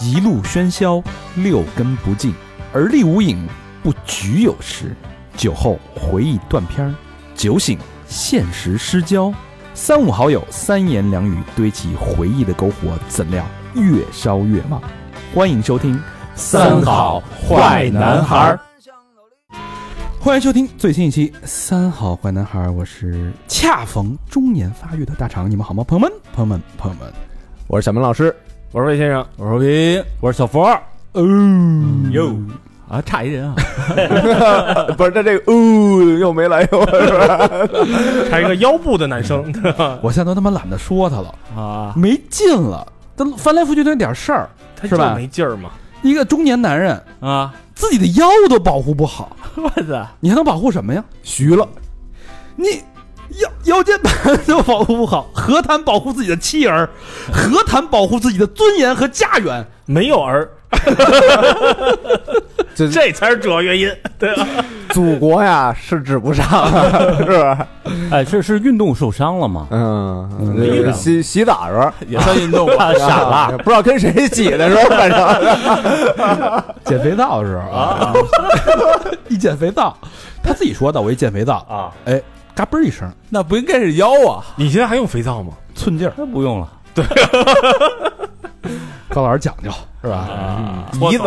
一路喧嚣，六根不净，而立无影，不局有时。酒后回忆断片儿，酒醒现实失焦。三五好友，三言两语堆起回忆的篝火，怎料越烧越旺。欢迎收听《儿。欢迎收听最新一期《三好坏男孩》，我是恰逢中年发育的大肠，你们好吗？朋友们，朋友们，朋友们，我是小明老师，我是魏先生，我说皮，我是小佛。哦哟啊，差一人啊，呃不是，这这个哦，又没来由，是吧？还有一个腰部的男 生，我现在都他妈懒得说他了，啊，没劲了，都翻来覆去那点事儿。他是就吧没劲儿嘛。一个中年男人啊，自己的腰都保护不好，我操，啊你还能保护什么呀？徐了，你腰腰间盘都保护不好，何谈保护自己的妻 儿？何谈保护自己的尊严和家园？没有儿，这这才是主要原因。对啊，祖国呀是指 不上，是不是？哎，是是运动受伤了吗？嗯，这个洗洗澡时候也算运动 吧，啊傻了， 不知道跟谁洗的时候，反正 减肥皂的时候啊， 一减肥皂，他自己说的，我一减肥皂啊，哎，嘎嘣儿一声，那不应该是腰啊，你现在还用肥皂吗？，寸劲儿，那不用了， 高老师讲究是吧？啊鼻子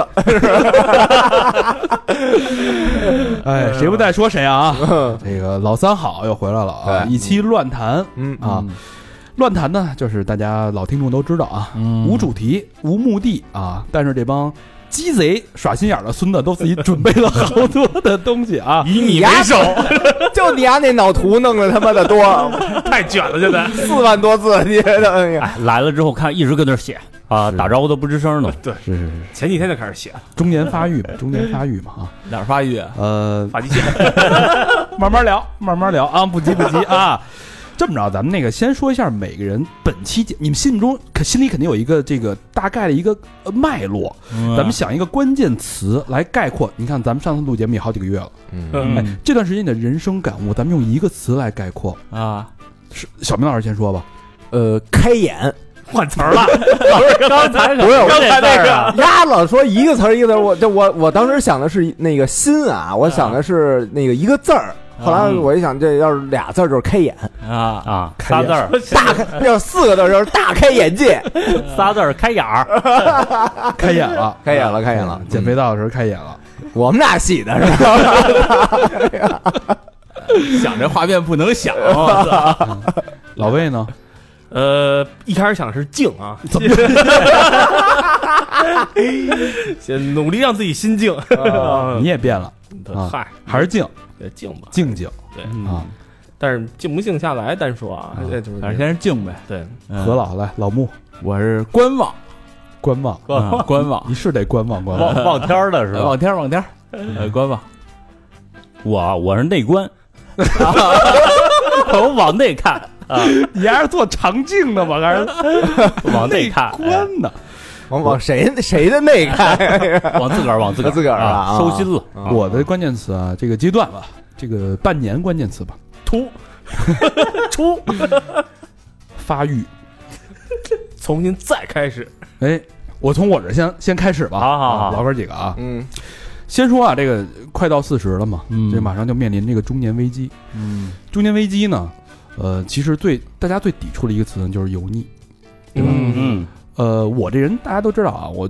哎，谁不在说谁啊？这个老三好又回来了啊！对一期乱谈，嗯啊，乱谈呢，就是大家老听众都知道啊，无主题、无目的啊，但是这帮鸡贼耍心眼儿的孙子都自己准备了好多的东西啊 以你为首， 就你丫那脑图弄的他妈的多，太卷了，现在。四万多字，你觉得？哎呀，哎，来了之后看一直跟那儿写啊，打招呼都不吱声呢。对，是是是， 前几天就开始写了中年发育嘛，中年发育嘛啊，哪儿发育啊？呃，发际线， 慢慢聊，慢慢聊啊，不急不急啊。这么着，咱们那个先说一下每个人本期节，你们心目中可心里肯定有一个这个大概的一个呃脉络，嗯嗯咱们想一个关键词来概括。你看，咱们上次录节目也好几个月了，嗯哎，这段时间你的人生感悟，咱们用一个词来概括。啊，是小明老师先说吧，呃，开眼，换词儿了。 刚才不是我刚才那啊个丫老说一个词儿一个字儿，我这我我当时想的是那个心啊，我想的是那个一个字儿。后来嗯我一想，这要是俩字儿就是开眼，啊，啊，仨字儿，大开；要是四个字儿就是大开眼界，嗯仨字儿，开眼儿。开眼了，开眼了，开眼了。减肥皂的时候开眼了，我们俩洗的是吧？ 想这画面不能 想，哦我操老魏呢？ 呃，一开始想的是静啊，怎 么先努力让自己心静。你也变了，啊嗨，还是静也静吧，静静啊嗯，但是静不静下来单说啊，这就是反正先是静呗。对，嗯何，老来老穆我是观 望，观望，嗯观望，嗯你是得观望观望望。望天儿的是吧？嗯望天儿望天儿，呃，观望，我啊我是 内观，我往内看啊， 你还是做长镜的吧，还是往内看，哎观呢？ 往往谁谁的那开？ 哎往自个儿，往自个儿，自个儿啊啊，啊收心了。哎我的关键词啊，这个阶段吧，这个半年关键词吧， 突出，发育。重新再开始。哎，我从我这儿先先开始吧，好好好啊老哥几个啊，嗯，先说啊，这个快到四十了嘛，嗯这马上就面临这个中年危机。嗯，中年危机呢，呃，其实最大家最抵触的一个词呢，就是油腻。对吧嗯呃，我这人大家都知道啊，我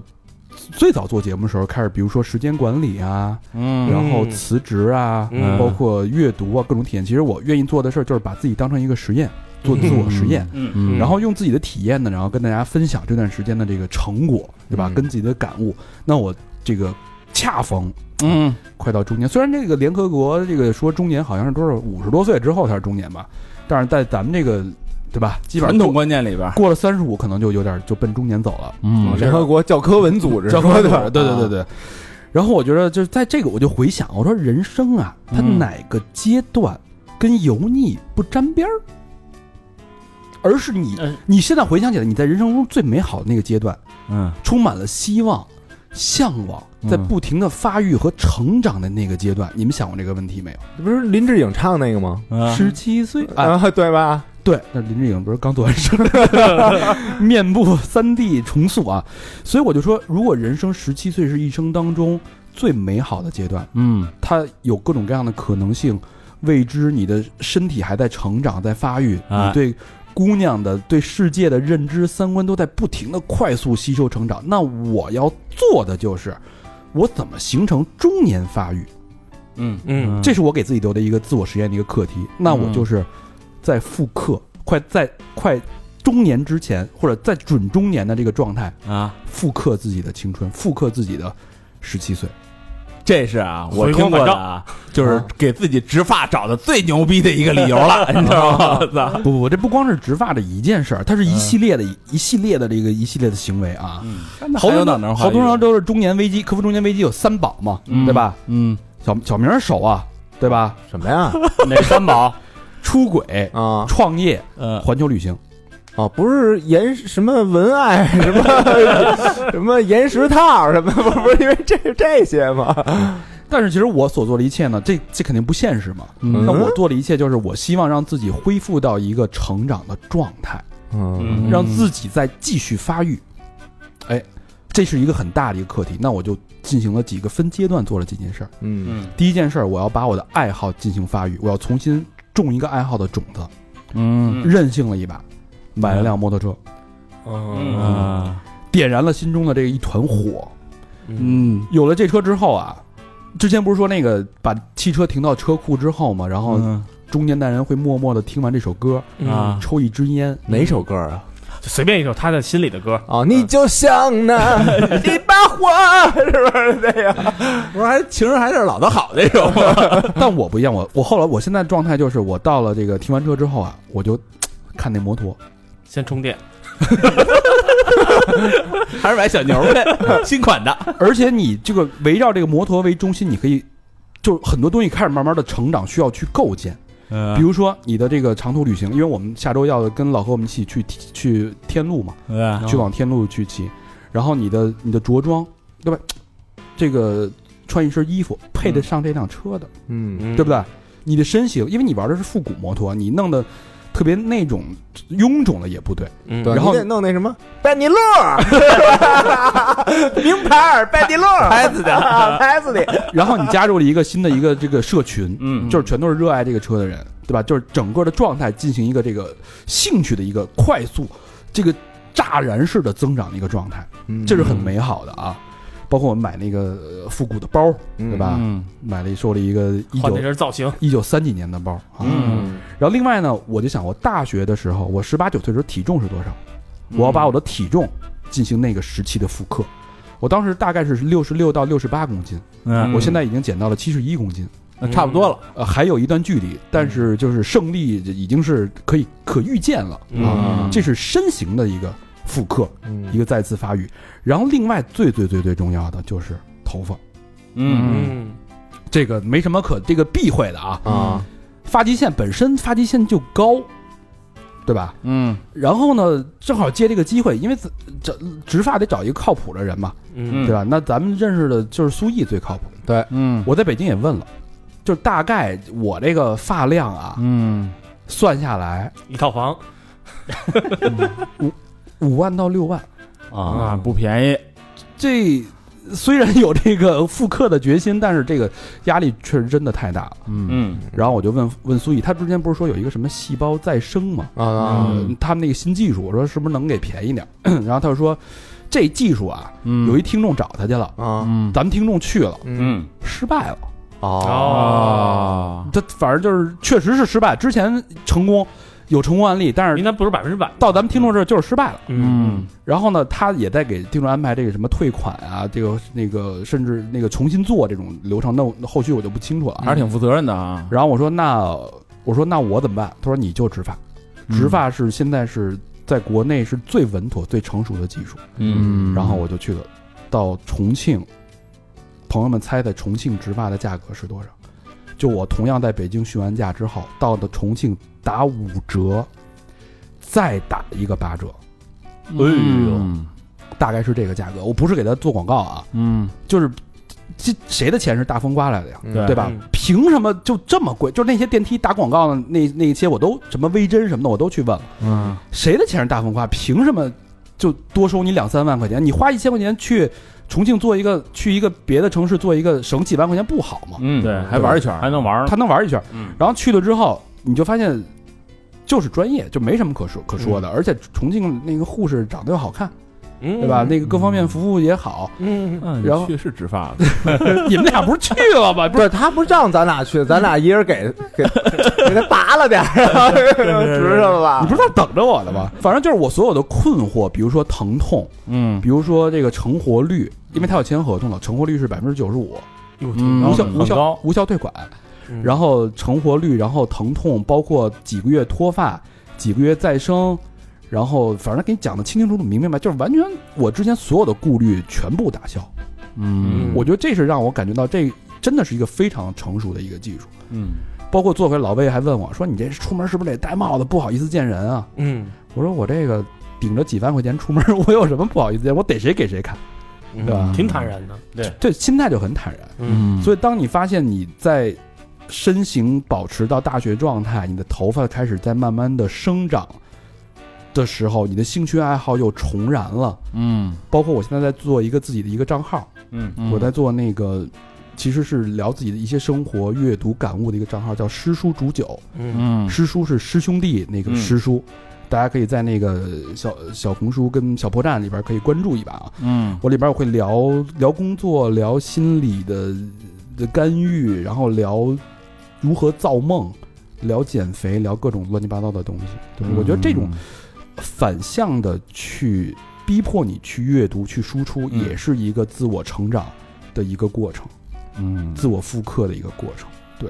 最早做节目的时候开始，比如说时间管理啊，嗯然后辞职啊，嗯包括阅读啊，各种体验。其实我愿意做的事儿就是把自己当成一个实验，做自我实验。嗯嗯然后用自己的体验呢，然后跟大家分享这段时间的这个成果，对吧？嗯跟自己的感悟。那我这个恰逢嗯，快到中年，虽然这个联合国这个说中年好像是多少五十多岁之后才是中年吧，但是在咱们这个对吧，基本传上统过观念里边儿，过了三十五，可能就有点就奔中年走了。嗯联合国教科文组织，教科是吧对啊对对，对。然后我觉得就是在这个，我就回想，我说人生啊，它嗯哪个阶段跟油腻不沾边儿，而是你嗯你现在回想起来，你在人生中最美好的那个阶段，嗯充满了希望、向往，嗯在不停的发育和成长的那个啊阶段，你们想过这个问题没有？这不是林志颖唱那个吗？啊十七岁，哎，啊，对吧？对，那林志颖不是刚做完生，面部三 D 重塑啊，所以我就说，如果人生十七岁是一生当中最美好的阶段，嗯，它有各种各样的可能性，未知，你的身体还在成长，在发育，哎你对姑娘的、对世界的认知、三观都在不停的快速吸收成长。那我要做的就是，我怎么形成中年发育？嗯嗯这是我给自己留的一个自我实验的一个课题。那嗯我就是在复刻，快在快中年之前，或者在准中年的这个状态，啊，复刻自己的青春，复刻自己的十七岁。这是啊，我回光听过返的照啊，就是给自己植发找的最牛逼的一个理由了，你知道吗？我操啊不不不，这不光是植发的一件事儿，它是嗯一系列的、一系列的这个一系列的行为啊。好还有多哪能好多人都是中年危机，克服中年危机有三宝嘛，嗯对吧？嗯，小小明儿手啊，对吧？什么呀？哪三宝？出轨、啊创业、 呃，环球旅行，哦，不是岩什么文爱什么 什么岩石套什么，不是不是因为这这些吗？但是其实我所做的一切呢，这这肯定不现实嘛。嗯那我做的一切就是，我希望让自己恢复到一个成长的状态，嗯让自己再继续发育。哎，这是一个很大的一个课题。那我就进行了几个分阶段做了几件事儿。嗯嗯第一件事儿，我要把我的爱好进行发育，我要重新种一个爱好的种子，嗯任性了一把，买了辆摩托车，嗯嗯啊点燃了心中的这一团火。嗯嗯有了这车之后啊，之前不是说那个把汽车停到车库之后嘛，然后嗯中年男人会默默的听完这首歌，啊，抽一支烟，哪首歌啊？嗯就随便一首他的心里的歌，哦，你就像那 一把火，是不是这样？不是还情人还是老的好那种 吗？ 但我不一样，我我后来我现在状态就是，我到了这个停完车之后啊，我就看那摩托，先充电。还是买小牛呗， 新款的。而且你这个围绕这个摩托为中心，你可以就很多东西开始慢慢的成长，需要去构建。比嗯如说你的这个长途旅行，因为我们下周要跟老何我们一起去 去天路嘛，嗯去往天路去骑，然后你的你的着装，对吧？这个穿一身衣服配得上这辆车的，嗯对不对？你的身形，因为你玩的是复古摩托，你弄的特别那种臃肿的也不对。嗯对，然后你得弄那什么拜尼乐， 名牌儿拜尼乐，牌子 的牌子的， 然后你加入了一个新的一个这个社群，嗯就是全都是热爱这个车的人，对吧？就是整个的状态进行一个这个兴趣的一个快速，这个乍然式的增长的一个状态，嗯嗯这是很美好的啊。包括我们买那个呃复古的包，对吧？嗯买了收了一个呃一换九的是造型，一九三几年的包啊。嗯然后另外呢，我就想，我大学的时候，我十八九岁的时候体重是多少？我要把我的体重进行那个时期的复刻。我当时大概是六十六到六十八公斤，嗯我现在已经减到了七十一公斤，嗯差不多了，呃，还有一段距离，但嗯是就是胜利已经是可以可预见了啊。嗯这是身形的一个复刻，嗯一个再次发育。然后另外最最最最重要的就是头发，嗯嗯这个没什么可这个避讳的啊。啊，发际线本身发际线就高，对吧？嗯然后呢，正好借这个机会，因为咱这植发得找一个靠谱的人嘛，嗯对吧？那咱们认识的就是苏毅最靠谱。嗯我在北京也问了，就是大概我这个发量啊，嗯算下来一套房五万到六万。啊，不便宜，这虽然有这个复刻的决心，但是这个压力确实真的太大了。嗯嗯然后我就问问苏毅，他之前不是说有一个什么细胞再生吗？啊啊呃他们那个新技术，我说是不是能给便宜点儿？ 然后他就说，这技术啊，嗯有一听众找他去了，啊，嗯咱们听众去了，嗯失败了。哦，哦，啊，他反正就是确实是失败，之前成功有成功案例，但应是该不是百分之百。到咱们听众这儿就是失败了。嗯然后呢，他也在给定众安排这个什么退款啊，这个那个甚至那个重新做这种流程。那我后续我就不清楚了。嗯还是挺负责任的啊。然后我说那我说那我怎么办？他说你就植发，植发是现在是在国内是最稳妥、最成熟的技术。嗯然后我就去了，到重庆，朋友们猜猜重庆植发的价格是多少？就我同样在北京询完价之后，到的重庆打五折，再打一个八折，哎呦大概是这个价格。我不是给他做广告啊，嗯就是这谁的钱是大风刮来的呀？嗯对对吧嗯？凭什么就这么贵？就是那些电梯打广告的那那些，我都什么微针什么的，我都去问了。嗯，谁的钱是大风刮？凭什么就多收你两三万块钱？你花一千块钱去重庆做一个，去一个别的城市做一个，省几万块钱不好吗？嗯，对，还玩一圈儿，还能玩儿，他能玩一圈，嗯然后去了之后，你就发现就是专业，就没什么可说可说的。而且重庆那个护士长得又好看，嗯对吧？？那个各方面服务也好。嗯，嗯，然后确实植发的， 你们俩不是去了吗？不不是是他不是让咱俩 去，咱俩一人给给给他拔了点儿，然 后值上了吧？啊你不是在等着我呢吗？反正就是我所有的困惑，比如说疼痛，嗯比如说这个成活率，因为它有签合同了，成活率是百分之九十五，哟，挺嗯，无高效的很无效高无效退款，嗯然后成活率，然后疼痛，包括几个月脱发，几个月再生，然后反正给你讲的清清楚楚、明明白，就是完全我之前所有的顾虑全部打消。嗯我觉得这是让我感觉到这真的是一个非常成熟的一个技术。嗯，包括做回老魏还问我说：“你这出门是不是得戴帽子？不好意思见人啊嗯，？”我说：“我这个顶着几万块钱出门， 我有什么不好意思见？我逮谁给谁看。”嗯对吧挺坦然的，这心态就很坦然。嗯，所以，当你发现你在身形保持到大学状态，你的头发开始在慢慢的生长的时候，你的兴趣爱好又重燃了。嗯包括我现在在做一个自己的一个账号，嗯，我在做那个其实是聊自己的一些生活、阅读、感悟的一个账号，叫“师叔煮酒”。嗯嗯师叔是师兄弟那个嗯师叔，大家可以在那个小小红书跟小破站里边可以关注一把啊。嗯我里边我会聊聊工作，聊心理的的干预，然后聊如何造梦，聊减肥，聊各种乱七八糟的东西。对，嗯我觉得这种反向的去逼迫你去阅读、去输出，嗯也是一个自我成长的一个过程，嗯自我复刻的一个过程。对，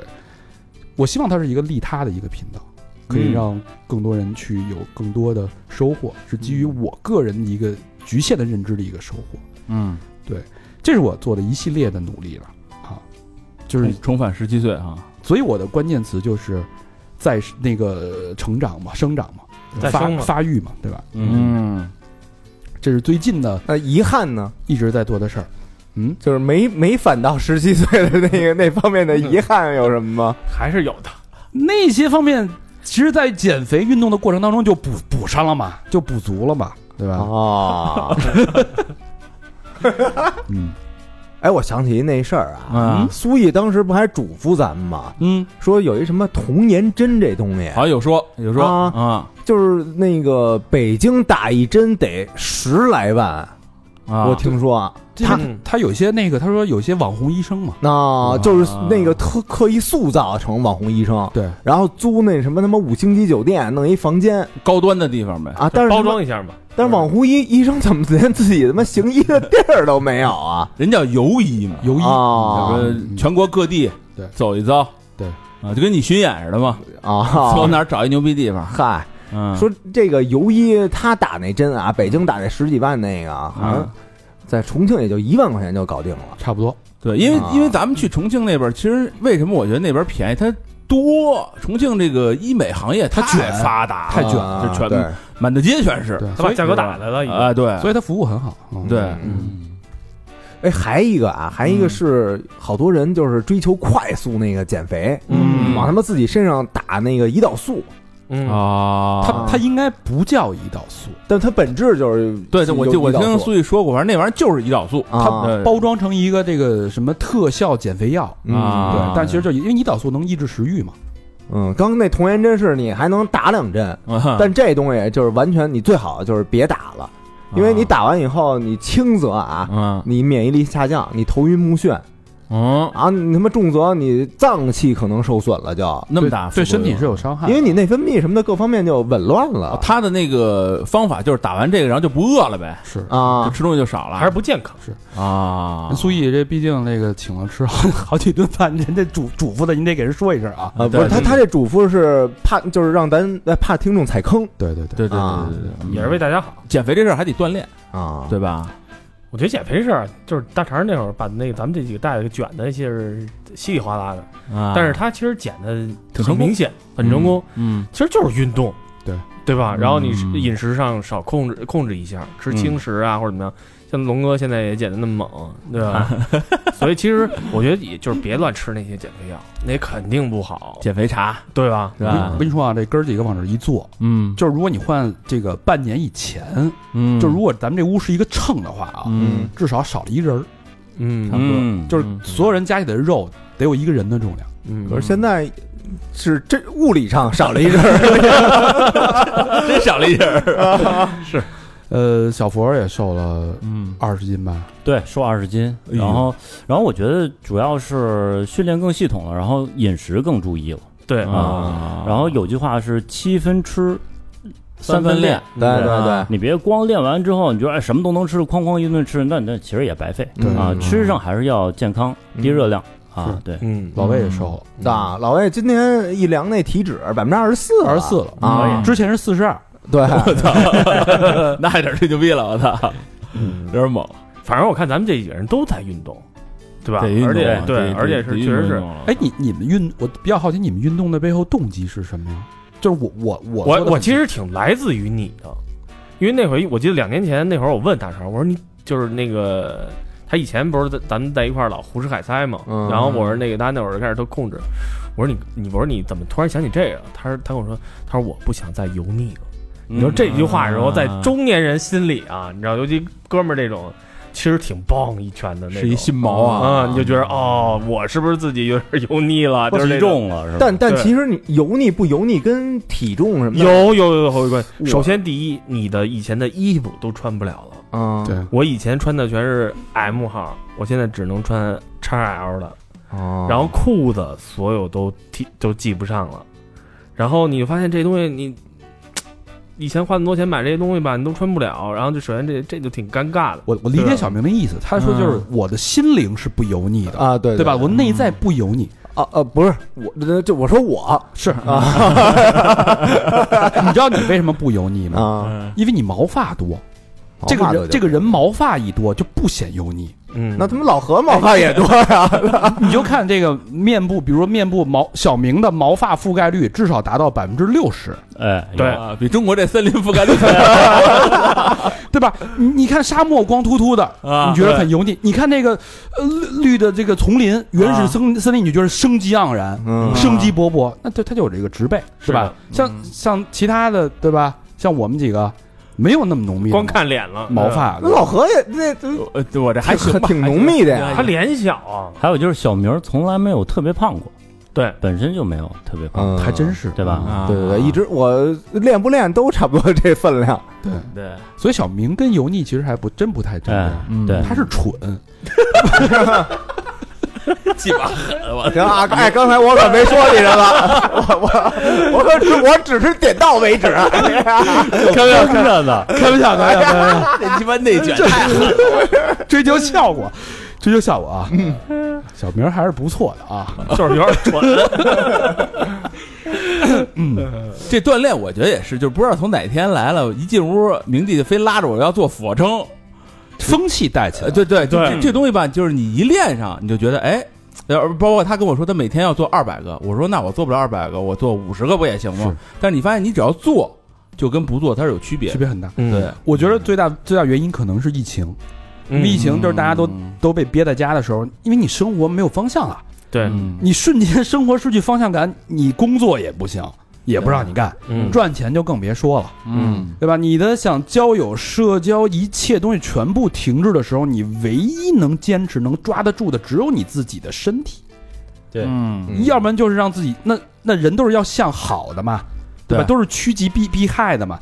我希望它是一个利他的一个频道。可以嗯让更多人去有更多的收获，是基于我个人的一个局限的认知的一个收获。嗯，这是我做的一系列的努力了啊，就是嗯重返十七岁哈，所以我的关键词就是在那个成长嘛，生长嘛，再发生嘛发育嘛，对吧？嗯这是最近的那呃遗憾呢？一直在做的事儿。嗯，就是没没反到十七岁的那 个那方面的遗憾有什么吗？还是有的，那些方面，其实，在减肥运动的过程当中就补补上了嘛，就补足了嘛，对嗯吧？哦，嗯 哎，我想起一那事儿啊，嗯，苏毅当时不还嘱咐咱们吗？嗯，说有一什么童年针这东西，好有说有说啊就是那个北京打一针得十来万，啊，我听说啊，他嗯他有些那个，他说有些网红医生嘛，那就是那个特刻意塑造成网红医生，对，然后租那什么他妈五星级酒店，弄一房间高端的地方呗，啊，但是包装一下嘛，但是网红医 医生怎么连自己他妈行医的地儿都没有啊？人叫游医嘛，游医啊说全国各地对走一遭，对啊，就跟你巡演似的嘛，走啊！哪儿找一牛逼地方，嗨，嗯，说这个游医他打那针啊，北京打那十几万那个，好像啊，在重庆也就一万块钱就搞定了。差不多。对，因为啊因为咱们去重庆那边，其实为什么我觉得那边便宜，它多，重庆这个医美行业它太卷发达了，太卷啊就全对满大街全是，对，他把价格打来了，已经啊，对，所以他服务很好。嗯，对，嗯哎，还一个啊，还一个嗯是好多人就是追求快速那个减肥，嗯往他们自己身上打那个胰岛素，嗯啊，他他应该不叫胰岛素，但它本质就是对，我有就我胰岛听素苏毅说过，反正那玩意儿就是胰岛素，啊它包装成一个这个什么特效减肥药。嗯啊对，但其实就因为胰岛素能抑制食欲嘛，嗯，刚刚那童颜针是你还能打两针，啊但这东西就是完全你最好就是别打了，啊因为你打完以后你轻则啊，嗯你免疫力下降，你头晕目眩嗯，啊，你他妈重则你脏器可能受损了就，那么大对对副作身用体是有伤害的，因为你内分泌什么的各方面就紊乱哦了他的那个方法就是打完这个，然后就不饿了呗，是。 就啊。吃东西就少了，还是不健康，啊，苏毅这毕竟那个请了吃好好几顿饭，人家嘱嘱咐的，你得给人说一声啊。啊，不是对他，对他这嘱咐是怕，就是让咱呃怕听众踩坑对对对，对对啊对对对对，也是为大家好。减肥这事儿还得锻炼，啊。对吧？我觉得减肥这事儿，就是大肠那会儿把那个咱们这几个大爷给卷的，是稀里哗啦的。啊，但是他其实减的挺成很功明显，很成功，嗯其实就是运动。对吧？然后你是嗯饮食上少控制控制一下，吃轻食啊、或者怎么样。像龙哥现在也减的那么猛，对 吧？所以其实我觉得也就是别乱吃那些减肥药， 那肯定不好，减肥茶，对吧？对吧我跟你说啊，这哥儿几个往这儿一坐，嗯就是如果你换这个半年以前，嗯就如果咱们这屋是一个秤的话啊，嗯至少少了一人儿，嗯嗯，就是所有人加起来的肉得有一个人的重量。嗯，可是现在是这物理上少了一人 儿，真少了一人儿，呃，小佛也瘦了嗯二十斤吧，对，瘦二十斤，哎呦然后，然后我觉得主要是训练更系统了，然后饮食更注意了，对，啊然后有句话是七分吃，三分练，对对对啊，你别光练完之后，你就哎什么都能吃，哐哐一顿吃，那那其实也白费对啊嗯。吃上还是要健康，低热量啊，对，嗯，老魏也瘦了，啊，老魏今天一量那体脂百分之二十四，嗯二十四了嗯啊，之前是四十二，对，那有点吹牛逼了，我操，有点猛，反正我看咱们这几个人都在运动，对吧？得运动而且啊对，得而且得是确实运是动了哎，你你们运，我比较好奇你们运动的背后动机是什么呀？就是我我我我我我其实挺来自于你的，因为那回我记得两年前那会儿我问大成，我说你就是那个他以前不是在咱们在一块儿老胡吃海塞嘛，嗯然后我说那个他那会儿开始都控制，我说你你我说你怎么突然想起这个？他说他跟我说他说我不想再油腻了。嗯你说这句话的时候，在中年人心里啊，你知道，尤其哥们儿这种，其实挺棒一拳的那种，是一心毛啊，啊，你就觉得哦，我是不是自己有点油腻了？就是体这种重了是吧？但但对其实你油腻不油腻跟体重什么的有有有有关系。我首先，第一，你的以前的衣服都穿不了了。嗯对我以前穿的全是 M 号，我现在只能穿 XL 的，哦然后裤子所有都提都系不上了。然后你就发现这东西你。以前花那么多钱买这些东西吧，你都穿不了，然后就首先这这就挺尴尬的。我我理解小明的意思，他说就是我的心灵是不油腻的，啊对对吧？？我内在不油腻，啊啊不是我就我说我是啊。 你知道你为什么不油腻吗？嗯啊，因为你毛发多，这毛个发多人就这个人毛发一多就不显油腻。嗯，那他妈老何毛哎发也 多呀，你就看这个面部，比如说面部毛小明的毛发覆盖率至少达到百分之六十，哎，对啊，比中国这森林覆盖率强 对吧？你你看沙漠光秃秃的，啊你觉得很油腻；你看那个呃绿绿的这个丛林，原始森森林，你就觉得生机盎然、嗯生机勃勃，那就它就有这个植被，是吧？像像其他的，对吧？像我们几个没有那么浓密的毛，光看脸了，毛发那，老何也那这呃，对我这还行吧，挺浓密的呀他脸小啊，还有就是小明儿从来没有特别胖过，对，本身就没有特别胖，嗯还真是对吧？啊对对对，一直我练不练都差不多这分量，对，所以小明跟油腻其实还不真不太沾边哎，对他是蠢， 鸡 巴狠，我行啊，哎，刚才我可没说你什么， 我我我可只我只是点到为止，真着呢，开玩笑，开玩笑，开玩笑。这鸡巴内卷太狠了， 嗯追求效果，追求效果啊！小明还是不错的啊。就是有点蠢。这锻炼我觉得也是，就不知道从哪天来了，一进屋明帝就非拉着我要做俯卧撑，风气带起呃，来，对对就对这这东西吧，就是你一练上，你就觉得哎。呃，包括他跟我说，他每天要做二百个，我说那我做不了二百个，我做五十个不也行吗是？但是你发现你只要做，就跟不做它是有区别区。别很大。对，我觉得最大最大原因可能是疫情，因为疫嗯情就是大家都都被憋在家的时候，因为你生活没有方向了，对，嗯你瞬间 生活失去方向感，你工作也不行，也不让你干，嗯赚钱就更别说了，嗯，对吧？你的想交友、社交，一切东西全部停滞的时候，你唯一能坚持、能抓得住的，只有你自己的身体。对嗯要不然就是让自己那那人都是要向好的嘛，对嗯吧？对都是趋吉避避害的嘛。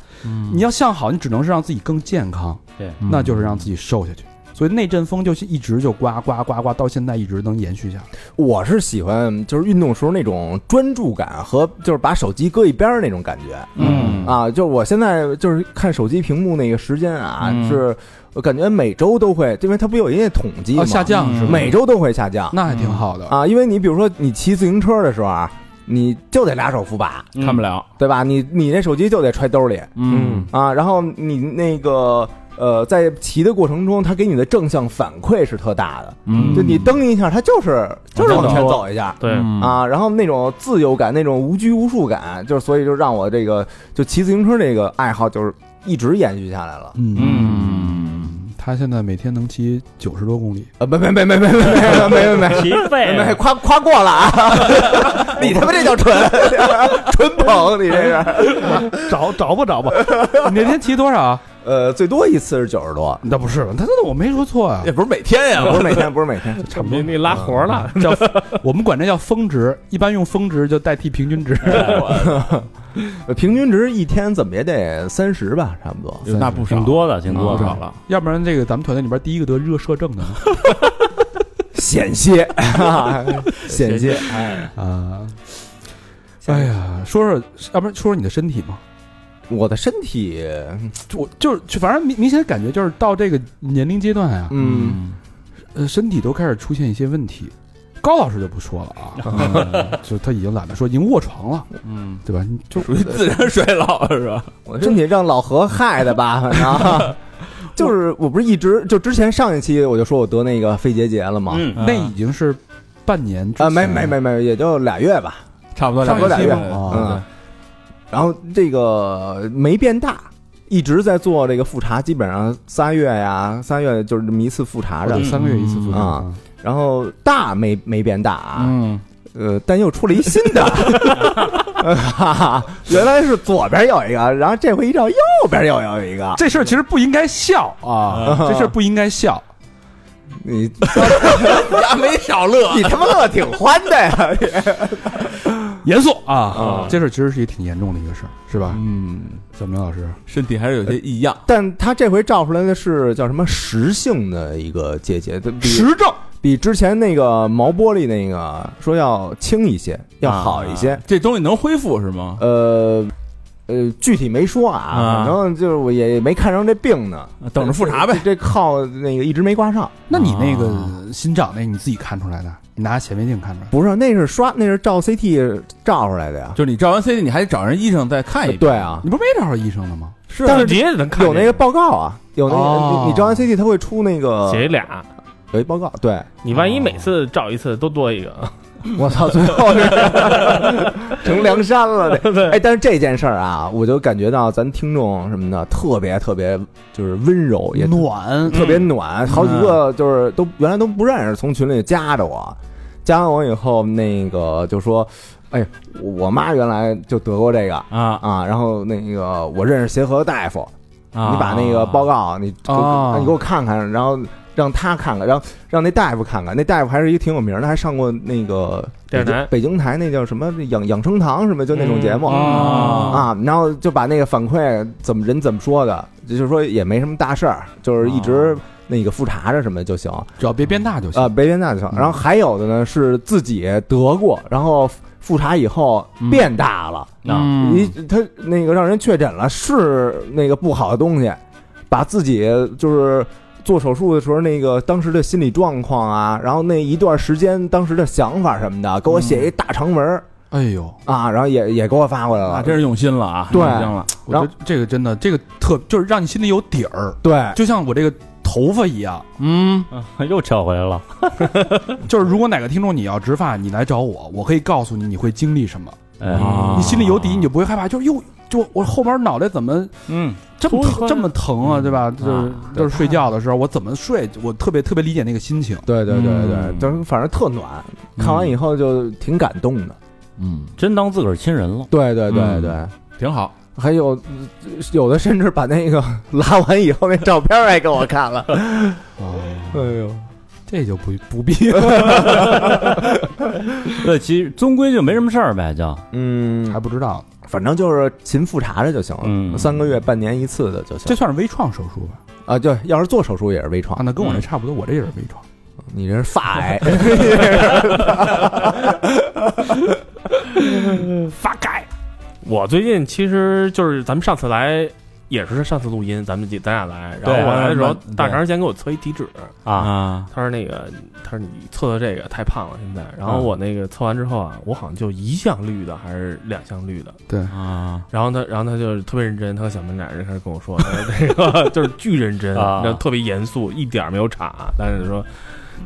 你要向好，你只能是让自己更健康，对，那就是让自己瘦下去。所以那阵风就是一直就刮刮刮刮，到现在一直能延续下来。我是喜欢就是运动时候那种专注感和就是把手机搁一边儿那种感觉，嗯啊，就我现在就是看手机屏幕那个时间啊，嗯是我感觉每周都会，因为它不有一些统计吗？啊，下降是吧？每周都会下降那还挺好的。啊，因为你比如说你骑自行车的时候啊，你就得俩手扶把，嗯看不了。对吧？你你那手机就得揣兜里嗯啊，然后你那个。呃，在骑的过程中，它给你的正向反馈是特大的，嗯就你蹬一下，它就是就是往前走一下。对，啊，啊，然后那种自由感，那种无拘无束感，就是所以就让我这个就骑自行车这个爱好就是一直延续下来了。嗯，他现在每天能骑九十多公里，呃，没没没没没没没没没没皮费没， 夸夸过了啊！你他妈这叫纯 纯捧，你这是。找找吧找吧， 你那天骑多少？呃，最多一次是九十 多，那不是吧？他那我没说错 啊也，不是每天呀，不 是每天，不是每天。差不多。你你拉活了，叫我们管这叫峰值，一般用峰值就代替平均值。呃平均值一天怎么也得三十吧，差不多。那不少嗯挺多的，挺多不的。少了。要不然这个咱们团队里边第一个得热射症的 呢险些， 险些。哎，啊。哎呀，说说，要不然说说你的身体吧。我的身体，我就是，就反正明明显感觉就是到这个年龄阶段啊，嗯，呃，身体都开始出现一些问题。高老师就不说了啊，嗯就他已经懒得说，已经卧床了，嗯，对吧？你就属于自然衰老是吧？我身体让老何害 的吧，反正。就是我不是一直就之前上一期我就说我得那个肺结节了吗？嗯那已经是半年之啊，没前没没没，也就俩月吧。差不多差不多两俩月期吧啊嗯，然后这个没变大，一直在做这个复查，基本上仨月呀，仨月就是这么一次复查着对，。三个月一次复查啊。然后大没没变大啊，嗯，呃，但又出了一新的。 哈哈，原来是左边有一个，然后这回一照右边又有一个，这事儿其实不应该笑啊，这事儿不应该笑。你呀没少乐。你他妈乐挺欢的呀！严肃啊这事儿其实是一挺严重的一个事儿，是吧？嗯，小明老师，身体还是有些异样。 但他这回照出来的是叫什么实性的一个结节，它比实证比之前那个毛玻璃那个说要轻一些，要好一些啊。这东西能恢复是吗？呃呃，具体没说啊，啊反正就是我也没看上这病 呢，等着复查呗。这靠那个一直没挂上，那你那个心脏那你自己看出来的，你拿显微镜看出来的。不是，那是刷，那是照 CT 照出来的呀。就是你照完 CT，你还得找人医生再看一遍。对啊，你不是没找着医生了吗？是但啊你是也能看有那个报告啊，有那哦个你你照完 CT，它会出那个哦写俩，有一报告，对，你万一每次照一次都多一个，我操，最后是成梁山了这。哎，但是这件事儿啊，我就感觉到咱听众什么的特别特别就是温柔，也暖 特嗯别暖，好几个就是都原来都不认识，从群里加着我，加完我以后那个就说，哎，我妈原来就得过这个。啊啊，然后那个我认识协和大夫，啊！你把那个报告你给我、哦啊你给我看看，然后让他看看，让让那大夫看看，那大夫还是一个挺有名的，还上过那个电视台嗯北京台那叫什么养养生堂什么，就那种节目、啊啊，然后就把那个反馈怎么人怎么说的，就是说也没什么大事儿，就是一直那个复查着什么就行啊、只要别变大就行。别变大就嗯行。然后还有的呢是自己得过，然后复查以后嗯变大了，啊那你他那个让人确诊了是那个不好的东西，把自己就是做手术的时候那个当时的心理状况啊，然后那一段时间当时的想法什么的，给我写一大长文儿哎呦，啊，然后也也给我发过来了。真是用心了啊！对用心了。我觉得这个真的，这个特就是让你心里有底儿，对，就像我这个头发一样。嗯，又扯回来了。就是如果哪个听众你要植发，你来找我，我可以告诉你你会经历什么，嗯哎，啊你心里有底，你就不会害怕。就是哟，就我后边脑袋怎么嗯，这么突疼然这么疼啊，对吧？就是就是睡觉的时候，我怎么睡，我特别特别理解那个心情。对对对对，嗯就是反正特暖，看完以后就挺感动的。嗯，真当自个儿亲人了。对对对嗯对，挺好。还有有的甚至把那个 拉完以后那照片儿还给我看了。 啊哎呦，这就不不必 对，其实终归就没什么事儿呗，就嗯还，不知道，反正就是勤复查着就行了，嗯三个月、半年一次的就行这。算是微创手术吧？啊，对，要是做手术也是微创啊，，那跟我这嗯差不多，我这也是微创。你这是发癌，发改。我最近其实就是咱们上次来也是他上次录音，咱们几咱俩来，然对后我来的时候对，大肠先给我测一体脂，啊，啊，他说那个，他说你测测这个太胖了现在，然后嗯我那个测完之后啊，我好像就一项绿的还是两项绿的，对啊，然后他然后他就特别认真，他和小门脸就开始跟我说，他说这个 就是巨认真，啊然后特别严肃，一点儿没有岔，但是说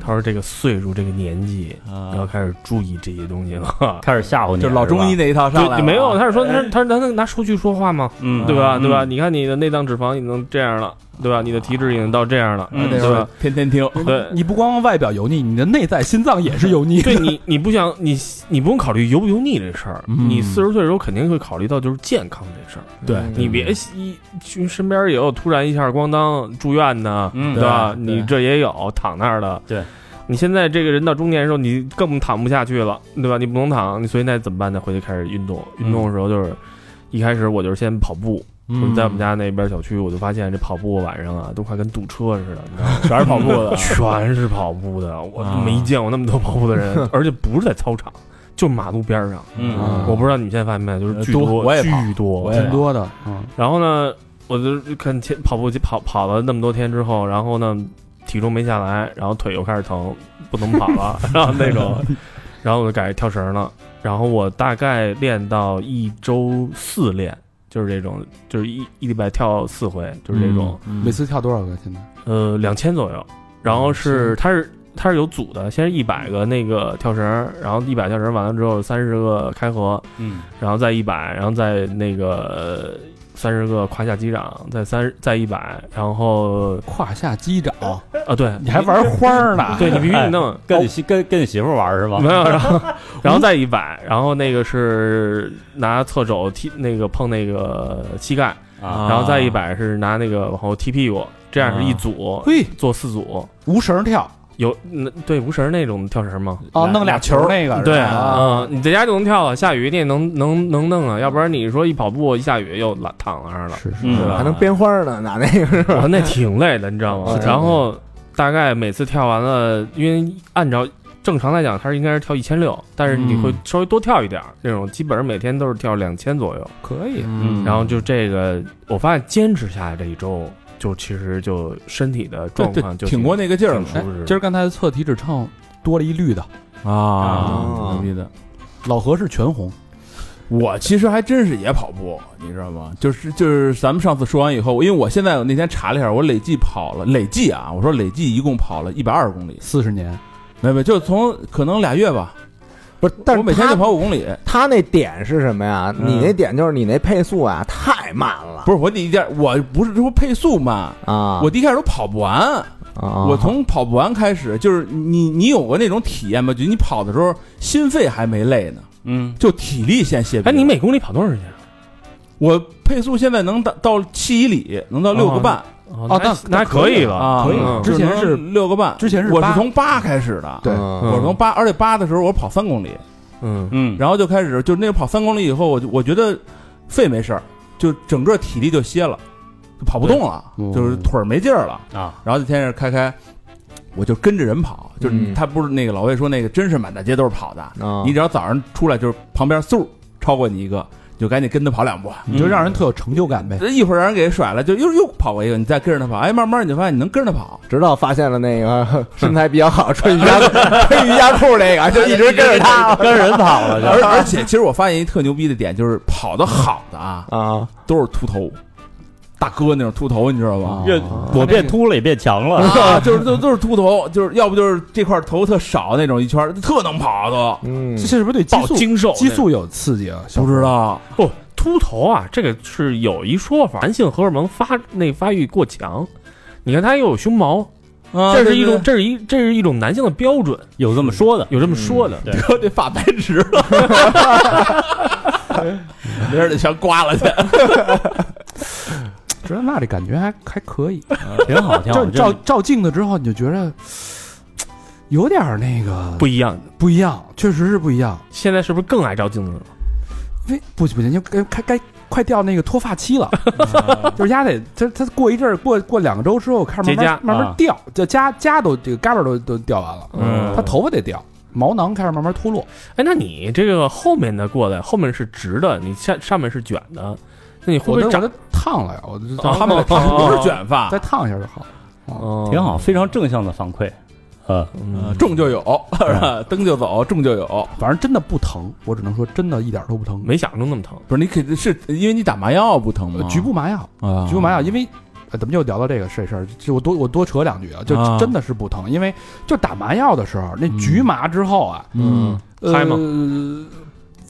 他说这个岁数这个年纪，啊要开始注意这些东西 了。开始吓唬你，就老中医是吧，那一套上来就啊了没有，他是说，他是他是他能拿数据说话吗？嗯，对吧？对吧？嗯？你看你的内脏脂肪已经这样了，对吧？你的体脂已经到这样了，嗯哎对吧？天天听，对，你不光外表油腻，你的内在心脏也是油腻。对你，你不想你，你不用考虑油不油腻这事儿。嗯你四十岁的时候肯定会考虑到就是健康这事儿。对你别哎一就身边也有突然一下咣当住院的，嗯对吧？对对你这也有躺那儿的，对。你现在这个人到中年的时候，你更躺不下去了，对吧？你不能躺，你所以那怎么办呢？回去开始运动。运动的时候就是，一开始我就是先跑步，嗯我在我们家那边小区，我就发现这跑步晚上啊，都快跟堵车似的，你知 道吗？全是跑步的全是跑步的，我啊没见过那么多跑步的嗯人，而且不是在操场，就是马路边上。嗯，我不知道你们现在发现没有，就是巨呃多我也跑巨多我也。挺多的，嗯，然后呢，我就看天跑步机跑跑了那么多天之后，然后呢，体重没下来，然后腿又开始疼，不能跑了，然后那种，然后我就改跳绳了。然后我大概练到一周四练，就是这种，就是一一礼拜跳四回，就是这种。嗯嗯每次跳多少个？现在呃，两千左右。然后是它是它是有组的，先是一百个那个跳绳儿，然后一百跳绳儿完了之后三十个开合，嗯，然后再一百，然后再那个呃三十个胯下击掌，再三再一百，然后胯下击掌，哦啊对，你还玩花儿 呢？对你必须得弄。 跟你媳跟跟你媳妇玩儿是吧没？有，然后，然后再一百，然后那个是拿侧肘踢那个碰那个膝盖，啊，然后再一百是拿那个往后踢屁股，这样是一组，嘿，做四组，无绳跳有那对无绳儿那种跳绳吗？哦，来啊弄俩球那个，对，啊是吧嗯，你在家就能跳了，下雨你也能能能弄啊，要不然你说一跑步一下雨又懒躺那儿了，是是，嗯对吧 还能编花呢，拿那个是 吧？哦哇，那挺累的，你知道吗是？然后大概每次跳完了，因为按照正常来讲，它是应该是跳一千六，但是你会嗯稍微多跳一点儿，这种基本上每天都是跳两千左右。可以，嗯然后就这个，我发现坚持下来这一周，就其实就身体的状对况就挺过那个劲儿挺了舒适的。哎今儿刚才测体脂秤多了一绿的，啊啊牛逼的。老何是全红，我其实还真是也跑步，你知道吗？就是就是咱们上次说完以后，因为我现在我那天查了一下，我累计跑了累计啊，我说累计一共跑了一百二十公里，四十年，没有没有，就是从可能俩月吧，不是，但我是每天就他跑五公里，他那点是什么呀？嗯你那点就是你那配速啊太慢了，不是我第一点，我不是说配速慢，啊，我第一开始都跑不完，啊我从跑不完开始，就是你你有过那种体验吗？就你跑的时候心肺还没累呢，嗯，就体力先歇。哎，你每公里跑多长时间？我配速现在能到到七里，能到啊六个半哦那那还可以了啊，可以嗯之前是就能六个半，之前是我八是从八开始的，对，嗯我是从八，而且八的时候我跑三公里，嗯嗯，然后就开始就那个跑三公里以后，我就我觉得肺没事儿，就整个体力就歇了，就跑不动了，对嗯就是腿儿没劲儿了。啊，然后就天天开开，我就跟着人跑，就是嗯他不是那个老魏说那个，真是满大街都是跑的。啊你只要早上出来，就是旁边嗖超过你一个，你就赶紧跟他跑两步。你就让人特有成就感呗。一会儿让人给甩了，就又又跑过一个，你再跟着他跑，哎，慢慢你就发现你能跟着他跑，直到发现了那 个身材比较好穿瑜伽穿瑜伽裤那个，就一直跟着 他跟人跑了而而且其实我发现一特牛逼的点就是跑得好的啊，啊，都是秃头，大哥那种秃头，你知道哦吗？越我变秃了也变强了， 啊，就是都都是秃头，就是要不就是这块头特少那种，一圈儿特能跑都嗯这，是不是对激爆素精瘦激那种素有刺激啊？小不伙知道不，秃头啊，这个是有一说法，男性荷尔蒙发那发育过强。你看他又有胸毛，啊，这是一种，对这是一这是一种男性的标准，有这么说的，嗯有这么说的。对对这发白直了， 没事得全刮了去。觉得那这感觉还还可 以，挺好，挺就好，是照真的照镜子之后，你就觉得有点儿那个不一样。不一样，确实是不一样。现在是不是更爱照镜子了？为不不行，就该该该快掉那个脱发期 了，啊就是丫得他他过一阵儿过过两个周之后开始慢结痂慢慢慢啊掉，就痂痂都这个嘎巴都都掉完了，嗯他头发得掉，毛囊开始慢慢脱落。哎，那你这个后面的过来，后面是直的，你下上面是卷的，那你会我不的会我长的？烫了呀，我就哦他们哦哦不是卷发再，烫一下就好。哦嗯挺好，非常正向的反馈。 呃，呃中就有，是吧蹬就走，中就有。反正真的不疼，我只能说真的一点都不疼。没想象中那么疼。不是你肯定是因为你打麻药不疼呃吗？局部麻药，啊，局部麻药，因为。呃怎么又聊到这个这事儿？这我多我多扯两句啊，就啊真的是不疼，因为就打麻药的时候，那局麻之后啊，嗯，呃嗨吗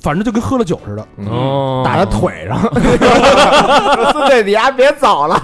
反正就跟喝了酒似 的，哦嗯打在腿上，孙子，你丫别走了。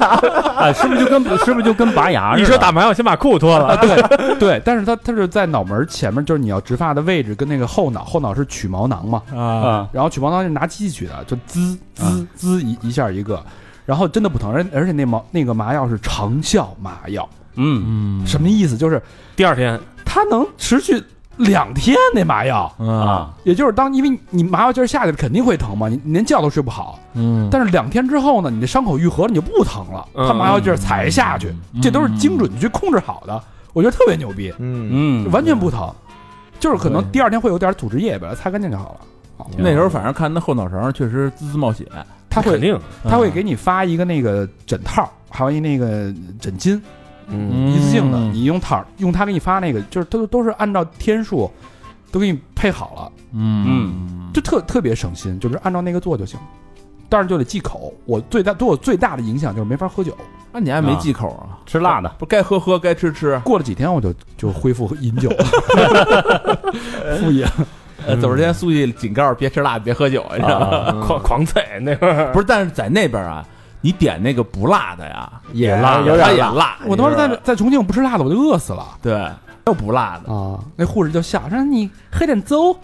哎，是不是就跟是不是就跟拔 牙似的？你说打麻药先把裤脱了，啊，对对，但是它它是在脑门儿前面，就是你要植发的位置跟那个后脑，后脑是取毛囊嘛，啊，然后取毛囊是拿机器取的，就滋啊滋滋一一下一个，然后真的不疼，而而且那毛那个麻药是长效麻药，嗯，嗯什么意思？就是第二天它能持续两天那麻药，嗯啊，也就是当因为你麻药劲儿下去了，肯定会疼嘛，你你连觉都睡不好，嗯但是两天之后呢，你的伤口愈合了，你就不疼了，它嗯麻药劲儿才下去，嗯这都是精准去控制好的，我觉得特别牛逼。嗯，嗯完全不疼，就是可能对第二天会有点组织液，把它擦干净就好了。那时候反正看那后脑勺确实滋滋冒血，他肯会定，他会给你发一个那个枕套，还有一那个枕巾，嗯，嗯一次性的，你用套用他给你发那个，就是都都是按照天数都给你配好了，嗯就特特别省心，就是按照那个做就行。但是就得忌口，我最大对我最大的影响就是没法喝酒。那你还没忌口啊？吃辣的，不该喝喝，该吃吃。过了几天我就就恢复饮酒了，复饮。嗯呃，走之前书记警告别吃辣，别喝酒，你知道吗？啊 嗯狂狂踩那会儿不是，但是在那边啊，你点那个不辣的呀，也辣哎有它点也辣。辣。我当时你在知在重庆我不吃辣的我就饿死了。道吗对又不辣的，啊，那护士就笑说：“你喝点粥。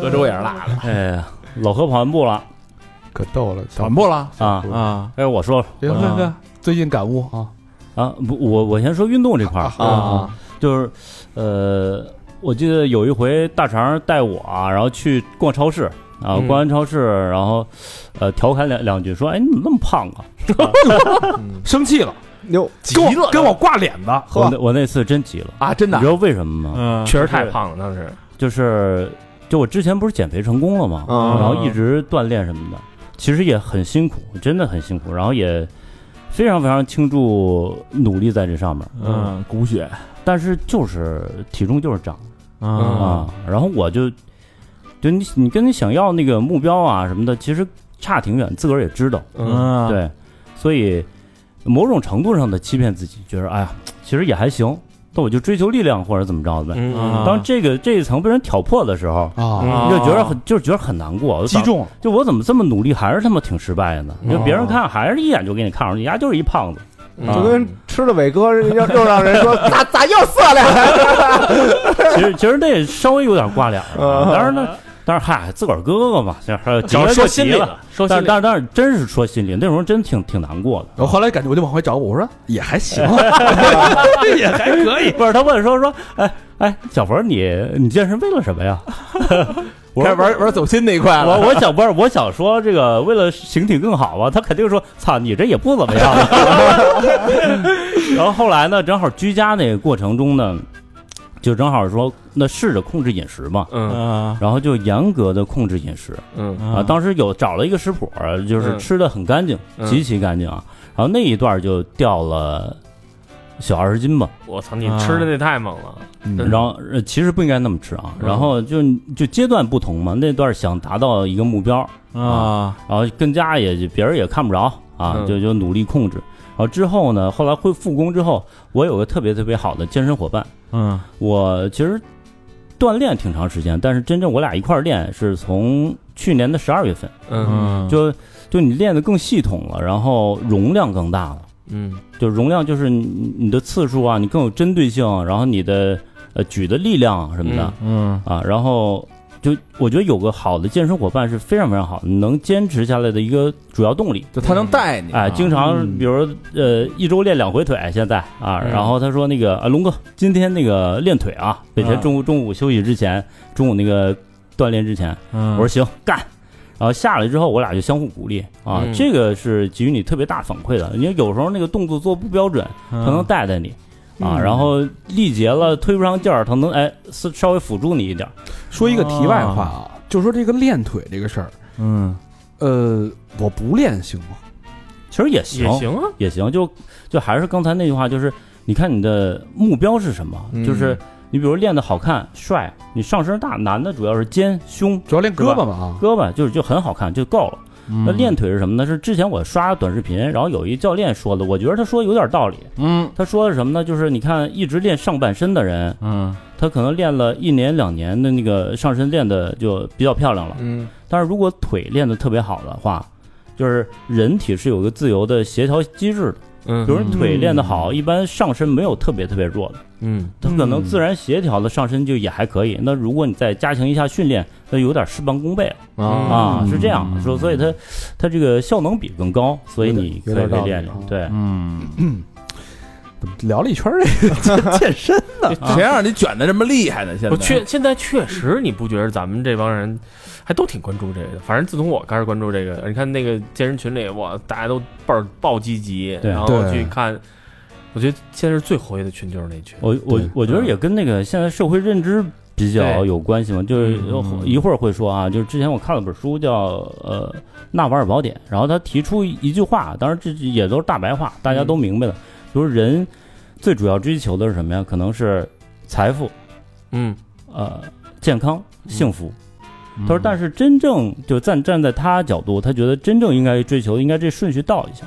喝粥也是辣的，哎呀，老何跑完步了可逗了，传播了啊！啊哎，我说别喝啊喝，最近感悟啊，啊，不，我我先说运动这块儿啊，就是呃，我记得有一回大肠带我、啊然后去逛超市啊，嗯逛完超市，然后呃调侃两两句，说：“哎，你怎么那么胖啊嗯生气了，哟，急了，跟我挂脸子。？”呵我那我那次真急了，啊！真你的知，道为什么吗？嗯，确实太胖了，当时就是就我之前不是减肥成功了吗？嗯然后一直锻炼什么的，其实也很辛苦，真的很辛苦，然后也非常非常倾注努力在这上面，嗯，骨血但是就是体重就是涨。啊嗯啊，然后我就就你你跟你想要那个目标啊什么的，其实差挺远，自个儿也知道，嗯，对，所以某种程度上的欺骗自己，觉得哎呀，其实也还行，那我就追求力量或者怎么着的呗。嗯哦当这个这一层被人挑破的时候，啊，你就觉得很就是觉得很难过，我就击想中了，就我怎么这么努力，还是他妈挺失败的哦呢？就别人看还是一眼就给你看出去，你丫就是一胖子。嗯就跟吃了伟哥，又又让人说 咋咋又色了。其实 其实那也稍微有点挂脸 儿啊，当然呢，但是嗨，自个儿哥哥嘛，这还有急哦主要了说就心急里了。了，说但心是里但是但是真是说心里，那时候真挺挺难 过的。我后来感觉我就往回找我，我说也还行，也还可以。不是他问说说，哎哎，小博你你健身为了什么呀？我开始说玩玩走心那一块了。 我我想不是我想说这个为了形体更好吧，他肯定说操你这也不怎么样。 然后后来呢，正好居家那个过程中呢，就正好说那试着控制饮食嘛，嗯啊然后就严格的控制饮食。嗯啊，当时有找了一个食谱，就是嗯吃的很干净，嗯极其干净啊。然后那一段就掉了小二十斤吧，我操，你吃的那太猛了，嗯然后呃其实不应该那么吃啊。嗯然后就就阶段不同嘛，那段想达到一个目标，啊然后跟家也就别人也看不着啊嗯，就就努力控制。然后之后呢，后来恢复工之后，我有个特别特别好的健身伙伴，嗯我其实锻炼挺长时间，但是真正我俩一块儿练是从去年的十二月份。嗯就就你练得更系统了，然后容量更大了。嗯就容量就是你你的次数啊，你更有针对性，然后你的呃举的力量啊什么的、嗯啊，然后就我觉得有个好的健身伙伴是非常非常好的，能坚持下来的一个主要动力。就他能带你啊哎，经常嗯比如呃一周练两回腿，现在啊，嗯然后他说那个啊龙哥今天那个练腿啊，每天嗯中午中午休息之前，中午那个锻炼之前，我嗯我说行，干。然后下来之后，我俩就相互鼓励啊，嗯这个是给予你特别大反馈的。因为有时候那个动作做不标准，嗯他能带带你、啊，然后力竭了推不上劲儿，他能哎稍稍微辅助你一点儿。说一个题外话啊，就说这个练腿这个事儿，嗯呃，我不练行吗？其实也行也，行啊，也行，就就还是刚才那句话，就是你看你的目标是什么，嗯就是你比如练的好看、帅，你上身大，男的主要是肩、胸、主要练胳膊啊嘛胳膊，就是就很好看就够了。啊。那练腿是什么呢？是之前我刷短视频，然后有一教练说的，我觉得他说有点道理。嗯他说的是什么呢？就是你看一直练上半身的人，嗯他可能练了一年两年的那个上身练的就比较漂亮了，嗯但是如果腿练得特别好的话，就是人体是有一个自由的协调机制的。嗯比如你腿练得好，一般上身没有特别特别弱的，嗯，它可能自然协调的上身就也还可以。那如果你再加强一下训练，那有点事半功倍了嗯啊，是这样说。所以它它这个效能比更高，所以你可以练练有点道理啊。对，嗯，怎么聊了一圈儿这个 健身呢？谁让你卷的这么厉害呢？现在啊我确现在确实，你不觉得咱们这帮人还都挺关注这个的？反正自从我开始关注这个，你看那个健身群里，哇，大家都倍儿爆积极，对然后对去看。我觉得现在是最活跃的群就是那群，我我我觉得也跟那个现在社会认知比较对有关系嘛，就是嗯一会儿会说啊，就是之前我看了本书叫呃《纳瓦尔宝典》，然后他提出一句话，当然这也都是大白话，大家都明白了，就是人最主要追求的是什么呀？可能是财富、嗯，呃健康、幸福。嗯他说，但是真正就站站在他角度，他觉得真正应该追求的应该这顺序倒一下，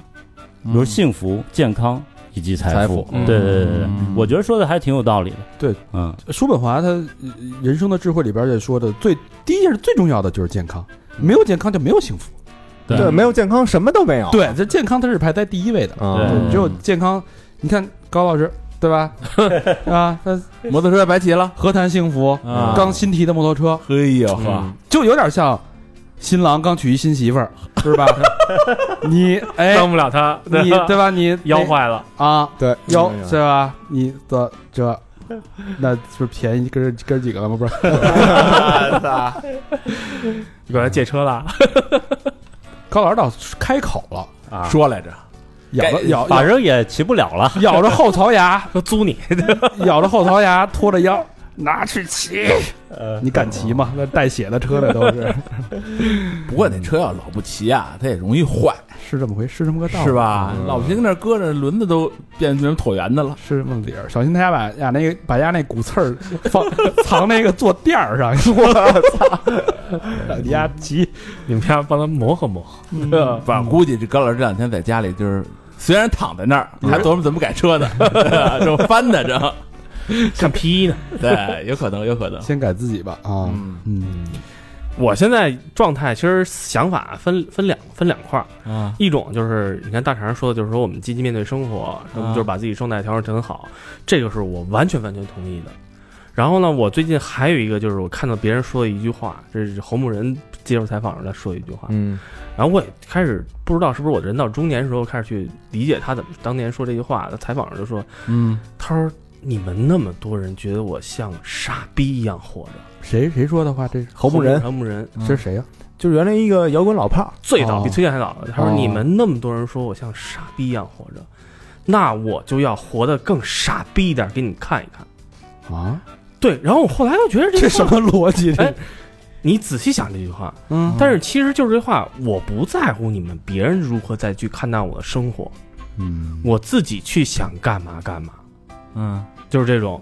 比如幸福、健康以及财财富富。对对对对对嗯，我觉得说的还挺有道理的。对，嗯。叔本华他呃人生的智慧里边也说的，最第一件事最重要的就是健康，没有健康就没有幸福。对对，没有健康什么都没有。对，这健康它是排在第一位的，啊，只有健康。你看高老师对吧？啊，他摩托车白骑了，何谈幸福？啊刚新提的摩托车，嘿嗯呦呵，就有点像新郎刚娶一新媳妇儿，是吧？你 哎，当不了他，你对吧？你 腰坏了，啊，对，腰嗯对吧？你的这，那就是便宜哥哥几个了吗？不是，你管他借车了，高老师倒是开口了，啊，说来着，嗯咬该着咬反咬正也骑不了了。咬着后槽牙，说租 你，咬着后槽牙，拖着腰。拿去骑，你敢骑吗？呃那带血的车里都是，不过那车要老不骑啊，它也容易坏， 是这么回，是这么个道理，嗯是？吧？老不骑跟那儿搁着，轮子都变成椭圆的了。是这么理儿。小心他家把呀那个把家那骨刺儿放 藏那个坐垫儿上， 我操！让你家骑，你们家帮他磨合磨合，反 正估计这高老师这两天在家里就是，虽然躺在那儿，嗯还琢磨怎么改车 呢，这翻呢这，看 P 呢。对，有可能，有可能。先改自己吧啊！嗯嗯，我现在状态其实想法分分两分两块儿，啊，一种就是你看大肠说的，就是说我们积极面对生活，什么就是把自己状态调整得很好，这个是我完全完全同意的。然后呢，我最近还有一个就是我看到别人说的一句话，这是侯牧人接受采访时候他说的一句话，嗯然后我也开始不知道是不是我人到中年时候开始去理解他怎么当年说这句话，他采访时候就说，嗯，他说你们那么多人觉得我像傻逼一样活着，谁谁说的话？这是侯牧人侯牧人这是谁呀？啊就是原来一个摇滚老炮儿，最早比哦崔健还早。他说：“哦你们那么多人说我像傻逼一样活着，那我就要活得更傻逼一点，给你们看一看。啊，”对，然后我后来又觉得这 这句什话，么逻辑？这哎你仔细想这句话，嗯但是其实就是这句话，我不在乎你们别人如何再去看待我的生活，嗯我自己去想干嘛干嘛，嗯，就是这种。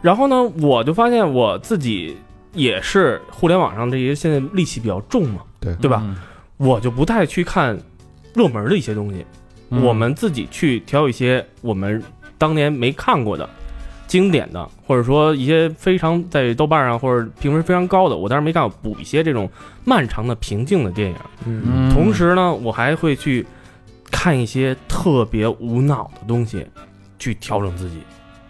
然后呢，我就发现我自己也是互联网上这些现在戾气比较重嘛，对对吧？？我就不太去看热门的一些东西，嗯我们自己去挑一些我们当年没看过的经典的，或者说一些非常在豆瓣上或者评分非常高的，我当时没看过，补一些这种漫长的平静的电影。嗯嗯同时呢，我还会去看一些特别无脑的东西，去调整自己，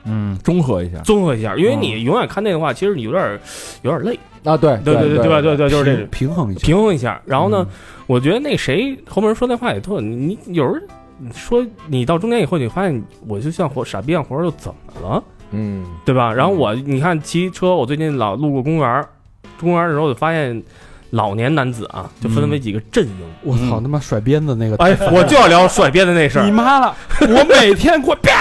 嗯，中和一下，综合一下。因为你永远看那个话，其实你有点儿有点儿累。啊，对对对对吧？对对，就是这嗯种平。平衡一下。平衡一下。然后呢，我觉得那谁侯门说那话也特，你你有时候你说你到中年以后，你发现我就像活傻逼一样活着，又怎么了，嗯对吧？然后我你看骑车，我最近老路过公园儿，公园儿的时候我就发现老年男子啊，就分为几个阵营。我操他妈甩鞭子那个！嗯 哎，我就要聊甩鞭的那事你儿， 妈了！我每天过啪，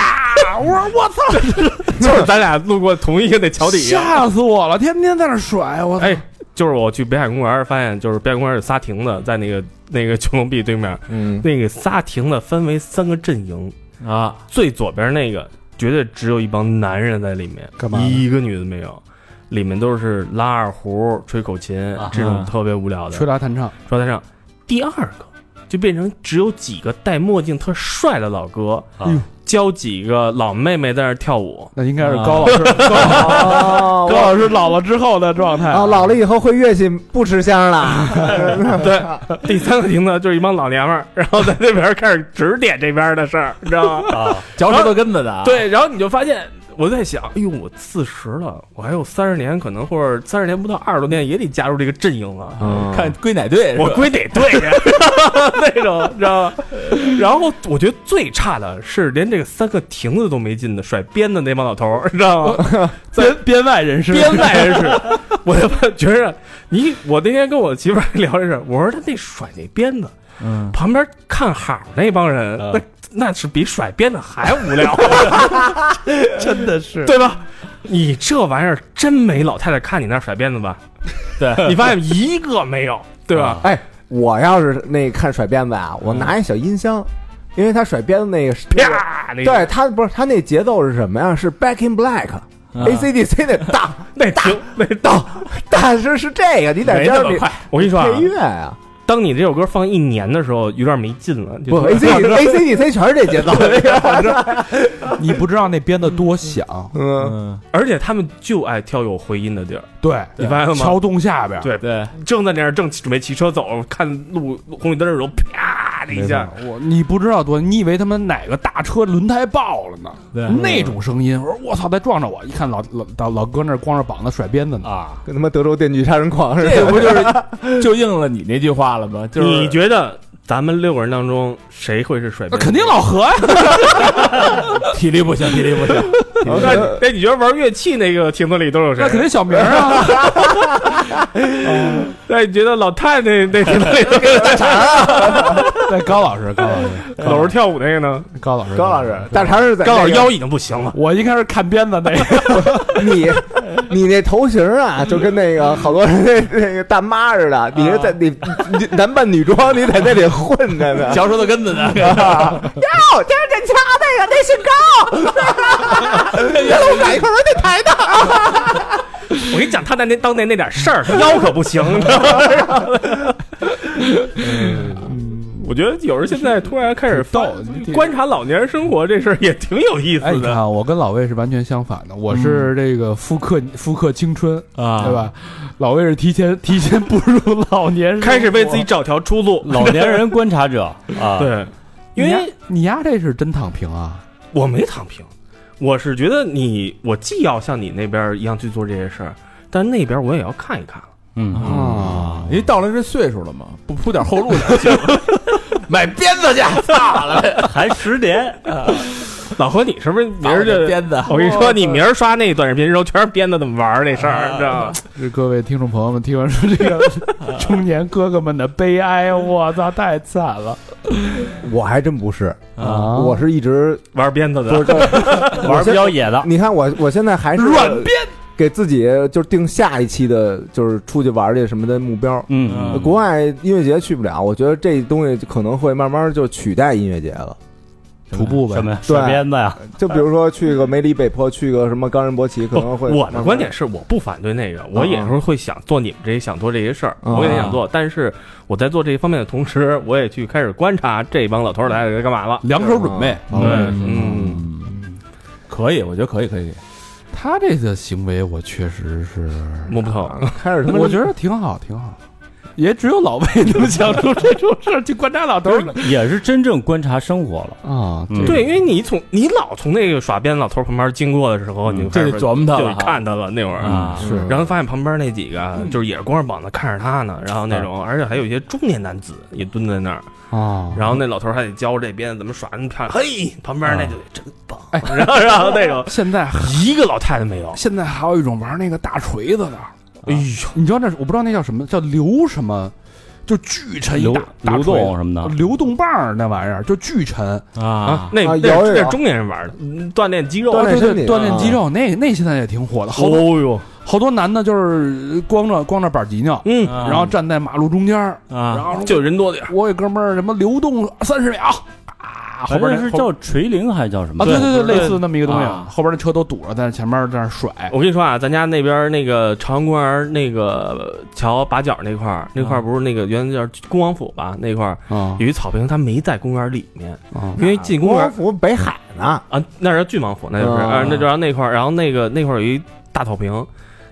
我说 我操，就是咱俩路过同一个那桥底下。吓死我了！天天在那甩，我操哎， 就是我去北海公园发现，就是北海公园有仨亭子，在那个那个九龙壁对面，嗯，那个仨亭子分为三个阵营啊，最左边那个绝对只有一帮男人在里面，干嘛呢一个女的没有，里面都是拉二胡、吹口琴这种特别无聊的吹。拉弹唱，说台上，第二个就变成只有几个戴墨镜特帅的老哥哎呦，教几个老妹妹在那儿跳舞。那应该是高老师，高老师 哦高老师老了之后的状态啊，老了以后会乐器不吃香了，哦第三个亭子就是一帮老娘们儿，然后在那边开始指点这边的事儿，你知道吗？嚼舌头根子的啊，对，然后你就发现，我在想，哎呦，我四十了，我还有三十年，可能或者三十年不到二十多年也得加入这个阵营了。看归哪队是吧我归得对 呀，那种，你知道吗？然后我觉得最差的是连这个三个亭子都没进的甩鞭的那帮老头儿，你知道吗？ 编编外人士，编外人士， 我就觉着你，我那天跟我媳妇儿聊这事儿，我说他那甩那鞭子，嗯，旁边看好那帮人，那那是比甩鞭子还无聊， 真的是对吧？你这玩意儿真没老太太看你那儿甩鞭子 吧？对你发现一个没有，对吧？哎，我要是那看甩鞭子啊，我拿一小音箱，因为他甩鞭子那个那个啪，那对他不是他那节奏是什么呀？是 Back in Black。ACDC 那大 那停那大大是是这个，你得加上你我跟你说啊配，乐呀，当你这首歌放一年的时候，有点没劲了。就不 ACDC ACDC 全是这节奏，你不知道那编的多响，嗯，嗯， 而且他们就爱挑有回音的地儿， 对，你发现了吗？敲洞下边，对对，正在那儿正准备骑车走，看路路红绿灯的时候，啪的一下，我你不知道多，你以为他们哪个大车轮胎爆了呢？对那种声音，我说我操，再撞着我！一看老老老老哥那儿光着膀子甩鞭子呢，啊，跟他妈德州电锯杀人狂似这的。不 就是就应了你那句话了吗？就是你觉得咱们六个人当中谁会是甩那鞭？啊肯定。老何呀，体力不行，体力不行，那那你觉得玩乐器那个亭子里都有谁那？肯定小明啊，那哎你觉得老太那那亭子里都有谁 对，高老师，高老 师，搂着跳舞那个呢？高老师，高老师，大肠是在嗯高老那师个腰已经不行了。我应该是看鞭子那个，你你那头型啊，就跟那个好多人那那个大妈似的，你啊是在你你男扮女装，你在 那里混着 呢。嚼舌头根子的，哟，这是这掐那个那姓高， 那我改一块儿那台的。我跟你讲，他在那当年那点 事儿，腰可不行。你知道吗嗯我觉得有人现在突然开始发逗观察老年人生活这事儿，也挺有意哎，思你看的。啊，我跟老魏是完全相反的，我是这个复刻复刻青春嗯啊，对吧？老魏是提前提前步入老年生活，开始为自己找条出路。 老年人观察者啊，对，因你呀，为你丫这是真躺平啊！我没躺平，我是觉得你，我既要像你那边一样去做这些事儿，但那边我也要看一看。嗯，啊，因为到了这岁数了嘛，不铺点后路哪行？ 买鞭子去，操了，还十年， 老何，你是不是明拿儿着就？鞭 子，我跟你说，你明儿刷那短视频的时候，全是编的怎么玩儿那事儿，你知道吗？这各位听众朋友们，听完说这个中年哥哥们的悲哀，我操，太惨了我还真不是，啊！我是一直玩鞭子的 就，是这玩儿比较野的，你看我，我现在还是软编，给自己就是定下一期的，就是出去玩儿去什么的目标。嗯，国外音乐节去不了，我觉得这东西可能会慢慢就取代音乐节了。徒步呗什，么呀甩对鞭 子呀，就比如说去个梅里北坡，去个什么冈仁波齐，可不，能会。哦我的观点，是，我不反对那个，我啊也是会想做你们这些想做这些事儿，我也想做，但是我在做这一方面的同时，我也去开始观察这帮老头儿来干嘛了。两手准备，对嗯，嗯，可以，我觉得可以，可以，他这个行为我确实是，摸不啊透。开始他妈我觉得挺好，挺好。也只有老魏能想出这种事儿去观察老头儿了也是真正观察生活了。 啊！嗯对，因为你从你老从那个耍鞭老头儿旁边经过的时候，你就开嗯这始就琢磨他就了哈，嗯看他了那会嗯儿啊，是然后发现旁边那几个就是也是光着膀子看着他呢，然后啊那种，而且还有一些中年男子也蹲在那儿，啊，然后那老头儿还得教这边怎么耍，你看，嘿，旁边那啊就真棒，哎然后然后那种现在一个老太太没有，现在还有一种玩那个大锤子的，哎呦，你知道那是我不知道那叫什么，叫流什么，就巨沉哎一流大大锤流动子什么的，流动棒儿那玩意儿，就巨沉。啊，那那啊有有是有中年人玩的，嗯锻炼肌肉。锻炼哦对身对，体锻炼肌肉，那那现在也挺火的，好多哦呦，好多男的就是光着光着板儿急尿，嗯然后站在马路中间儿，然啊，后就人多点儿，我给哥们儿什么流动三十秒，啊，后好边像那哎是后叫垂铃还是叫什么？啊，对对对，对类似那么一个东西啊，后边的车都堵着，在前面在那甩，我跟你说啊，咱家那边那个朝阳公园那个桥把角那块儿，那块儿不是那个原来叫恭王府吧？那块儿啊有一草坪，它没在公园里面，啊因为进公恭王园府北海呢，啊，那是郡王府，那就是，啊哦啊，那就然后那块儿，然后那个那块儿有一大草坪，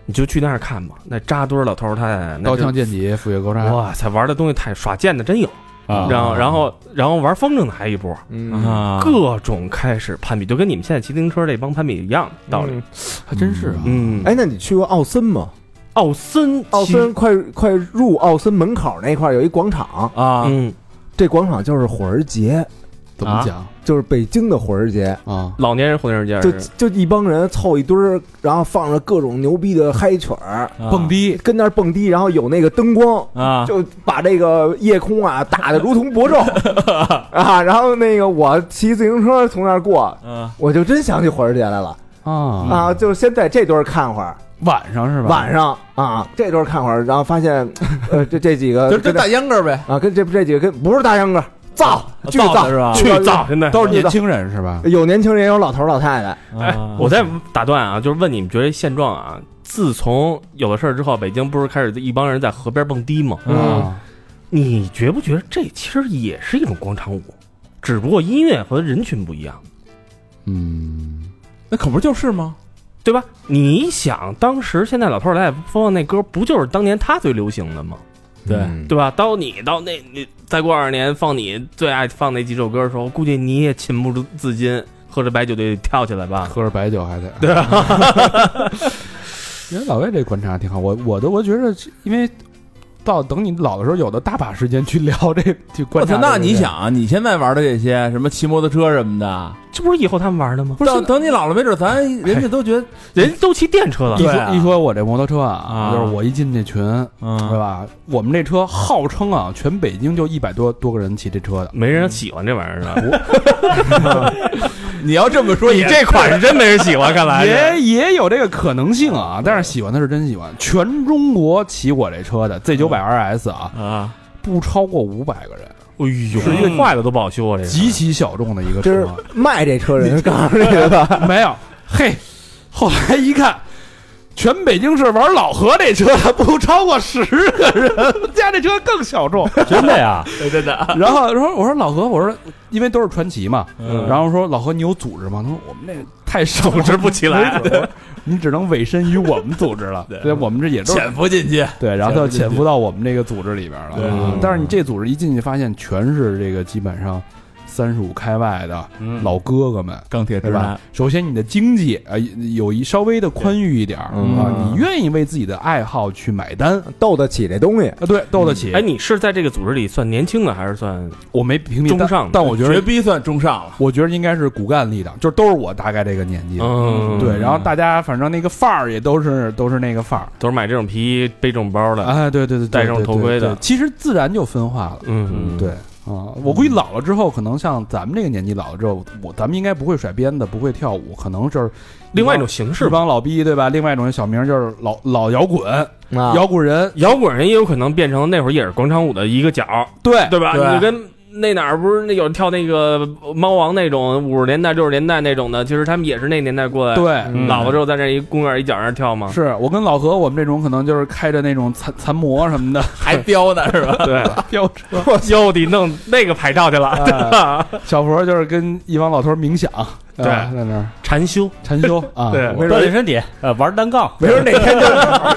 你就去那儿看吧。那扎堆儿老头儿太太，那刀就枪剑戟斧钺钩叉，哇塞，玩的东西太耍剑的真有，啊，然后然后然后玩风筝的还一波，嗯，啊各种开始攀比，就跟你们现在骑自行车这帮攀比一样的道理。嗯。还真是啊。嗯，哎，那你去过奥森吗？奥森，奥森快快入奥森门口那块儿有一广场，啊，嗯，这广场就是火儿节，怎么讲就是北京的火儿节，啊？老年人混世界就是就一帮人凑一堆儿，然后放着各种牛逼的嗨曲儿，蹦迪跟那儿蹦迪，然后有那个灯光，啊，就把这个夜空啊打得如同薄昼啊。然后那个我骑自行车从那儿过，啊嗯，我就真想起火儿节来了啊，啊！就是先在这堆儿看会儿，晚上是吧？晚上啊这堆儿看会儿，然后发现，呃，这这几个就这跟大秧歌呗，啊，跟这这几个跟不是大秧歌，造巨造是吧？啊去造，现在都是年轻人是吧？有年轻人，也有老头儿老太太。啊哎，我再打断啊，就是问你们觉得现状啊，自从有了事儿之后，北京不是开始一帮人在河边蹦迪吗？嗯，啊，你觉不觉得这其实也是一种广场舞，只不过音乐和人群不一样，嗯，那可不就是吗？对吧？你想，当时现在老头儿老太太放那歌，不就是当年他最流行的吗？对嗯对吧？到你到那你再过二十年放你最爱放那几首歌的时候，估计你也情不自禁喝着白酒得跳起来吧？喝着白酒还得对啊。 因为老魏这观察挺好，我我都我觉得，因为到等你老的时候，有的大把时间去聊这去我观察操，这个。那你想啊，你现在玩的这些什么骑摩托车什么的，这不是以后他们玩的吗？不是等你老了，没准咱人家都觉得人都骑电车了一，对说啊一说我这摩托车啊啊，就是我一进这群，对嗯，吧？我们这车号称啊，全北京就一百多多个人骑这车的。没人喜欢这玩意儿了。你要这么说也这款是真没人喜欢，看来也也有这个可能性啊，但是喜欢的是真喜欢。全中国骑我这车的 Z 九百 RS 啊，啊，不超过五百个人，哎呦，是一个坏了都不好修啊，这个极其小众的一个这是车。卖这车人告诉你的吧？ 没有，嘿，后来一看，全北京市玩老何这车的不超过十个人， 家这车更小众。真的呀，然后然后我说老何，我说因为都是传奇嘛，嗯然后说老何你有组织吗？他说我们那太少了，组 织不起 来。你只能委身于我们组织了。对，我们这也都是潜伏进去，对，然后就潜伏到我们这个组织里边了。对嗯但是你这组织一进去，发现全是这个基本上三十五开外的老哥哥们，嗯钢铁对直吧男，？首先你的经济啊、呃有一稍微的宽裕一点儿、嗯啊，你愿意为自己的爱好去买单啊斗得起这东西，啊？对，斗得起。哎，你是在这个组织里算年轻的，还是算我没评定中但上的但 我觉绝得逼算中上了。我觉得应该是骨干力量，就是都是我大概这个年纪的。嗯对，然后大家反正那个范儿也都是都是那个范儿，都是买这种皮衣背这种包的？哎，对对对，对戴嗯上对对头盔的对其实自然就分化了。嗯，对啊、我估计老了之后，可能像咱们这个年纪老了之后，我咱们应该不会甩鞭子，不会跳舞，可能就是另外一种形式是吧。帮老逼对吧？另外一种小名就是老老摇滚、啊摇滚人，摇滚人也有可能变成那会儿也是广场舞的一个角，对对吧？对你就跟那哪儿不是那有跳那个猫王那种五十年代六十年代那种的，其实他们也是那年代过来，对。嗯老了之后在这一公园一角那儿跳 嘛。是我跟老何，我们这种可能就是开着那种残残模什么的还飙呢 是吧？对，飙车，又得弄那个牌照去了，嗯 小佛就是跟一帮老头冥想，对啊在那儿禅修。禅修啊，对我没锻准炼身体，呃，玩单杠，没准哪 天就单啊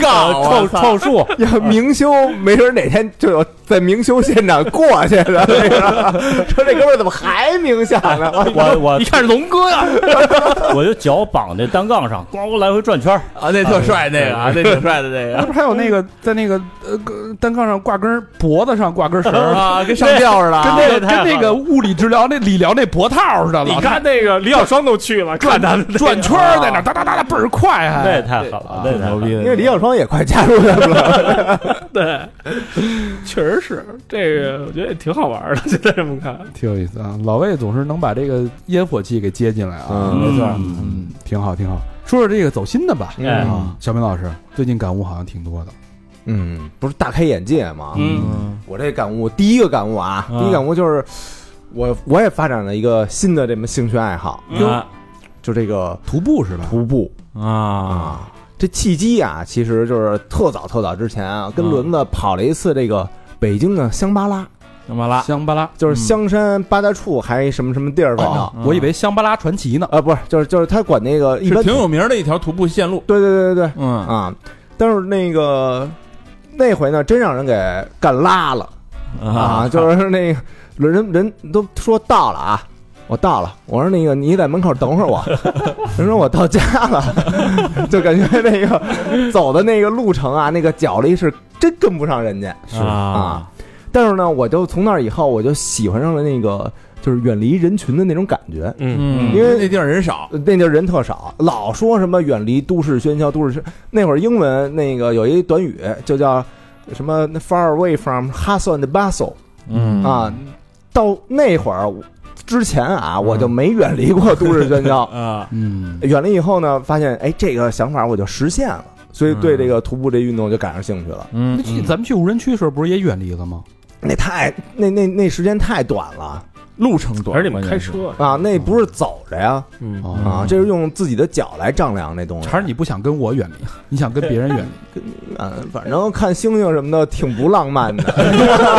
杠，凑凑数，要明修，没准哪天就有在明修现场过去了。这个说这哥们儿怎么还冥想呢？哎我我一看龙哥啊呀， 我就脚绑在单杠上，咣咣来回转圈儿，啊，那特帅那个啊，那挺帅的那那个不是还有那个在那个呃单杠上挂根儿脖子上挂根绳儿，啊，跟上吊似跟 的啊。那个这太跟那好个了物理治疗那理疗那脖套似的，你 老看那个李小双都去了，看他们这转圈儿在那儿哒哒哒哒倍儿快，哎那也还太好了，那也太好了。因为李小双也快加入他们了。对， 确实是这个，我觉得也挺好玩的。现在这么看，挺有意思啊。老魏总是能把这个烟火气给接进来啊，嗯没错，嗯，挺好挺好。说说这个走心的吧。 哎嗯啊，小明老师最近感悟好像挺多的。嗯，不是大开眼界嘛。嗯我这感悟，第一个感悟啊，啊第一感悟就是，我我也发展了一个新的这么兴趣爱好，啊就这个徒步是吧？徒步啊，啊。这契机啊，其实就是特早特早之前啊，跟啊轮子跑了一次这个北京的香巴拉，香巴拉，香巴拉，就是香山八大处还什么什么地儿，反正嗯哦我以为香巴拉传奇呢。啊，不是，就是就是他管那个一是般挺有名的一条徒步线路。对对对对对嗯啊，但是那个那回呢，真让人给干拉了啊，就是那个人人都说到了啊。我到了，我说那个你在门口等会儿我， 人说我到家了，就感觉那个走的那个路程啊，那个脚力是真跟不上人家是啊啊。但是呢，我就从那以后，我就喜欢上了那个就是远离人群的那种感觉，嗯，因为那地儿人少，那地儿人特少，老说什么远离都市喧嚣，都市喧。那会儿英文那个有一短语就叫什么 “far away from hustle and bustle”、嗯啊。到那会儿之前啊，我就没远离过都市喧嚣。啊，嗯，远离以后呢，发现哎，这个想法我就实现了，所以对这个徒步这运动就感上兴趣了。那去咱们去无人区的时候，不是也远离了吗？那太那那那时间太短了路程短，而且你们开车，啊，那不是走着呀嗯，啊，啊，这是用自己的脚来丈量那东西。还是你不想跟我远离， 你想跟别人远离？嗯，反正看星星什么的挺不浪漫的。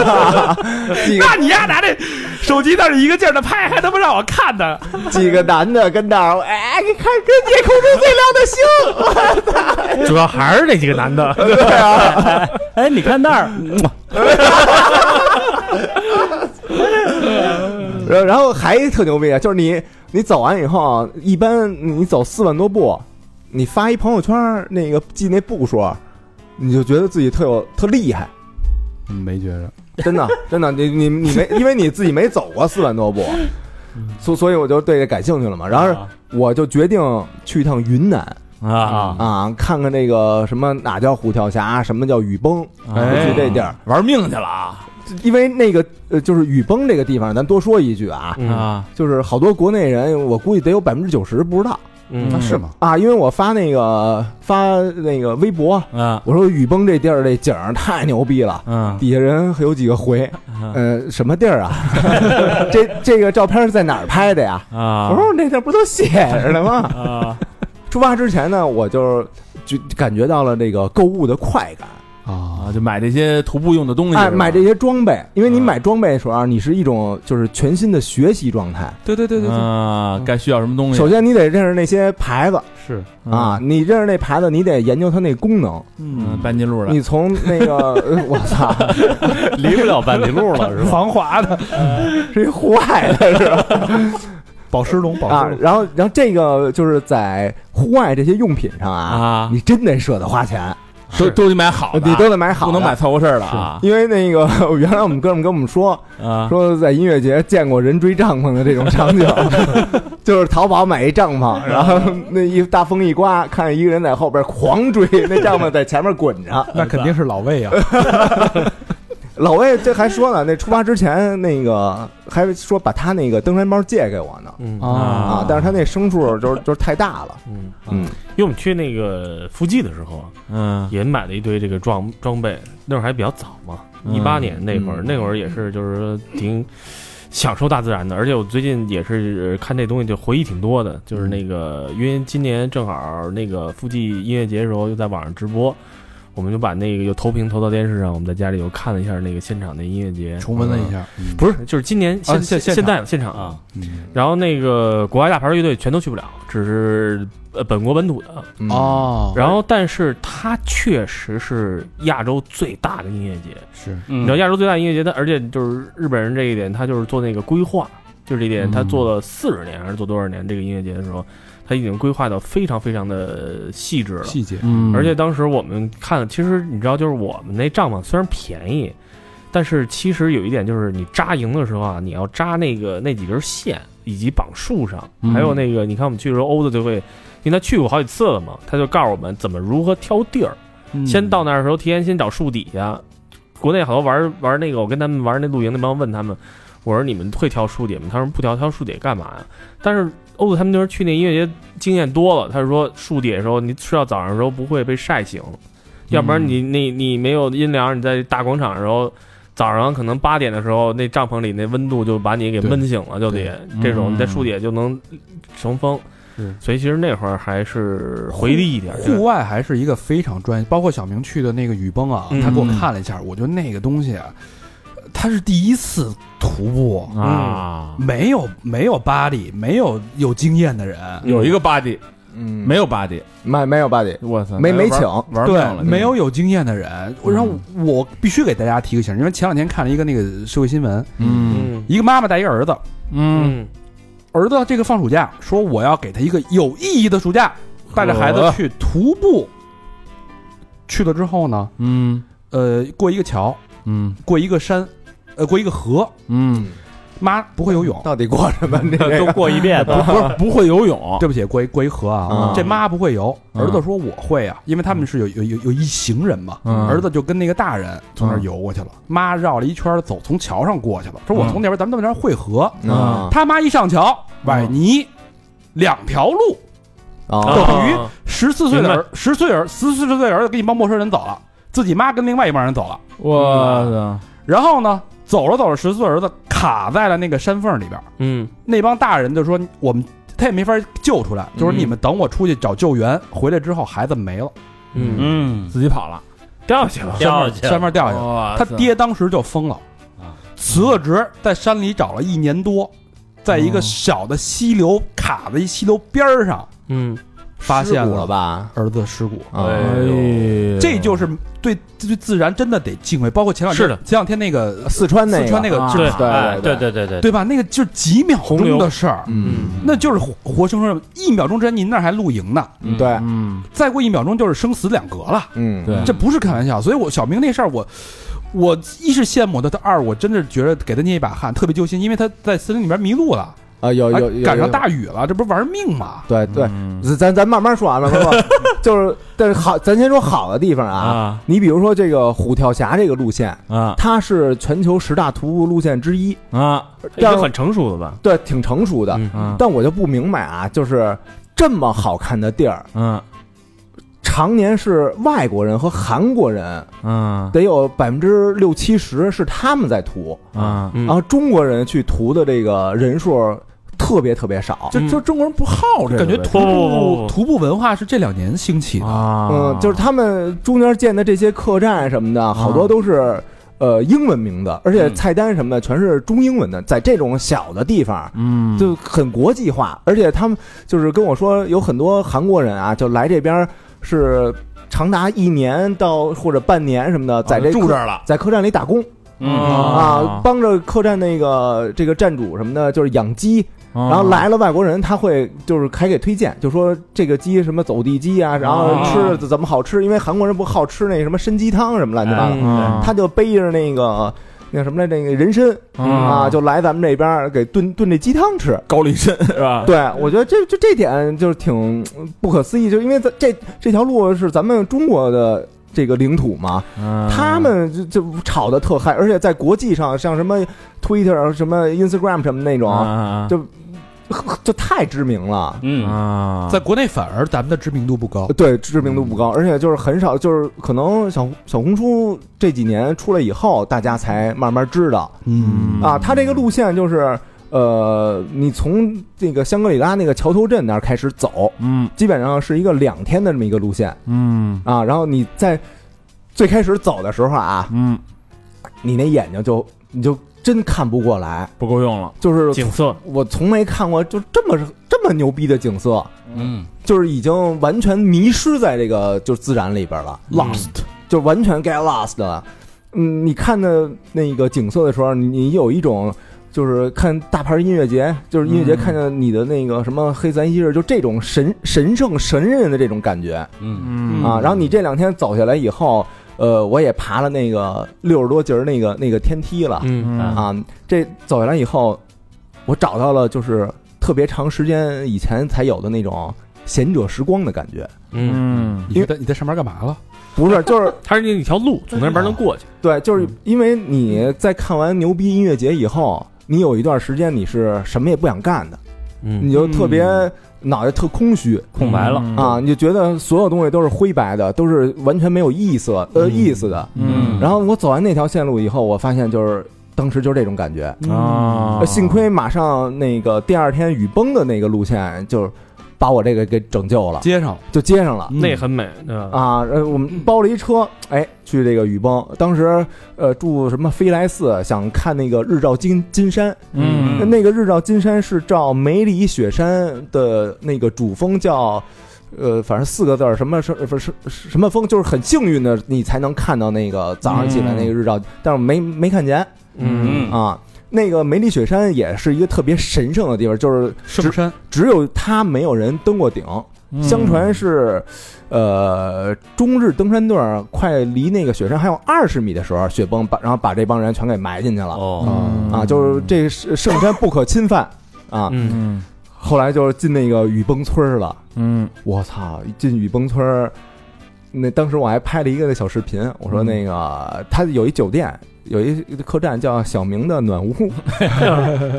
几个 那你丫拿这手机那是一个劲儿的拍，还他妈让我看呢。几个男的跟那儿，哎，看看夜空中最亮的星。 主要还是那几个男的，哎，你看那儿，嗯然后然后还特牛逼啊，就是你你走完以后，一般你走四万多步，你发一朋友圈，那个记那步数，啊你就觉得自己特有特厉害。嗯，没觉着。真的，真的，你你你没，因为你自己没走过四万多步，啊所所以我就对这感兴趣了嘛。然后我就决定去一趟云南啊，啊，看看那个什么哪叫虎跳峡，什么叫雨崩，就哎去这地儿。 玩命去了啊因为那个呃，就是雨崩这个地方，咱多说一句啊，嗯嗯啊，就是好多国内人，我估计得有百分之九十不知道啊，是吗？啊，因为我发那个发那个微博，啊我说雨崩这地儿这景儿太牛逼了。嗯底下人有几个回，呃，什么地儿啊？ 这这个照片是在哪儿拍的呀？啊我说那地儿不都写着呢吗？出发之前呢，我就就感觉到了这个购物的快感，啊，啊，就买这些徒步用的东西，哎，嗯是吧嗯买这些装备，因为你买装备的时候啊，你是一种就是全新的学习状态。对对对对对，啊，该需要什么东西，首先你得认识那些牌子是，啊，你认识那牌子，你得研究它那功 能。嗯，半截路了，你从那个， 呃我 操，离不了半里路了，是吧？防滑的是一户外的是吧？保湿龙，保啊湿，龙。然后然后这个就是在户外这些用品上啊，啊，你真得舍得花钱，都都得买好的，你都得买好不的，能买凑合事儿的啊因为那个 原来我们哥们跟我们说，啊，说在音乐节见过人追帐篷的这种场景， 就是淘宝买一帐篷，然后那一大风一刮，看见一个人在后边狂追，那帐篷在前面滚着。 那肯定是老魏啊，老魏这还说呢，那出发之前那个还说把他那个登山包借给我呢。嗯啊啊！但是他那牲畜就是就是太大了，嗯嗯，因为我们去那个附近的时候啊，嗯也买了一堆这个装装备，那会儿还比较早嘛，嗯一八年那会儿，那会儿也是就是说挺享受大自然的，而且我最近也是看这东西就回忆挺多的，就是那个因为今年正好那个附近音乐节的时候又在网上直播，我们就把那个又投屏投到电视上，我们在家里又看了一下那个现场的音乐节，重温了一下，嗯不是就是今年现、啊现现现在现场啊，嗯然后那个国外大牌乐队全都去不了，只是呃本国本土的。嗯，哦，然后，但是它确实是亚洲最大的音乐节。是你你知道亚洲最大音乐节，它而且就是日本人这一点，他就是做那个规划，就是这一点，他做了四十年还是做多少年这个音乐节的时候，他已经规划到非常非常的细致了。细节，嗯而且当时我们看，其实你知道，就是我们那帐篷虽然便宜，但是其实有一点就是，你扎营的时候啊，你要扎那个那几根线，以及绑树上，还有那个，你看我们去的时候，欧子就会，因为他去过好几次了嘛，他就告诉我们怎么如何挑地儿。嗯先到那儿的时候，提前先找树底下。国内好多玩玩那个，我跟他们玩那露营那帮问他们，我说你们会挑书节吗？他说不挑，挑书节干嘛呀？但是欧子他们那时候去那音乐节经验多了，他说树底的时候，你睡到早上的时候不会被晒醒，要不然你嗯你你没有阴凉，你在大广场的时候，早上可能八点的时候，那帐篷里那温度就把你给闷醒了，就得这嗯种你在树底下就能乘风。所以其实那会儿还是回力一点，户外还是一个非常专业，包括小明去的那个雨崩啊，他给我嗯看了一下，我觉得那个东西啊，呃他是第一次徒步，嗯啊，没有没有 body，没有有经验的人，有一个 body 嗯，没有 body，没没有 buddy，我操，没没玩请，玩命对了，嗯没有有经验的人，我让我我必须给大家提个醒，因为前两天看了一个那个社会新闻，嗯嗯一个妈妈带一个儿子，嗯，嗯儿子这个放暑假说我要给他一个有意义的暑假，带着孩子去徒步，去了之后呢，嗯呃，过一个桥，嗯过一个山，呃，过一个河，嗯，妈不会游泳，到底过什么？这个都过一遍不的，不是啊不会游泳，对不起，过一过一河啊嗯，这妈不会游，嗯儿子说我会啊，因为他们是有有有有一行人嘛，嗯儿子就跟那个大人从那儿游过去了，妈绕了一圈走从桥上过去了，说我从那边咱们那边汇合，啊他妈一上桥，崴泥，两条路，啊等于啊十四岁的明儿，十岁儿，十四岁的儿子跟一帮陌生人走了，自己妈跟另外一帮人走了，我然后呢，走着走着，十四岁儿子卡在了那个山缝里边，嗯那帮大人就说我们他也没法救出来，就是嗯你们等我出去找救援，回来之后孩子没了，嗯嗯操，，自己跑了，掉下去了，掉去山了，缝掉下去了，哇他塞爹当时就疯了啊，辞了职，在山里找了一年多，在一个小的溪流卡在一溪流边儿上，嗯发现失误了吧？儿子尸骨。啊哎呦，这就是对对自然真的得敬畏，包括前两天是的前两天那个四川那四个，川那个啊就是对哎对对对对对对吧？那个就是几秒钟的事儿，嗯，那就是活活生生的一秒钟之前您那儿还露营呢，嗯对嗯再过一秒钟就是生死两隔了，嗯，对，这不是开玩笑。所以我小明那事儿，我我一是羡慕他，二我真是觉得给他捏一把汗，特别揪心，因为他在森林里边迷路了，啊，有还有有哎赶上，有大雨了，这不是玩命吗？对对，嗯咱咱慢慢说啊，慢慢说，就是但是好，咱先说好的地方啊。啊你比如说这个虎跳峡这个路线，啊它是全球十大徒步路线之一，啊已经但很成熟了吧？对挺成熟的。嗯啊但我就不明白啊，就是这么好看的地儿，嗯常年是外国人和韩国人，嗯得有百分之六七十是他们在徒，啊，嗯然后中国人去徒的这个人数特别特别少。就就中国人不好这个感觉呗徒不不步不不徒步文化是这两年兴起的，啊，嗯，就是他们中间建的这些客栈什么的，好多都是呃英文名嗯的，而且菜单什么的全是中英文的。在这种小的地方，嗯就很国际化，而且他们就是跟我说，有很多韩国人啊，就来这边是长达一年到或者半年什么的，在这啊住客这儿了，在客栈里打工嗯啊，帮着客栈那个这个站主什么的，就是养鸡。哦嗯然后来了外国人，他会就是还给推荐，就说这个鸡什么走地鸡啊，然后吃的怎么好吃，因为韩国人不好吃那什么参鸡汤什么乱七八糟，嗯他就背着那个那什么来，那个人参啊，就来咱们这边儿给炖炖这鸡汤吃。高丽参是吧？对，我觉得这就这点就是挺嗯不可思议，就因为咱这这条路是咱们中国的这个领土嘛，嗯他们就就炒的特嗨，而且在国际上，像什么 Twitter、什啊么 Instagram 什么那种，啊就太知名了。嗯，啊，在国内反而咱们的知名度不高。对，知名度不高，而且就是很少，就是可能小小红书这几年出来以后，大家才慢慢知道嗯啊。它这个路线就是，呃，你从这个香格里拉那个桥头镇那儿开始走，嗯基本上是一个两天的这么一个路线嗯啊。然后你在最开始走的时候啊，嗯，你那眼睛就你就真看不过来，不够用了，就是景色，我从没看过就这么这么牛逼的景色，嗯，就是已经完全迷失在这个就是自然里边了，lost，就嗯完全 get lost 了。嗯，你看的那个景色的时候，你你有一种就是看大牌音乐节，就是音乐节嗯看见你的那个什么黑三一日，就这种神神圣神人的这种感觉。嗯，嗯啊，然后你这两天走下来以后，呃，我也爬了那个六十多节儿那个那个天梯了、嗯啊。这走下来以后，我找到了就是特别长时间以前才有的那种闲者时光的感觉，嗯，嗯你在你在上面干嘛了？不是，就是它是那一条路，从那边能过去。对，就是因为你在看完牛逼音乐节以后，你有一段时间你是什么也不想干的，嗯你就特别嗯脑袋特空虚空白了。嗯啊，你就觉得所有东西都是灰白的，都是完全没有意思呃意思的。嗯然后我走完那条线路以后，我发现就是当时就是这种感觉，啊呃幸亏马上那个第二天雨崩的那个路线就是把我这个给拯救了，接上了，就接上了。嗯那很美，对吧？啊，呃，我们包了一车，嗯哎，去这个雨崩。当时，呃，住什么飞来寺，想看那个日照金金山。嗯那个日照金山是照梅里雪山的那个主峰叫，呃，反正四个字儿，什么什不是是什么峰，就是很幸运的你才能看到那个早上起来那个日照，但是没没看见嗯啊。那个梅里雪山也是一个特别神圣的地方，就是圣山只有它没有人登过顶。嗯相传是，呃，中日登山队儿快离那个雪山还有二十米的时候，雪崩把然后把这帮人全给埋进去了、哦，啊，就是这个是圣山不可侵犯啊。嗯，嗯后来就是进那个雨崩村儿了，嗯我操！一进雨崩村儿，那当时我还拍了一个那小视频，我说嗯那个他有一酒店。有一客栈叫小明的暖屋，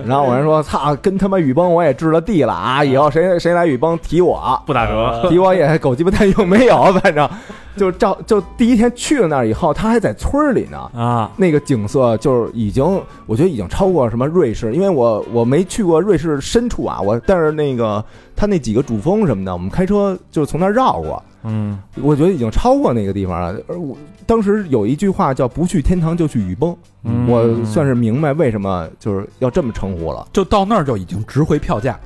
然后我人说：“操，跟他妈雨崩我也置了地了啊！以后谁谁来雨崩提我，不打折， 比我也狗鸡巴蛋用没有，反正就照就第一天去了那儿以后，他还在村儿里呢。啊那个景色就是已经，我觉得已经超过什么瑞士，因为我我没去过瑞士深处啊，我但是那个他那几个主峰什么的，我们开车就是从那儿绕过，嗯我觉得已经超过那个地方了。而我当时有一句话叫“不去天堂就去雨崩”，嗯我算是明白为什么就是要这么称呼了。就到那儿就已经值回票价，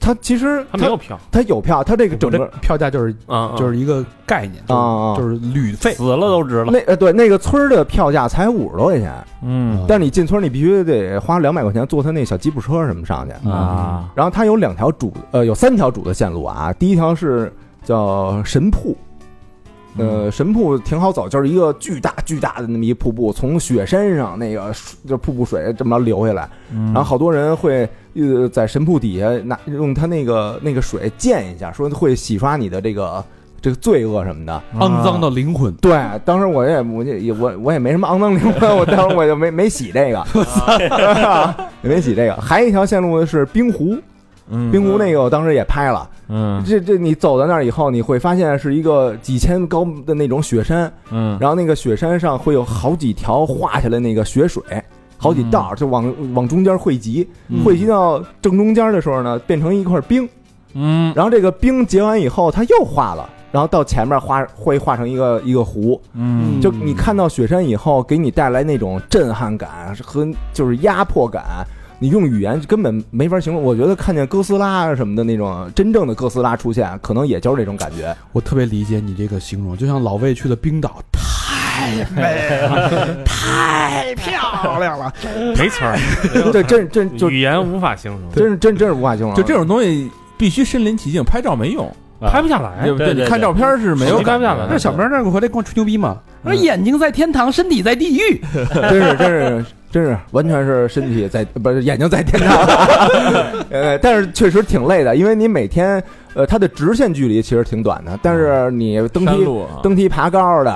他其实他没他有票他有票，他这个就整这个票价就是啊，就是是一个概念啊啊就是旅费。死了都值了。那呃对那个村儿的票价才五十多块钱。嗯但是你进村儿，你必须得花两百块钱坐他那小吉普车什么上去。啊然后它有两条主，呃，有三条主的线路啊。第一条是叫神瀑，呃，神瀑挺好走，就是一个巨大巨大的那么一瀑布，从雪山上那个水就瀑布水这么着流下来。然后好多人会呃在神瀑底下拿用它那个那个水溅一下，说会洗刷你的这个这个罪恶什么的。肮啊脏的灵魂， 对，当时我也我也我我也没什么肮脏灵魂，我当时我就没没洗这个，也 没洗这个。还有一条线路是冰湖，嗯冰湖那个我当时也拍了。嗯这这你走到那儿以后，你会发现是一个几千高的那种雪山，嗯然后那个雪山上会有好几条画下来那个雪水，好几嗯道儿就往往中间汇集，汇集到正中间的时候呢，变成一块冰。嗯然后这个冰结完以后，它又化了，然后到前面画会画成一个一个湖。嗯就你看到雪山以后，给你带来那种震撼感和就是压迫感，你用语言根本没法形容。我觉得看见哥斯拉啊什么的那种真正的哥斯拉出现，可能也就是这种感觉。我特别理解你这个形容，就像老魏去了冰岛， 没词儿，哎这真真就语言无法形容，真是真真是无法形容。就这种东西必须身临其境，拍照没用，拍不下来哎对。不对对你看照片是没有手机感拍不觉下的。来那小明那儿回来跟我吹牛逼嘛，而眼睛在天堂，身体在地狱，真是真是真是完全是身体在不是眼睛在 天堂，呃，但是确实挺累的，因为你每天呃它的直线距离其实挺短的，但是你登山梯路啊，登梯爬高的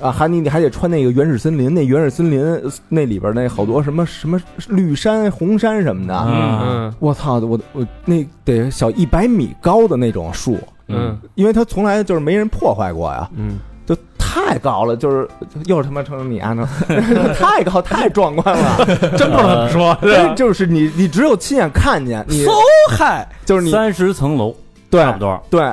啊，还你你还得穿那个原始森林，那原始森林呃那里边那好多什么什么绿山、红山什么的，嗯我操，我我那得小一百米高的那种树，嗯因为它从来就是没人破坏过呀，嗯就太高了，就是又是他妈成你啊， 那太高太壮观了， 真不知道怎 么说。这就是你你只有亲眼看见，你嗨，就是你三啊十层楼，对差不多。对，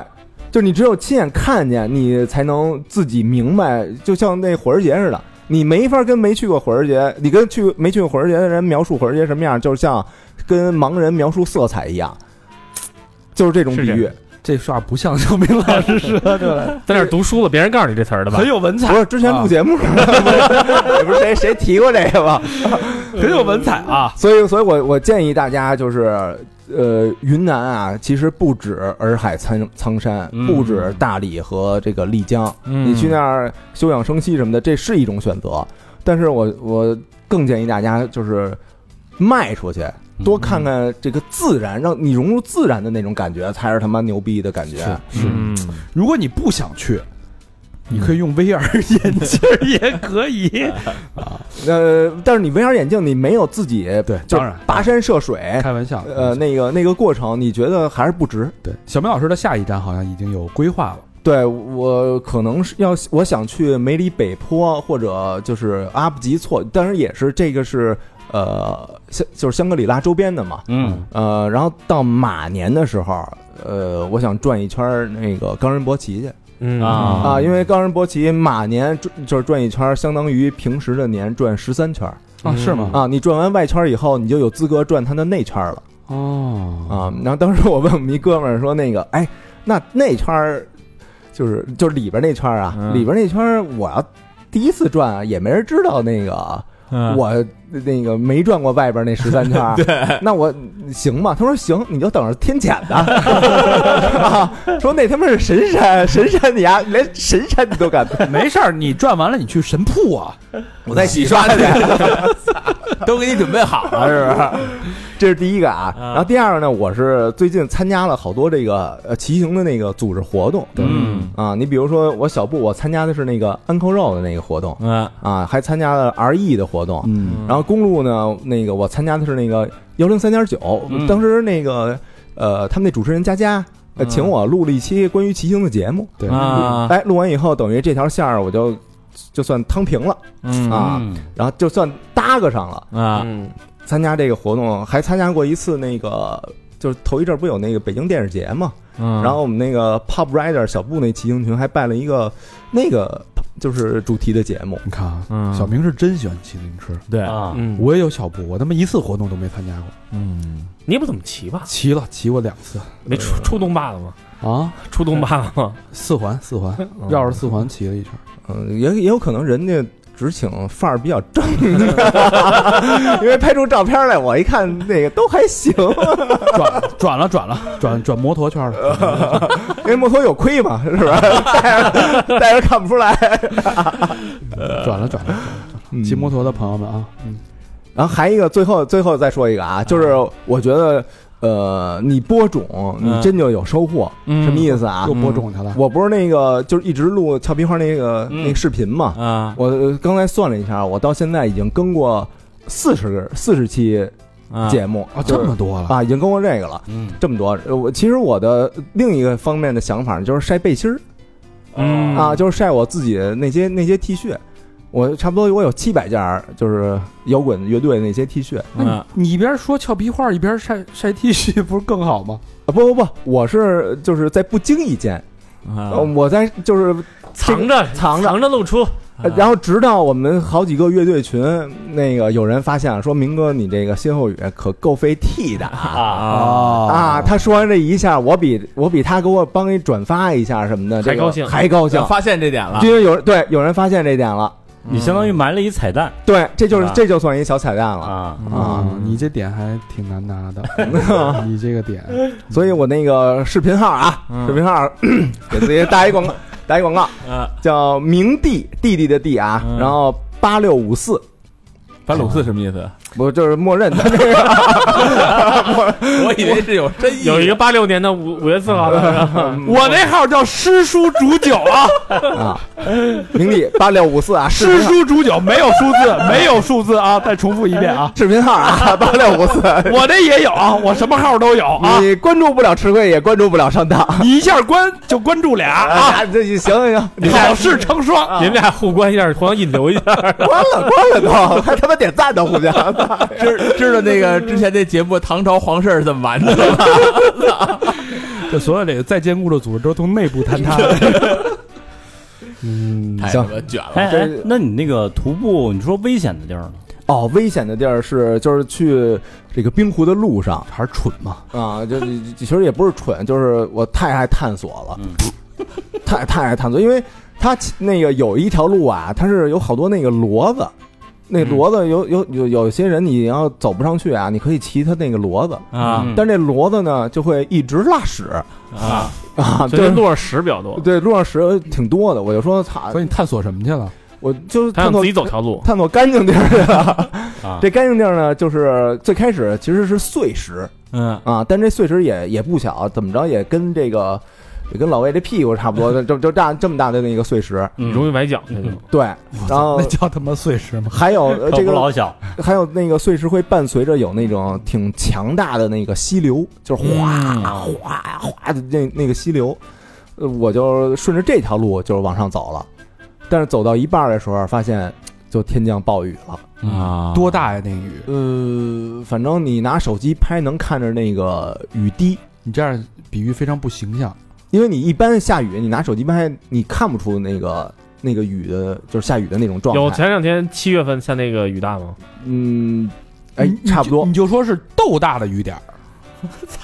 就你只有亲眼看见，你才能自己明白。就像那火人节似的，你没法跟没去过火人节，你跟去没去过火人节的人描述火人节什么样，就像跟盲人描述色彩一样，就是这种比喻。 这话不像小明 老师说的，在那儿读书了，别人告诉你这词儿的吧很？有文采不，是之前录节目， 也啊不是谁谁提过这个吧？很有文采啊。所以，所以我我建议大家就是，呃，云南啊，其实不止洱海苍苍山，嗯不止大理和这个丽江，嗯你去那儿休养生息什么的，这是一种选择。但是我我更建议大家就是迈出去，嗯多看看这个自然，让你融入嗯自嗯然的那种感觉，才是他妈牛逼的感觉。是。如果你不想去，你可以用 VR 眼 镜儿也可以。哎呃，但是你 VR 眼镜你没有自己对，就当然跋山涉哎水，开玩笑。呃，那个那个过程，你觉得还是不值？对，小明老师的下一站好像已经有规划了。对我可能是要我想去梅里北坡或者就是阿布吉措，当然也是这个是呃香就是香格里拉周边的嘛，嗯，呃，然后到马年的时候，呃，我想转一圈儿那个冈仁波齐去嗯啊啊，因为冈仁波齐马年转就是转一圈儿，相当于平时的年转十三圈儿嗯啊是吗啊，你转完外圈儿以后，你就有资格转它的内圈儿了。哦，啊、然后当时我问我们一哥们儿说，那个，哎，那那圈儿就是就是里边那圈儿啊，嗯里边那圈儿我要第一次转啊，也没人知道那个、啊嗯我那个没转过外边那十三圈 儿，那我行吗？他说行，你就等着天谴吧。 啊说那他妈是神山，神山你呀、连神山你都敢 没事儿，你转完了你去神铺啊。我再洗刷 去， 都给你准备好了，是不是？这是第一个啊。然后第二个呢，我是最近参加了好多这个呃骑行的那个组织活动，嗯啊，你比如说我小布，我参加的是那个 Uncle Row 的那个活动嗯啊，还参加了 RE 的活动，嗯然后公路呢，那个我参加的是那个幺零三点九，嗯当时那个呃，他们那主持人佳佳。呃，请我录了一期关于骑行的节目，对嗯啊哎，录完以后，等于这条线儿我就就算趟平了，嗯啊嗯然后就算搭个上了。啊嗯参加这个活动，还参加过一次那个，就是头一阵儿不有那个北京电视节嘛，嗯然后我们那个 Pop Rider 小布那骑行群还办了一个那个就是主题的节目你看啊，嗯小明是真喜欢骑自行车。对，啊，嗯，我也有小步，我他妈一次活动都没参加过，嗯你也不怎么骑吧？骑了骑过两次没出出东坝了吗？啊，出东坝了吗？四环四环 绕着四环骑了一圈。嗯，也也有可能人家只请范儿比较正的， 因为拍出照片来，我一看那个都还 行，转转了转 了转转摩托圈 了，因为摩托有盔嘛，是吧？ 戴着戴着看不出来。转了转了。骑摩托的朋友们啊，然后还一个，最后最后再说一个嗯啊，就是我觉得，呃，你播种，你真就有收获，嗯什么意思啊又？播种去了。我不是那个，就是一直录俏皮话那个、嗯那个视频嘛，啊我呃刚才算了一下，我到现在已经更过四十四十期啊节目啊，就这是么多了，啊，已经更过这个了，嗯这么多。呃我其实我的另一个方面的想法就是晒背心儿、嗯啊，就是晒我自己那些那些 T 恤。我差不多我有七百件儿，就是摇滚乐队那些 T 恤啊，嗯你一边说俏皮话，一边晒晒 T 恤，不是更好吗？不不不，我是就是在不经意间，呃啊我在就是藏着藏着藏着露出，呃然后直到我们好几个乐队群，那个有人发现了，说明哥你这个歇后语可够费 T 的啊啊啊！他说完这一下，我比我比他给我帮你转发一下什么的，这个还高兴还高兴，发现这点了因为有人对有人发现这点了，你相当于埋了一彩蛋对，这就是啊这就算一小彩蛋了。啊，啊，你这点还挺难拿 的，你这个点，所以我那个视频号啊，视频号 给自己打一广告，打一广告，叫明弟弟弟的弟啊，然后八六五四。反鲁四什么意思？不就是默认的这个？ 我以为是有真意，有一个八六年的五五月四号 的，嗯我那号叫诗书煮酒啊，啊，明弟八六五四啊，视频诗号书煮酒没有数字，没有数字啊，再重复一遍啊，视频号啊，八六五四，我这也有啊，我什么号都有啊，你关注不了吃亏，也关注不了上当啊你一下关就关注俩啊，啊！这行行行，你啊好事成双。你们俩互关一下，互相引流一 下。 关了关了都，还他妈点赞呢，互相。知知道那个之前那节目唐朝皇室是怎么玩的了吗？这所有这个再坚固的组织都从内部坍塌了。 嗯，太他妈卷了。哎哎这，那你那个徒步，你说危险的地儿呢？哦，危险的地儿是就是去这个冰湖的路上还是蠢嘛，啊，就其实也不是蠢，就是我太爱探索了， 太太爱探索，因为它其那个有一条路啊，它是有好多那个骡子。那骡子有有有有些人你要走不上去啊，你可以骑它那个骡子，啊嗯但这骡子呢就会一直拉屎啊所啊，以对路上屎比较多，对，路上屎挺多的，我就说操，所以你探索什么去了？我就他探想索自己走条路。探索干净地儿去了。啊 这干净地儿呢，就是最开始其实是碎石嗯啊，但这碎石也也不小，怎么着也跟这个也跟老魏这屁股差不多，就就大这么大的那个碎石。嗯容易崴脚那种。对，然后那叫他妈碎石吗？还有呃可这不个老小，还有那个碎石会伴随着有那种挺强大的那个溪流，就是哗嗯呀哗呀哗的那那个溪流，呃我就顺着这条路就是往上走了，但是走到一半的时候发现就天降暴雨了。啊，多大呀那雨？呃，反正你拿手机拍能看着那个雨滴，你这样比喻非常不形象。因为你一般下雨，你拿手机拍你看不出那个那个雨的，就是下雨的那种状有态。前两天七月份下那个雨大吗？嗯，哎你，你差不多就你。就说是豆大的雨点儿，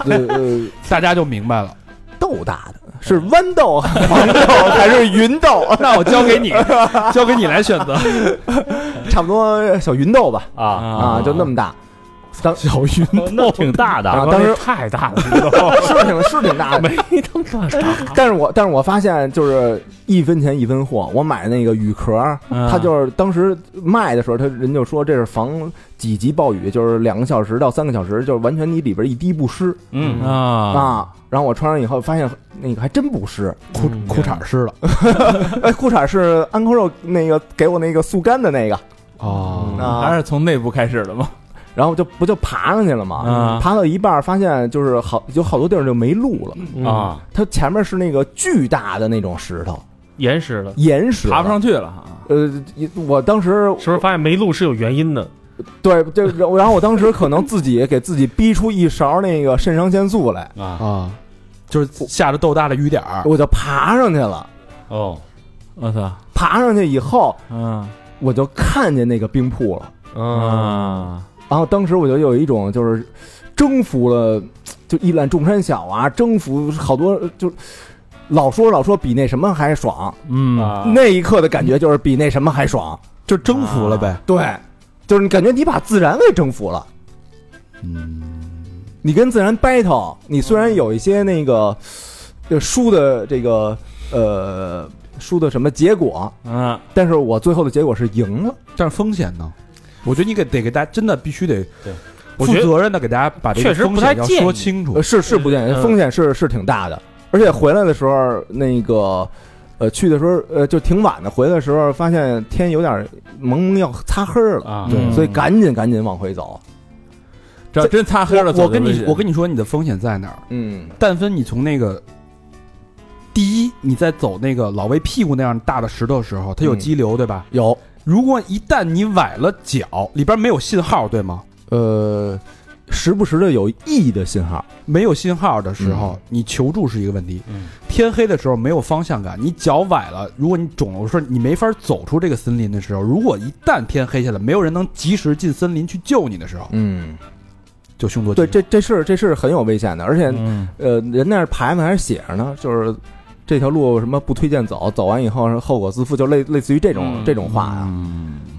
呃呃，大家就明白了。豆大的是豌 豆、黄豆还是芸 豆？那我交给你，交给你来选择。差不多小芸豆吧，啊，啊，就那么大。当小云那挺大的啊啊，当时 那太大了，是挺是挺大的，没 那么大。啊但是我但是我发现就是一分钱一分货，我买那个雨壳，嗯嗯他就是当时卖的时候，他人就说这是防几级暴雨，就是两个小时到三个小时，就是完全你里边一滴不湿嗯，啊，啊。然后我穿上以后发现那个还真不湿， 嗯裤裤衩湿了哎，裤衩是安扣肉那个给我那个速干的那个，哦啊还是从内部开始的嘛，然后就不就爬上去了嘛啊，爬到一半发现就是好有好多地儿就没路嗯了，啊，它前面是那个巨大的那种石头岩石了，岩石，爬不。上去了啊，呃，一我当时是不是发现没路是有原因的？对这，然后我当时可能自己给自己逼出一勺那个肾上腺素来，啊，啊，就是下着豆大的雨点儿，我就爬上去了。哦，我操，爬上去以后，嗯我就看见那个冰瀑了。嗯啊，然后当时我就有一种就是征服了，就一览众山小啊，征服好多就。老说老说比那什么还爽，嗯，啊那一刻的感觉就是比那什么还爽。就征服了呗。对，就是你感觉你把自然给征服了。嗯，你跟自然 battle，你虽然有一些那个呃输的这个呃输的什么结果，嗯，但是我最后的结果是赢了。但是风险呢？我觉得你给得给大家真的必须得对负我觉得责任的给大家把这个确实风不太险要建说议清楚呃，。是是不建议，嗯风险是是挺大的。而且回来的时候，那个呃去的时候呃就挺晚的，回来的时候发现天有点蒙蒙要擦黑了，啊，对所以赶紧赶紧往回走。这要真擦黑了，我跟你我跟跟你说，你的风险在哪儿？嗯，但分你从那个第一，你在走那个老魏屁股那样大的石头的时候，它有嗯激流，对吧？有如果一旦你崴了脚，里边没有信号，对吗？呃时不时的有 E 的信号。没有信号的时嗯候，你求助是一个问题。嗯天黑的时候没有方向感，你脚崴了，如果你肿了，我说你没法走出这个森林的时候，如果一旦天黑下来，没有人能及时进森林去救你的时候，嗯，就凶多吉对，少。这这事儿这事儿很有危险的，而且、嗯呃，人那儿牌子还是写着呢，就是这条路什么不推荐走，走完以后是后果自负，就类类似于这种、这种话啊。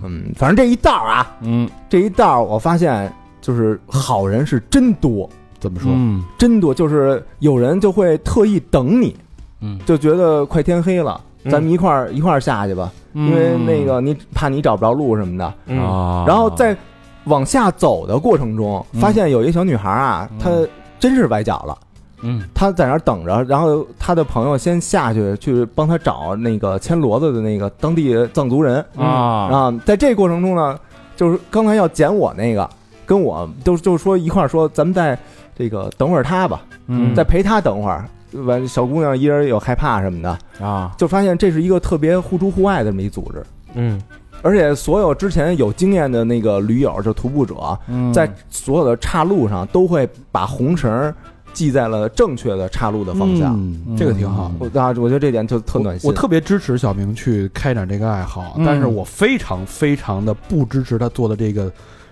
嗯，反正这一道啊，嗯这一道我发现就是好人是真多，怎么说？嗯真多，就是有人就会特意等你，嗯就觉得快天黑了，咱们一块儿、一块儿下去吧，因为嗯那个你怕你找不着路什么的。嗯，啊，然后在往下走的过程中，发现有一个小女孩啊，嗯她真是崴脚了。嗯，她在那儿等着，然后她的朋友先下去去帮她找那个牵骡子的那个当地藏族人嗯啊啊。在这过程中呢，就是刚才要捡我那个，跟我都就说一块儿说，咱们再这个等会儿她吧，嗯再陪她等会儿。完，小姑娘一人有害怕什么的，啊就发现这是一个特别互助互爱的这么一组织。嗯，而且所有之前有经验的那个驴友，就徒步者，嗯在嗯所有的岔路上都会把红绳系在了正确的岔路的方向。嗯这个挺好。我啊，我觉得这点就特暖心。我我特别支持小明去开展这个爱好，嗯但是我非常非常的不支持他做的这个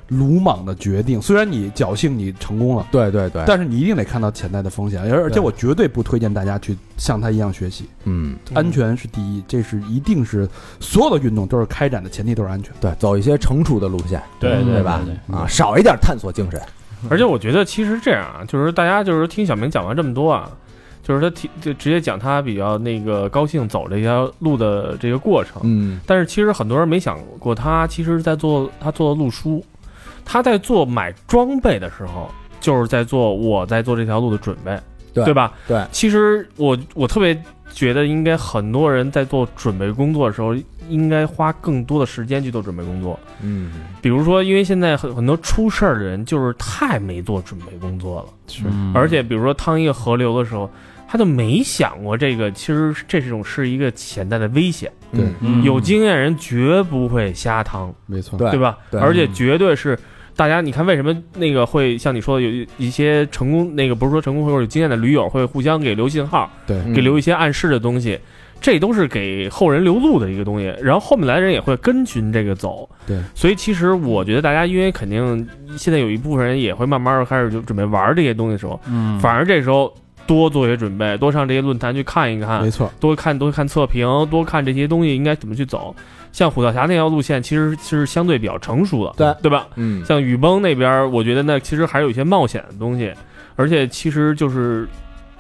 鲁莽的决定。虽然你侥幸你成功了，对对对，但是你一定得看到潜在的风险，而而且对我绝对不推荐大家去像他一样学习。嗯，安全是第一，这是一定是所有的运动都是开展的前提都是安全。对，走一些成熟的路线对对吧吧？嗯对啊，少一点探索精神。而且我觉得其实这样啊，就是大家就是听小明讲完这么多啊，就是他提就直接讲他比较那个高兴走这条路的这个过程，嗯但是其实很多人没想过他其实在做他做的路书，他在做买装备的时候，就是在做我在做这条路的准备。对对吧？对其实我我特别觉得，应该很多人在做准备工作的时候，应该花更多的时间去做准备工作。嗯，比如说，因为现在很很多出事儿的人就是太没做准备工作了，嗯嗯而且比如说趟一个河流的时候，他就没想过这个，其实这种是一个潜在的危险。对嗯有经验人绝不会瞎趟，没错，对对吧？对而且绝对是大家，你看为什么那个会像你说的，有一一些成功那个不是说成功或者有经验的驴友会互相给留信号，嗯给留一些暗示的东西，这都是给后人留路的一个东西。然后后面来的人也会跟循这个走。对，所以其实我觉得大家，因为肯定现在有一部分人也会慢慢地开始就准备玩这些东西的时候，嗯，反而这时候多做些准备，多上这些论坛去看一看啊没，错，多看多看测评，多看这些东西应该怎么去走。像虎跳峡那条路线，其实是相对比较成熟的，对对吧？嗯像雨崩那边儿，我觉得那其实还有一些冒险的东西，而且其实就是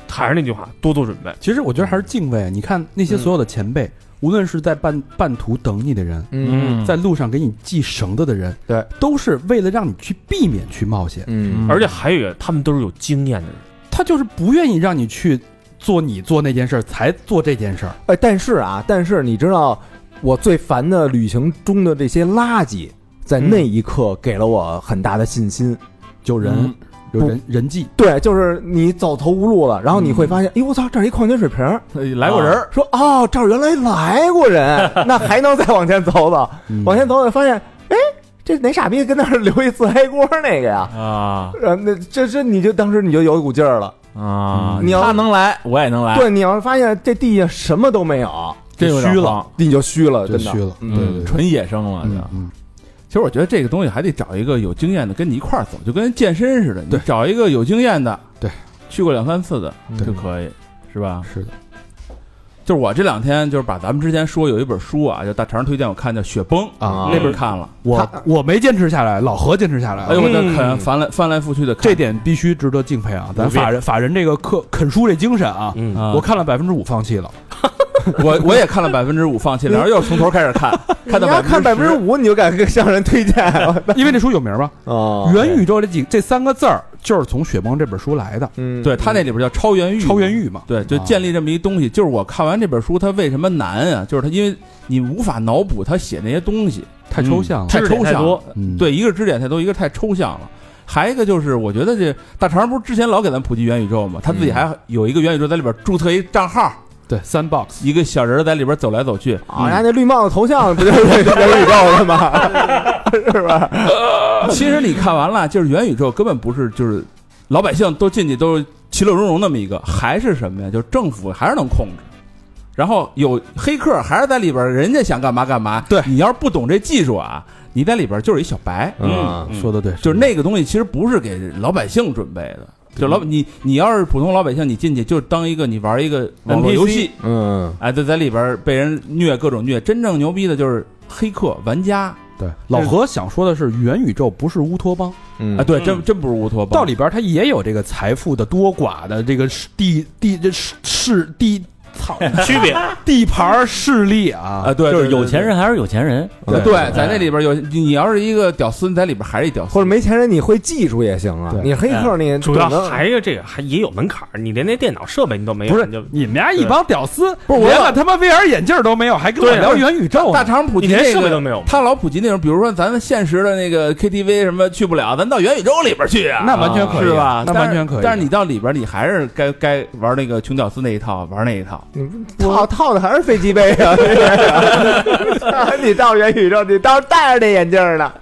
还是那句话，多做准备。其实我觉得还是敬畏。你看那些所有的前辈，无论是在半半途等你的人，嗯在路上给你系绳子的人，对，都是为了让你去避免去冒险。嗯而且还有一个，他们都是有经验的人。他就是不愿意让你去做你做那件事儿，才做这件事儿。哎，但是啊，但是你知道我最烦的旅行中的这些垃圾，在嗯那一刻给了我很大的信心。有人、嗯有人人际，对，就是你走投无路了，然后你会嗯发现，哎呦我操，这儿一矿泉水瓶儿，来过人儿，啊说哦，这儿原来来过人， 那还能再往前走走，嗯嗯往前走走，发现，哎，这哪傻逼跟那儿留一自嗨锅那个呀？啊呃，那这这你就当时你就有一股劲儿了。啊你要他能来，我也能来，嗯对，你要是发现这地下什么都没有，这有点虚慌，你就虚了，就真的虚了，嗯对对对，纯野生了就。嗯其实我觉得这个东西还得找一个有经验的跟你一块儿走，就跟健身似的，你找一个有经验的，对，去过两三次的对就可以，是吧啊嗯，？是的，就是我这两天就是把咱们之前说有一本书啊，就大肠推荐我看叫《雪崩》啊那本看了，我我没坚持下来，老何坚持下来哎了。呦我这嗯啃翻来翻来覆去的看，这点必须值得敬佩啊！咱牛逼法人法人这个克啃书这精神啊，嗯啊我看了百分之五放弃了。我我也看了百分之五，放弃了，然后又是从头开始看，看你到要看百分之五，五，你就敢跟向人 推荐因为这书有名吧？哦“元宇宙”这几这三个字儿就是从《雪崩》这本书来的，嗯，对他那里边叫超元域，超元域嘛。对，就啊建立这么一东西。就是我看完这本书，它为什么难啊？就是它因为你无法脑补他写那些东西，太抽象了，嗯太嗯知识抽点嗯太象多了。对，一个是知识点太多，一个太抽象了。还一个就是，我觉得这大肠不是之前老给咱普及元宇宙嘛，他自己嗯还有一个元宇宙在里边注册一账号，对三 box 一个小人儿在里边走来走去。啊，人家那绿帽子头像不就是元宇宙的吗？ 是吧？其实你看完了，就是元宇宙根本不是就是老百姓都进去都是其乐融融那么一个，还是什么呀？就是政府还是能控制，然后有黑客还是在里边，人家想干嘛干嘛。对你要是不懂这技术啊，你在里边就是一小白，嗯，说的对，就是那个东西其实不是给老百姓准备的。就老你你要是普通老百姓，你进去就当一个你玩一个网络游戏，嗯，哎，在在里边被人虐各种虐。真正牛逼的就是黑客玩家对。老何想说的是，元宇宙不是乌托邦，嗯啊，对，嗯真真不是乌托邦。到里边它也有这个财富的多寡的这个势地地这势势地操区别，地盘儿势力啊啊，，对，就是对对有钱人还是有钱 人，对对在那里边有你，要是一个屌丝，你在里边还是一屌丝，或者没钱人你会技术也行啊对，你黑客你哎主要懂得还有这个还也有门槛儿，你连那电脑设备你都没有，不是你就你们家一帮屌丝，不是我连个他妈 VR 眼镜都没有，还跟我对聊元宇宙大呢？肠普你及连那设备都个，没有。他老普及那种，比如说咱们现实的那个 KTV 什么去不了，咱到元宇宙里边去啊，那完全可以，是吧？那但是完全可以。啊但是你到里边，你还是该该玩那个穷屌丝那一套，玩那一套。你套套的还是飞机杯 啊！你到元宇宙，你倒是戴着那眼镜儿 呢。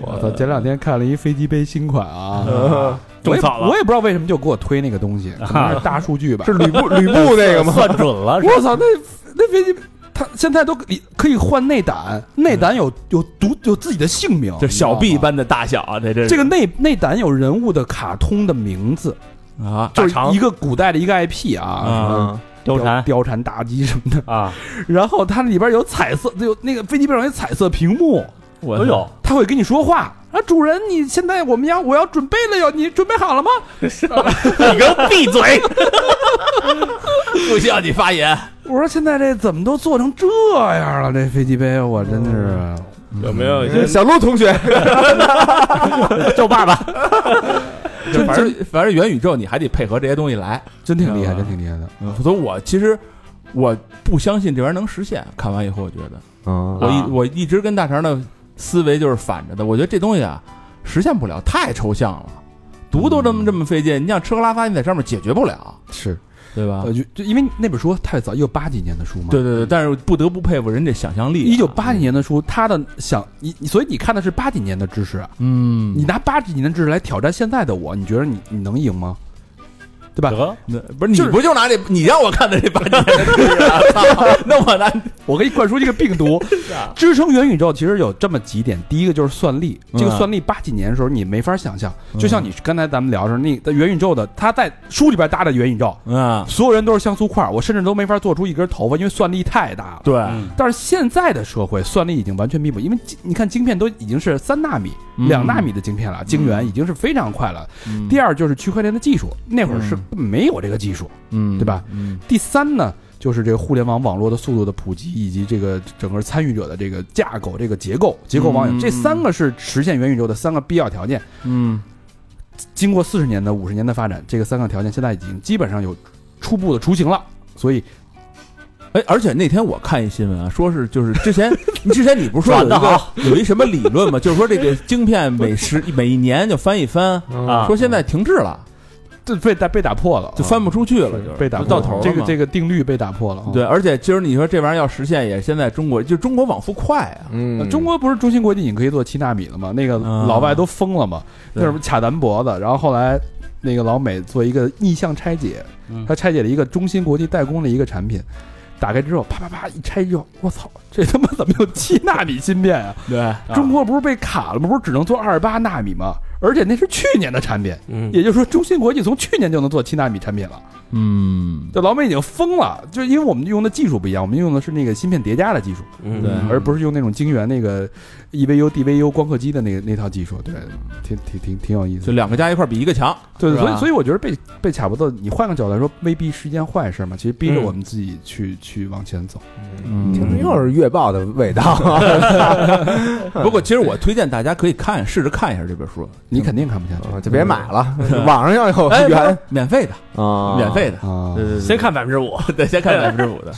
我操，前两天看了一飞机杯新款啊，嗯我嗯种也草了我也不知道为什么就给我推那个东西，可能是大数据吧。是吕布吕布 那个吗？算准了，是吧我操，那那飞机，它现在都可以可以换内胆，内胆有有独有自己的姓名，就小你 B 知道吗。般的大小啊，这这这个内内胆有人物的卡通的名字，啊，就是肠一个古代的一个 IP 啊，啊，貂貂蝉貂蝉妲己什么的。啊， 然后它里边有彩色，有那个飞机背上有彩色屏幕，哎我都有，他会跟你说话啊，主人，你现在我们要我要准备了哟，你准备好了吗？你给我闭嘴！不需要你发言，我说现在这怎么都做成这样了？这飞机杯，我真是嗯有没有一些小鹿同学，叫爸爸。就反正反正元宇宙你还得配合这些东西来， 真挺厉害，嗯真挺厉害的。所以我其实我不相信这玩意儿能实现。看完以后，我觉得嗯，我一我一直跟大肠的思维就是反着的。我觉得这东西啊实现不了，太抽象了，读都这么这么费劲，你想吃喝拉撒你在上面解决不了，是，对吧呃，？就就因为那本书太早，一九八几年的书嘛。对对对，但是不得不佩服人这想象力啊。一九八几年的书，他的想你，你所以你看的是八几年的知识啊，嗯你拿八几年的知识来挑战现在的我，你觉得你你能赢吗？对吧？得那不是你不就拿这你让我看的这八年的东西 啊？操那我拿我给你灌输这个病毒，支撑元宇宙其实有这么几点，第一个就是算力，这个算力八几年的时候你没法想象，就像你刚才咱们聊的时候，那在元宇宙的，他在书里边搭的元宇宙，啊，所有人都是像素块儿，我甚至都没法做出一根头发，因为算力太大了。对但是现在的社会算力已经完全弥补，因为晶你看晶片都已经是三纳米、两纳米的晶片了，晶圆已经是非常快了。第二就是区块链的技术，那会儿是根本没有这个技术，嗯对吧？嗯第三呢，就是这个互联网网络的速度的普及，以及这个整个参与者的这个架构、这个结构、结构网友，嗯这三个是实现元宇宙的三个必要条件。嗯经过四十年的、五十年的发展，这个三个条件现在已经基本上有初步的雏形了。所以哎，而且那天我看一新闻啊，说是就是 之前之前你不是说有一个啊有一什么理论吗？就是说这个晶片每十每一年就翻一翻，啊说现在停滞了，这被打被打破了，就翻不出去了，就是被打就破到了头了这个嘛这个定律被打破了。啊对，而且今儿你说这玩意儿要实现，也现在中国就中国往复快啊，呃嗯，中国不是中芯国际已经可以做七纳米了吗？那个啊老外都疯了嘛，那对什么卡咱脖子，然后后来那个老美做一个逆向拆解，嗯他拆解了一个中芯国际代工的一个产品，打开之后啪啪啪一拆之后，我操，这他妈怎么有七纳米芯片啊？对，中国不是被卡了吗？不是只能做二十八纳米吗？而且那是去年的产品，嗯，也就是说，中芯国际从去年就能做七纳米产品了。嗯，这老美已经疯了，就因为我们用的技术不一样，我们用的是那个芯片叠加的技术。嗯对而不是用那种晶圆那个 E EVU、DVU 光刻机的那个那套技术，对，挺挺挺挺有意思就的。两个加一块儿比一个强，对，是吧所以所以我觉得被被卡脖子，你换个角度来说，未必是一件坏事嘛。其实逼着嗯我们自己去、去往前走。嗯听着又是月报的味道啊，不过其实我推荐大家可以看试着看一下这本书，你肯定看不下去，哦就别买了，网上要有嗯哎，原免费的，啊，免费的，啊。对对先看百分之五，对，先看百分之五 的，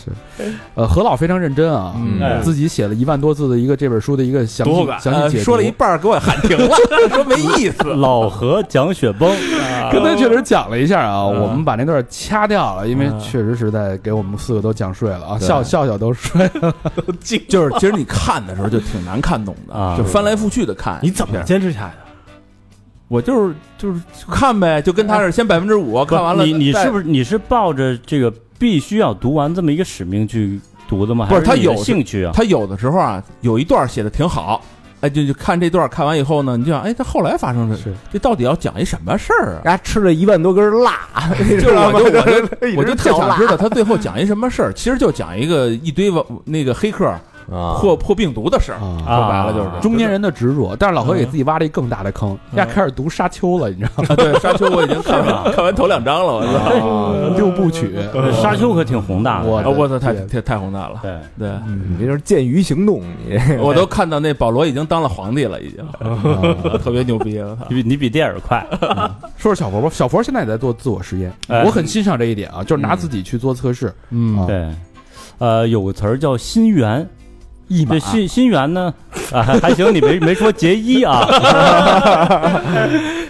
呃，何老非常认真啊，嗯嗯自己写了一万多字的一个这本书的一个详读细后感详呃细解读，说了一半儿给我喊停 了，说没意思。老何讲雪崩，跟他确实讲了一下啊，我们把那段掐掉了，因为确实实在给我们四个都讲睡了啊，笑笑笑都睡了。就是其实你看的时候就挺难看懂的，啊就翻来覆去的看。你怎么坚持下来的？我就是就是看呗，就跟他是先百分之五看完了，你你再是不是你是抱着这个必须要读完这么一个使命去读的吗？不是还他你的有兴趣啊，他有的时候啊，有一段写的挺好，哎，就就看这段看完以后呢，你就想，哎，他后来发生的是这到底要讲一什么事儿啊？人家吃了一万多根蜡， 你就知是道我吗？就我就 我就一直特嚼想蜡知道他最后讲一什么事儿，其实就讲一个一堆网那个黑客啊破破病毒的事儿，啊 说白了就是中年人的执着，但是老何给自己挖了一更大的坑，嗯呀，开始读沙丘了，你知道吗？啊，对沙丘我已经看完 看完头两章了，啊我操，六部曲，啊呃沙丘可挺宏大的，我啊嗯我操，太对太太宏大了，对，对。嗯你这就是剑鱼行动，你 嗯我都看到那保罗已经当了皇帝了，已经特别牛逼了。你比你比电影快，嗯啊说说小佛吧，小佛现在也在做自我实验，哎嗯我很欣赏这一点啊，就是拿自己去做测试，嗯啊 对，呃，有个词儿叫心猿。一码这心心猿呢？啊，还行，你没没说结衣啊。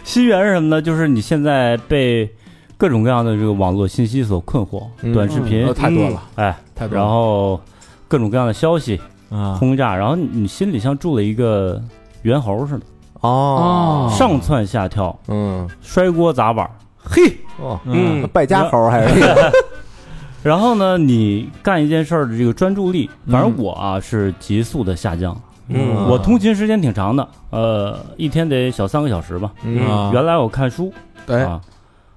心猿是什么呢？就是你现在被各种各样的这个网络信息所困惑，嗯短 视频，太多了，哎，太多然了。后各种各样的消息然后啊，轰炸，然后你心里像住了一个猿猴似的，哦，啊上蹿下跳，嗯，摔锅砸碗。嘿，哦，嗯败家猴还 是然后呢，你干一件事儿的这个专注力，反正我啊是急速的下降。嗯我通勤时间挺长的，呃，一天得小三个小时吧。嗯啊原来我看书哎，啊，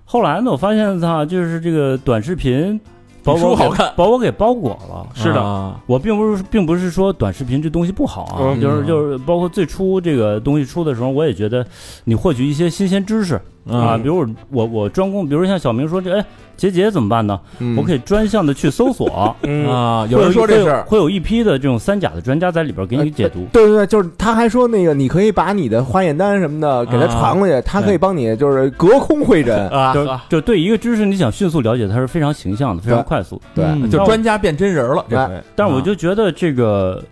后来呢，我发现哈，就是这个短视频把比书我给好看把我给包裹了。是的啊我并不是，并不是说短视频这东西不好啊，嗯，就是就是，包括最初这个东西出的时候，我也觉得你获取一些新鲜知识，嗯啊，比如我我我专攻，比如像小明说这，哎，结节怎么办呢？嗯我可以专项的去搜索嗯，啊，嗯 有会人说这会事儿，哎会有一批的这种三甲的专家在里边给你解读。对对对，就是他还说那个，你可以把你的化验单什么的给他传过去，他可以帮你就是隔空会诊。啊，就就对一个知识，你想迅速了解，它是非常形象的，非常快速。对，嗯就专嗯家变真人了，这哎回。但我就觉得这个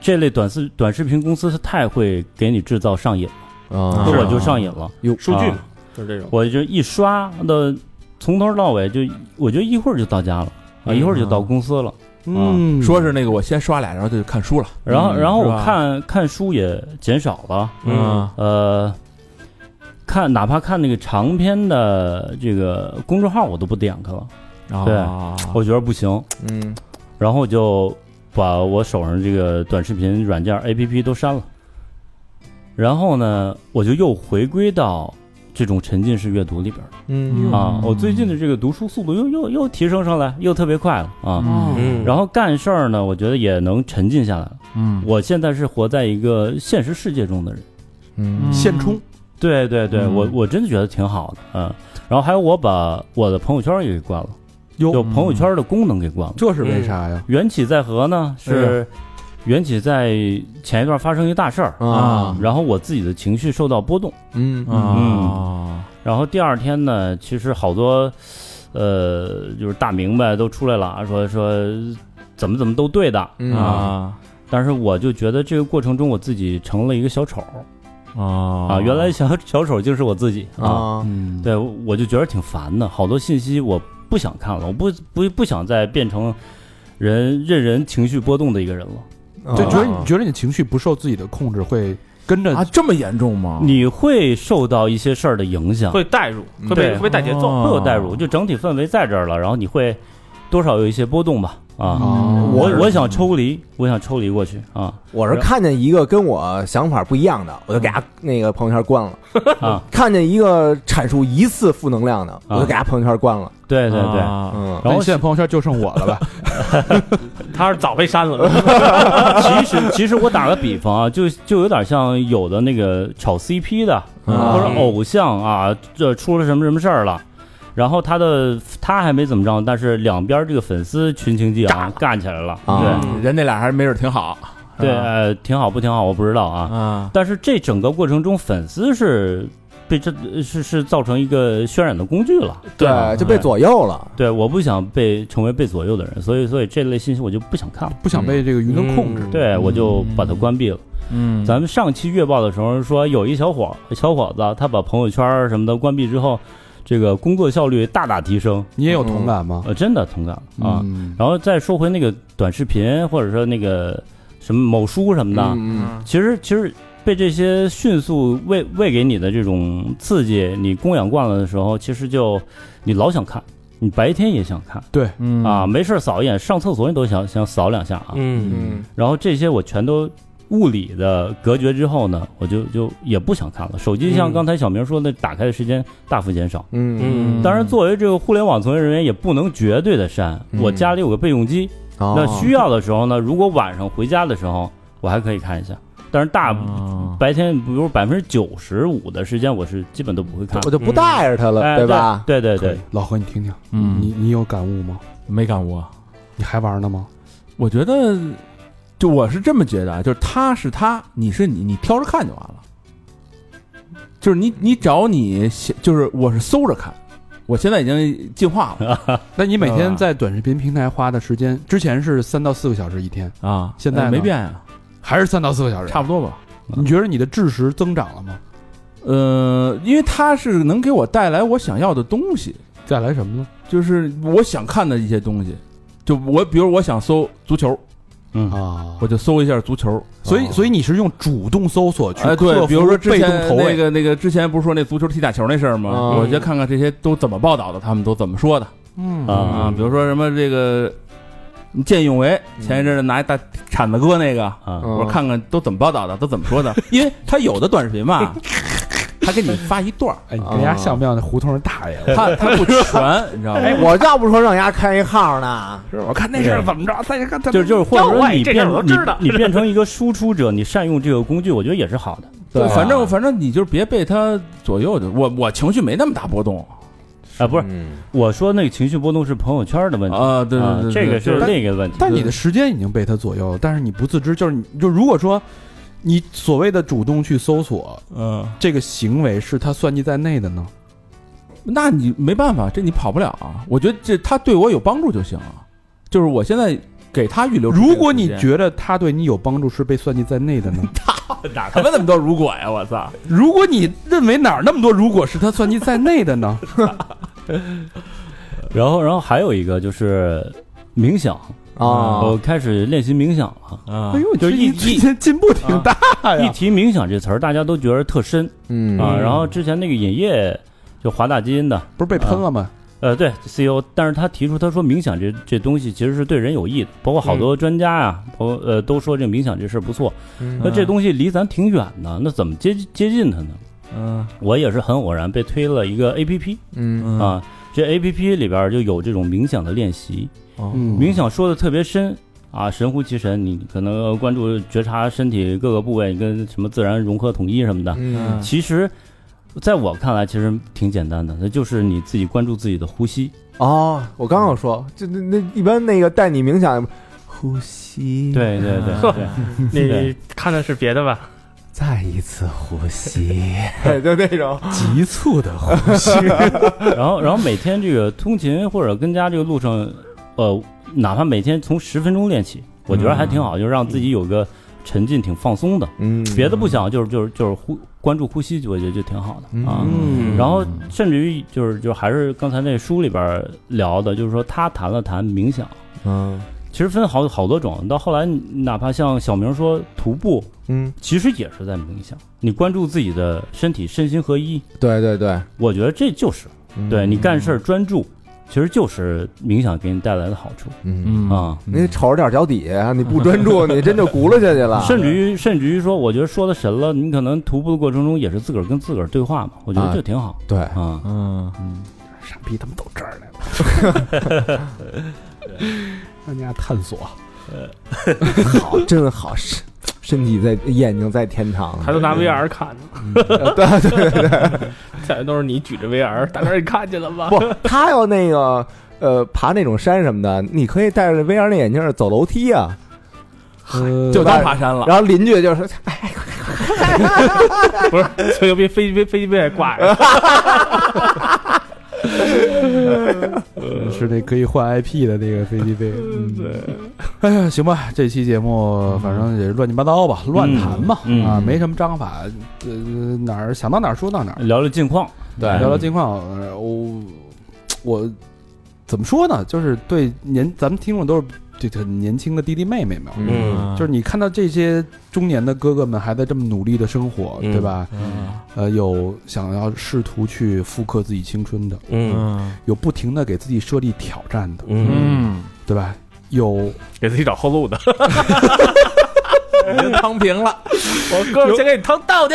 这类短视短视频公司，它太会给你制造上瘾，嗯啊所以我就上瘾了。有数据啊嘛，就是这种。我就一刷的，从头到尾就，我就一会儿就到家了，啊，一会儿就到公司了。嗯，说是那个我先刷俩，然后就看书了，然后，然嗯后是我吧看看书也减少了，嗯，呃，看哪怕看那个长篇的这个公众号，我都不点开了，对啊，我觉得不行，嗯，然后就把我手上这个短视频软件 APP 都删了。然后呢，我就又回归到这种沉浸式阅读里边了嗯啊。我最近的这个读书速度又又又提升上来，又特别快了啊。嗯然后干事儿呢，我觉得也能沉浸下来了。嗯，我现在是活在一个现实世界中的人，嗯现充，对对对，嗯我我真的觉得挺好的，嗯。然后还有我把我的朋友圈也给关了，哟就朋友圈的功能给关了。这是为啥呀？缘起在何呢？是缘起在前一段发生一大事儿，嗯啊然后我自己的情绪受到波动，嗯啊嗯，然后第二天呢，其实好多呃就是大明白都出来了啊，说说怎么怎么都对的嗯啊，但是我就觉得这个过程中我自己成了一个小丑啊啊，原来小小丑竟是我自己啊，啊嗯对，我就觉得挺烦的，好多信息我不想看了，我不不不想再变成人任人情绪波动的一个人了。就觉得啊你觉得你情绪不受自己的控制，会跟着啊，这么严重吗？你会受到一些事儿的影响，会带入，会对被会被带节奏。哦会有代入，就整体氛围在这儿了，然后你会多少有一些波动吧？啊，哦我我想抽离，我想抽离过去啊我是看见一个跟我想法不一样的，我就给他那个朋友圈关了；啊，看见一个阐述疑似负能量的，我就给他朋友圈关了。对对对，啊嗯那然你后现在朋友圈就剩我了吧？ 他是早被删了，其实其实我打个比方啊，就就有点像有的那个炒 CP 的啊或者偶像啊，这出了什么什么事儿了。然后他的他还没怎么着，但是两边这个粉丝群情激昂，干起来了。啊嗯人那俩还没准挺好，对对，是吧呃，挺好不挺好，我不知道啊。嗯 啊，但是这整个过程中，粉丝是被这是是造成一个渲染的工具了。对，就被左右了。对，我不想被成为被左右的人，所以所以这类信息我就不想看了。不想被这个舆论控制。对，我就把它关闭了。嗯咱们上期月报的时候说，有一小伙小伙子，他把朋友圈儿什么的关闭之后，这个工作效率大大提升，你也有同感吗？呃，真的同感了啊。嗯然后再说回那个短视频，或者说那个什么某书什么的，嗯其实其实被这些迅速喂喂给你的这种刺激，你供养惯了的时候，其实就你老想看，你白天也想看嗯啊，，没事儿扫一眼，上厕所你都想想扫两下啊。嗯，嗯然后这些我全都物理的隔绝之后呢，我就就也不想看了。手机像嗯刚才小明说的，打开的时间大幅减少。嗯嗯当然，作为这个互联网从业人员，也不能绝对的删。嗯我家里有个备用机，哦那需要的时候呢，如果晚上回家的时候，我还可以看一下。但是大哦嗯白天，比如百分之九十五的时间，我是基本都不会看我，就不带着他了，哎对吧？对对对对，，老何，你听听，嗯你你有感悟吗？没干过。你还玩呢吗？我觉得，就我是这么觉得啊，就是他是他，你是你，你挑着看就完了。就是你你找你想，就是我是搜着看，我现在已经进化了那你每啊天在短视频平台花的时间，之前是三到四个小时一天，啊，现在呢没变啊，还是三到四个小时？差不多吧。你觉得你的智识增长了吗？呃，因为它是能给我带来我想要的东西，带来什么呢？就是我想看的一些东西。就我比如我想搜足球，嗯，啊我就搜一下足球。所以所以你是用主动搜索去哎，克对，服比如说之被前动投那喂，啊个那个之前不是说那足球踢假球那事儿吗？嗯我就看看这些都怎么报道的，他们都怎么说的。嗯啊啊，比如说什么这个见义勇为，嗯前一阵子拿一大铲子割那个，啊嗯我看看都怎么报道的，都怎么说 的，因为他有的短视频吧，他给你发一 段儿，哎，你跟人家像不像那胡同的大爷？他他不全，你知道哎吗？我要不说让丫开一号呢，我看那事儿怎么着，再看他就是就是，或者要说我你这事变儿我都知道你你变成一个输出者，你善用这个工具，我觉得也是好的。啊对，对反正反正你就别被他左右就我我情绪没那么大波动啊，不是，嗯我说那个情绪波动是朋友圈的嗯问题啊，对啊对对，这对个是对另一个问题。但你的时间已经被他左右了，但是你不自知，就是你就如果说你所谓的主动去搜索嗯，这个行为是他算计在内的呢，那你没办法，这你跑不了啊。我觉得这他对我有帮助就行了，就是我现在给他预留出这个时间。如果你觉得他对你有帮助是被算计在内的呢，哪 他妈那么多如果呀，我操！ 如果你认为哪儿那么多如果是他算计在内的呢，然后，然后还有一个就是冥想，啊我开始练习冥想了。啊哎呦，这就一一最近进步挺大呀哎一，提冥想这词儿，大家都觉得特深嗯啊。然后之前那个尹烨，就华大基因的， 不是被喷了吗？呃，对 CEO，但是他提出他说冥想这这东西其实是对人有益的，包括好多专家呀、嗯包括呃都说这冥想这事儿不错。嗯那这东西离咱挺远的，那怎么接接近它呢？嗯我也是很偶然被推了一个 A P P 嗯嗯啊，这 A P P 里边儿就有这种冥想的练习，嗯，冥想说的特别深啊，神乎其神。你可能关注觉察身体各个部位跟什么自然融合统一什么的，嗯其实。在我看来，其实挺简单的，那就是你自己关注自己的呼吸。哦，我刚要说，就那那一般那个带你冥想，呼吸，，对对嗯对对，你看的是别的吧？再一次呼吸，对，就那种，急促的话，然后，然后每天这个通勤或者跟家这个路上，呃，哪怕每天从十分钟练起，我觉得还挺好，就是让自己有个沉浸、挺放松的。嗯，别的不想，就是就是就是呼关注呼吸，我觉得就挺好的啊。嗯然后甚至于就是就还是刚才那书里边聊的，就是说他谈了谈冥想，嗯其实分好好多种。到后来，哪怕像小明说徒步，嗯，其实也是在冥想。你关注自己的身体，身心合一，对对对，我觉得这就是。嗯对你，干事儿专注，其实就是冥想给你带来的好处嗯嗯，啊。你瞅着点脚底下，你不专注，你真就轱辘下去 了，甚至于，甚至于说，我觉得说的神了，你可能徒步的过程中也是自个儿跟自个儿对话嘛，我觉得啊这挺好对，啊。嗯，傻逼他们都这儿来了，让人家探索。好，真好，身身体在，眼睛在天堂，还都拿 VR 看呢， 对对对对，现在都是你举着 VR，大哥你看见了 吗？不，他要那个呃爬那种山什么的，你可以戴着 VR 那眼镜儿走楼梯啊，呃就当爬山了。然后邻居就说，哎，不是，吹牛逼，飞机杯飞机杯还挂着，是那可以换 IP 的那个飞机 杯。对，哎呀，行吧，这期节目反正也是乱七八糟吧，乱谈吧，嗯啊，嗯没什么章法，呃，哪儿想到哪儿说到哪儿，聊聊近况，对聊聊近况。呃我我怎么说呢？就是对年咱们听众都是这个年轻的弟弟妹妹嘛，嗯就是你看到这些中年的哥哥们还在这么努力的生活，嗯对吧？呃，有想要试图去复刻自己青春的，嗯有不停的给自己设立挑战的，嗯，对吧？有给自己找后路 的。 躺平了，我哥们儿先给你腾道去，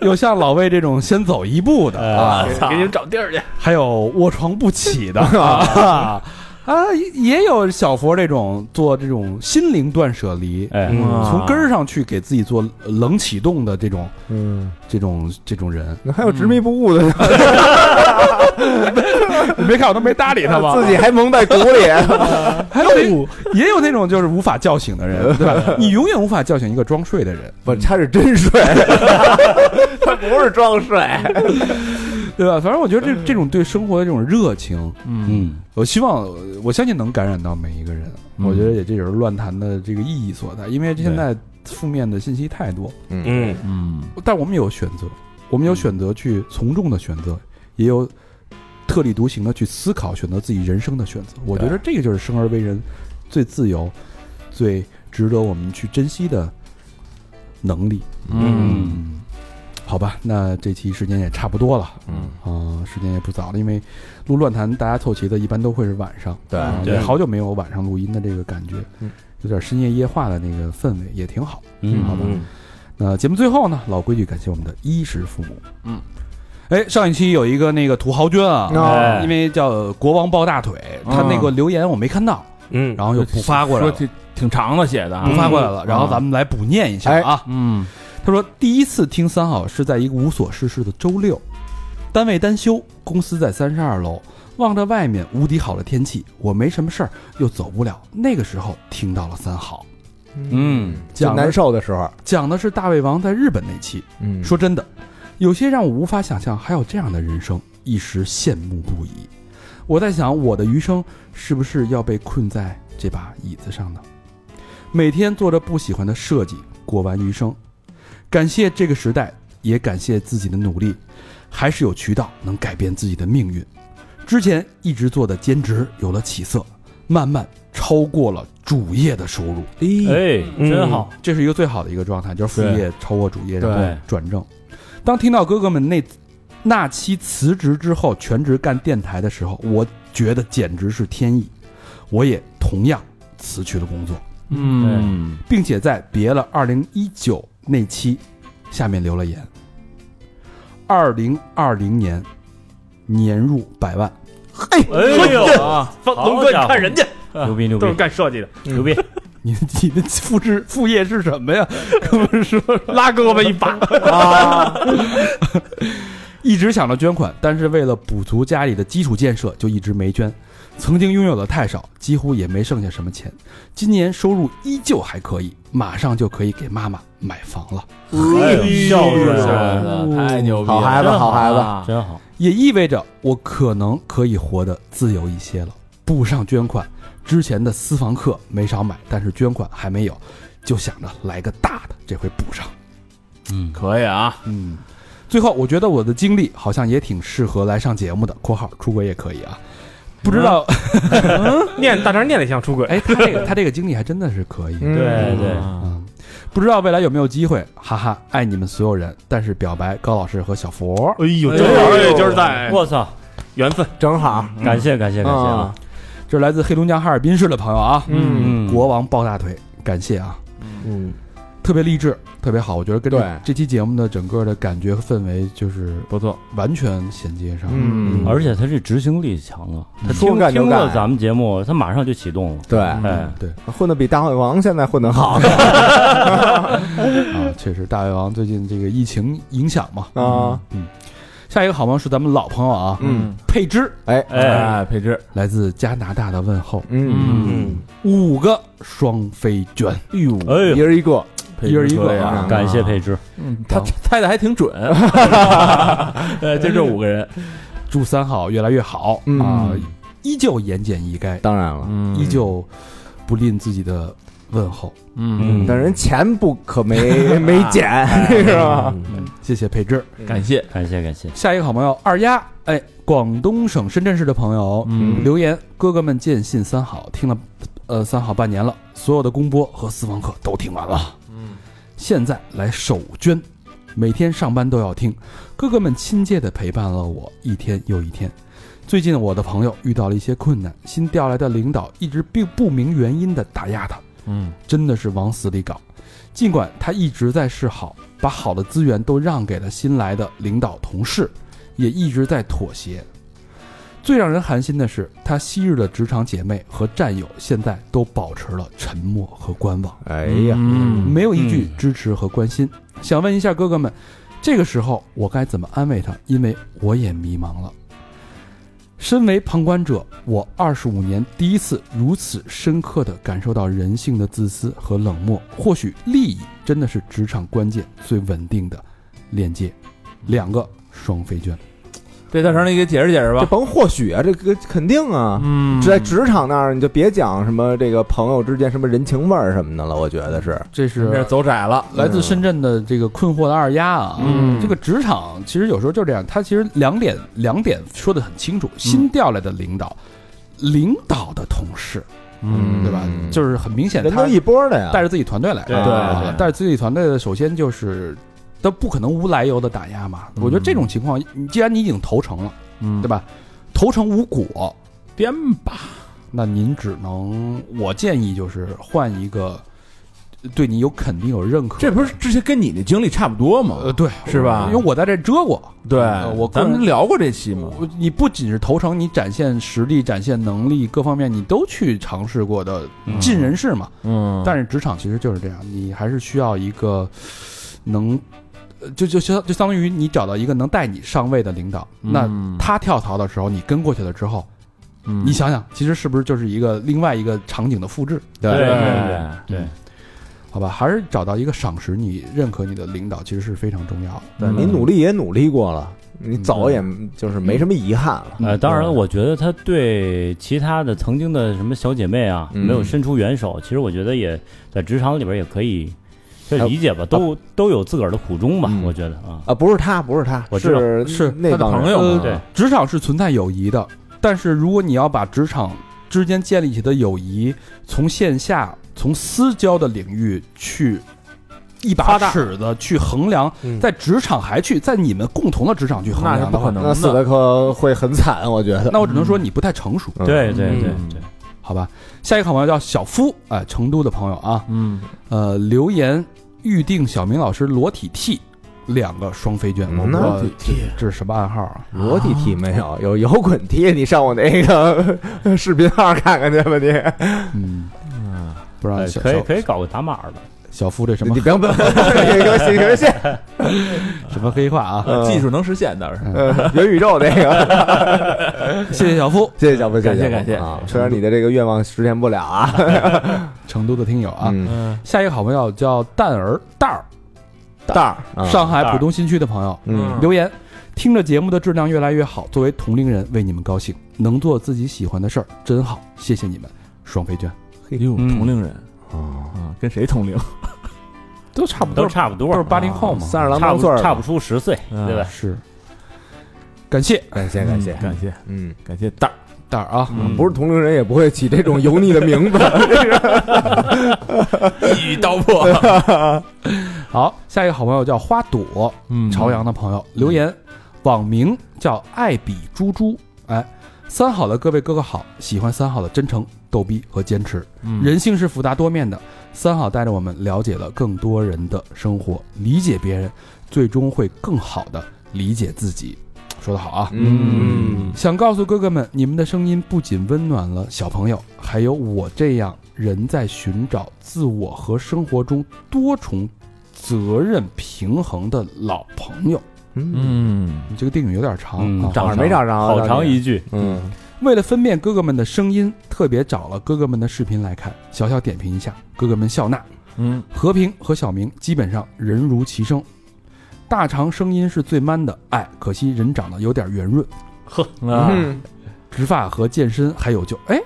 有像老魏这种先走一步的啊，给给你们找地儿去。还有卧床不起的啊啊，也有小佛这种做这种心灵断舍离，嗯哎，从根儿上去给自己做冷启动的这种嗯，这种这种人。还有执迷不悟的，你没看我都没搭理他吗？自己还蒙在鼓里， 还有那也有那种就是无法叫醒的人，对吧？你永远无法叫醒一个装睡的人，不，他是真睡，他不是装睡，对吧？反正我觉得这这种对生活的这种热情，嗯，我希望我相信能感染到每一个人。嗯我觉得也这也是乱谈的这个意义所在，因为现对在负面的信息太多，嗯 嗯但我们有选择，我们有选择去从众的选择，也有特立独行的去思考，选择自己人生的选择。我觉得这个就是生而为人最自由、最值得我们去珍惜的能力。嗯嗯，好吧，那这期时间也差不多了，嗯啊、时间也不早了，因为录乱谈大家凑齐的，一般都会是晚上，对啊对也好久没有晚上录音的这个感觉，嗯有点深夜夜话的那个氛围也挺好。嗯，好吧。那节目最后呢，老规矩，感谢我们的衣食父母。嗯，哎，上一期有一个那个土豪君啊，哦哎因为叫国王抱大腿，他那个留言我没看到，嗯，然后又补发过来说了。挺挺长的写的啊补，发过来了，然后咱们来补念一下啊。嗯他说第一次听三好是在一个无所事事的周六，单位单休，公司在三十二楼，望着外面无敌好的天气，我没什么事儿，又走不了。那个时候听到了三好，嗯，最讲的难受的时候，讲的是大胃王在日本那期。嗯说真的，有些让我无法想象还有这样的人生，一时羡慕不已。我在想，我的余生是不是要被困在这把椅子上呢？每天做着不喜欢的设计，过完余生。感谢这个时代，也感谢自己的努力，还是有渠道能改变自己的命运。之前一直做的兼职有了起色，慢慢超过了主业的收入。哎，真好，这是一个最好的一个状态，就是副业超过主业，然后对转正。当听到哥哥们那那期辞职之后全职干电台的时候，我觉得简直是天意。我也同样辞去了工作，嗯，并且在别了二零一九那期下面留了言：二零二零年年入百万，嗯 哎呦，方龙哥，好家你伙看人家牛逼牛都是逼干设计的，牛逼！你你的副职副业是什么呀？ 拉胳膊一把，一直想着捐款，但是为了补足家里的基础建设，就一直没捐。曾经拥有的太少，几乎也没剩下什么钱。今年收入依旧还可以，马上就可以给妈妈买房了，哎孝哎顺哎太牛逼了，好孩子，好孩子，啊，真好，也意味着我可能可以活得自由一些了。补上捐款，之前的私房课没少买，但是捐款还没有，就想着来个大的，这回补上。嗯，可以啊，嗯，最后我觉得我的经历好像也挺适合来上节目的（括号出轨也可以啊）。嗯不知 道，念大肠念得像出轨，哎，他这个他这个经历还真的是可以。嗯哎对对，嗯，不知道未来有没有机会，哈哈，爱你们所有人。但是表白高老师和小佛，哎呦，正好这就是在我操，缘分，正好，感谢感谢感谢啊！这是来自黑龙江哈尔滨市的朋友啊，嗯嗯，国王抱大腿，感谢啊，嗯，特别励志，特别好，我觉得跟这对这期节目的整个的感觉和氛围就是不错，完全衔接上，嗯而且他这执行力强啊，他说听干就听干了咱们节目，他马上就启动了。对，哎，嗯对混的比大胃王现在混的好啊，确实大胃王最近这个疫情影响嘛，嗯啊，下一个好朋友是咱们老朋友啊，嗯，佩芝，哎哎，佩芝，来自加拿大的问候，嗯，嗯，五个双飞卷，哟，哎一呦，人一个，一人一个啊呀感谢佩芝，他猜的还挺 准，呃，就这五个人，祝三好越来越好、嗯啊，依旧言简意赅，当然了，嗯依旧不吝自己的问候。嗯，但人钱不可没没减，是吧？谢谢佩芝。感谢，感谢感谢，下一个好朋友二丫，哎，广东省深圳市的朋友、嗯留言：哥哥们见信三好，听了呃三好半年了，所有的公播和私房课都听完了。嗯，现在来首捐，每天上班都要听。哥哥们亲切的陪伴了我一天又一天。最近我的朋友遇到了一些困难，新调来的领导一直并不明原因的打压他。嗯，真的是往死里搞。尽管他一直在示好，把好的资源都让给了新来的领导同事，也一直在妥协。最让人寒心的是，他昔日的职场姐妹和战友现在都保持了沉默和观望，哎哎呀呀，，嗯没有一句支持和关心。想问一下哥哥们，这个时候我该怎么安慰他？因为我也迷茫了。身为旁观者，我二十五年第一次如此深刻地感受到人性的自私和冷漠。或许利益真的是职场关键最稳定的链接。两个双飞卷，对大成，你给解释解释这吧，甭或许啊，这个肯定啊。嗯，在职场那儿，你就别讲什么这个朋友之间什么人情味儿什么的了，我觉得是，这这是走窄了，来自深圳的这个困惑的二丫啊。嗯这个职场其实有时候就这样，他其实两点两点说的很清楚：新调来的领导，领导的同事，嗯对吧？就是很明显人他都一波的呀，带着自己团队来的，对啊对对带着自己团队的，首先就是他不可能无来由的打压嘛。我觉得这种情况，你既然你已经投诚了，嗯对吧？投诚无果，颠吧，那您只能，我建议就是换一个对你有肯定有认可的，这不是之前跟你的经历差不多吗？呃对是吧因为我在这遮过，对呃，我个咱人们聊过这期嗯吗？我你不仅是投诚，你展现实力、展现能力各方面，你都去尝试过的尽人事嘛。嗯，但是职场其实就是这样，你还是需要一个能，呃就就相就相当于你找到一个能带你上位的领导，那嗯他跳槽的时候，你跟过去了之后，嗯你想想，其实是不是就是一个另外一个场景的复制？对对对对好吧，还是找到一个赏识你、认可你的领导，其实是非常重要的。嗯对你努力也努力过了，你走也就是没什么遗憾了。嗯呃，当然了，我觉得他对其他的曾经的什么小姐妹啊，嗯没有伸出援手，其实我觉得也在职场里边也可以，这理解吧，都都有自个儿的苦衷吧嗯，我觉得啊，啊，不是他，不是他，我知道是是那帮人嗯朋友呃对职场是存在友谊的，但是如果你要把职场之间建立起的友谊，从线下、从私交的领域去一把尺子去衡量，嗯在职场还去在你们共同的职场去衡那是量不的可话，能那的。死的可会很惨，我觉得。那我只能说你不太成熟，嗯对对对嗯对，好吧？下一个好朋友叫小夫，哎、成都的朋友啊，嗯，呃，留言预定小明老师裸体 T 两个双飞卷，我不知道嗯这这是什么暗号啊？裸体踢没有，有摇滚踢，你上我那个 视频号看看去吧，你 嗯，不知道哎啊小可以小可以搞个打码吧，小夫这什么你不要不要，给我写给我写，什么黑话 啊？嗯技术能实现倒是。呃元宇宙那个，谢谢小夫，谢谢小布，感谢谢感谢啊！虽然你的这个愿望实现不了啊，成都的听友啊。嗯，嗯，下一个好朋友叫蛋儿蛋儿，啊蛋儿上海蛋儿浦东新区的朋友嗯留言，听着节目的质量越来越好，作为同龄人为你们高兴，能做自己喜欢的事儿真好，谢谢你们，双飞娟。哟，同龄人啊，啊，跟谁 同龄？都差不都差不多，啊都是八零后嘛，啊三十郎差当不岁多儿，差不出十岁，嗯对吧？是。感谢感谢感谢嗯感谢嗯，感谢蛋儿，蛋儿啊，嗯不是同龄人也不会起这种油腻的名字，一语道破。好，下一个好朋友叫花朵，嗯朝阳的朋友留言，网名叫爱比猪猪。哎，三好的各位哥哥好，喜欢三好的真诚、逗逼和坚持。人性是复杂多面的，三好带着我们了解了更多人的生活，理解别人，最终会更好的理解自己。说得好啊！嗯，想告诉哥哥们，你们的声音不仅温暖了小朋友，还有我这样人在寻找自我和生活中多重责任平衡的老朋友。嗯，嗯你这个定语有点长嗯啊。长哪儿没找着啊？好长一一句，嗯，为了分辨哥哥们的声音，特别找了哥哥们的视频来看，小小点评一下哥哥们笑纳。嗯，和平和小明基本上人如其声，大长声音是最 man 的，哎，可惜人长得有点圆润，啊，嗯植发和健身还有救，哎，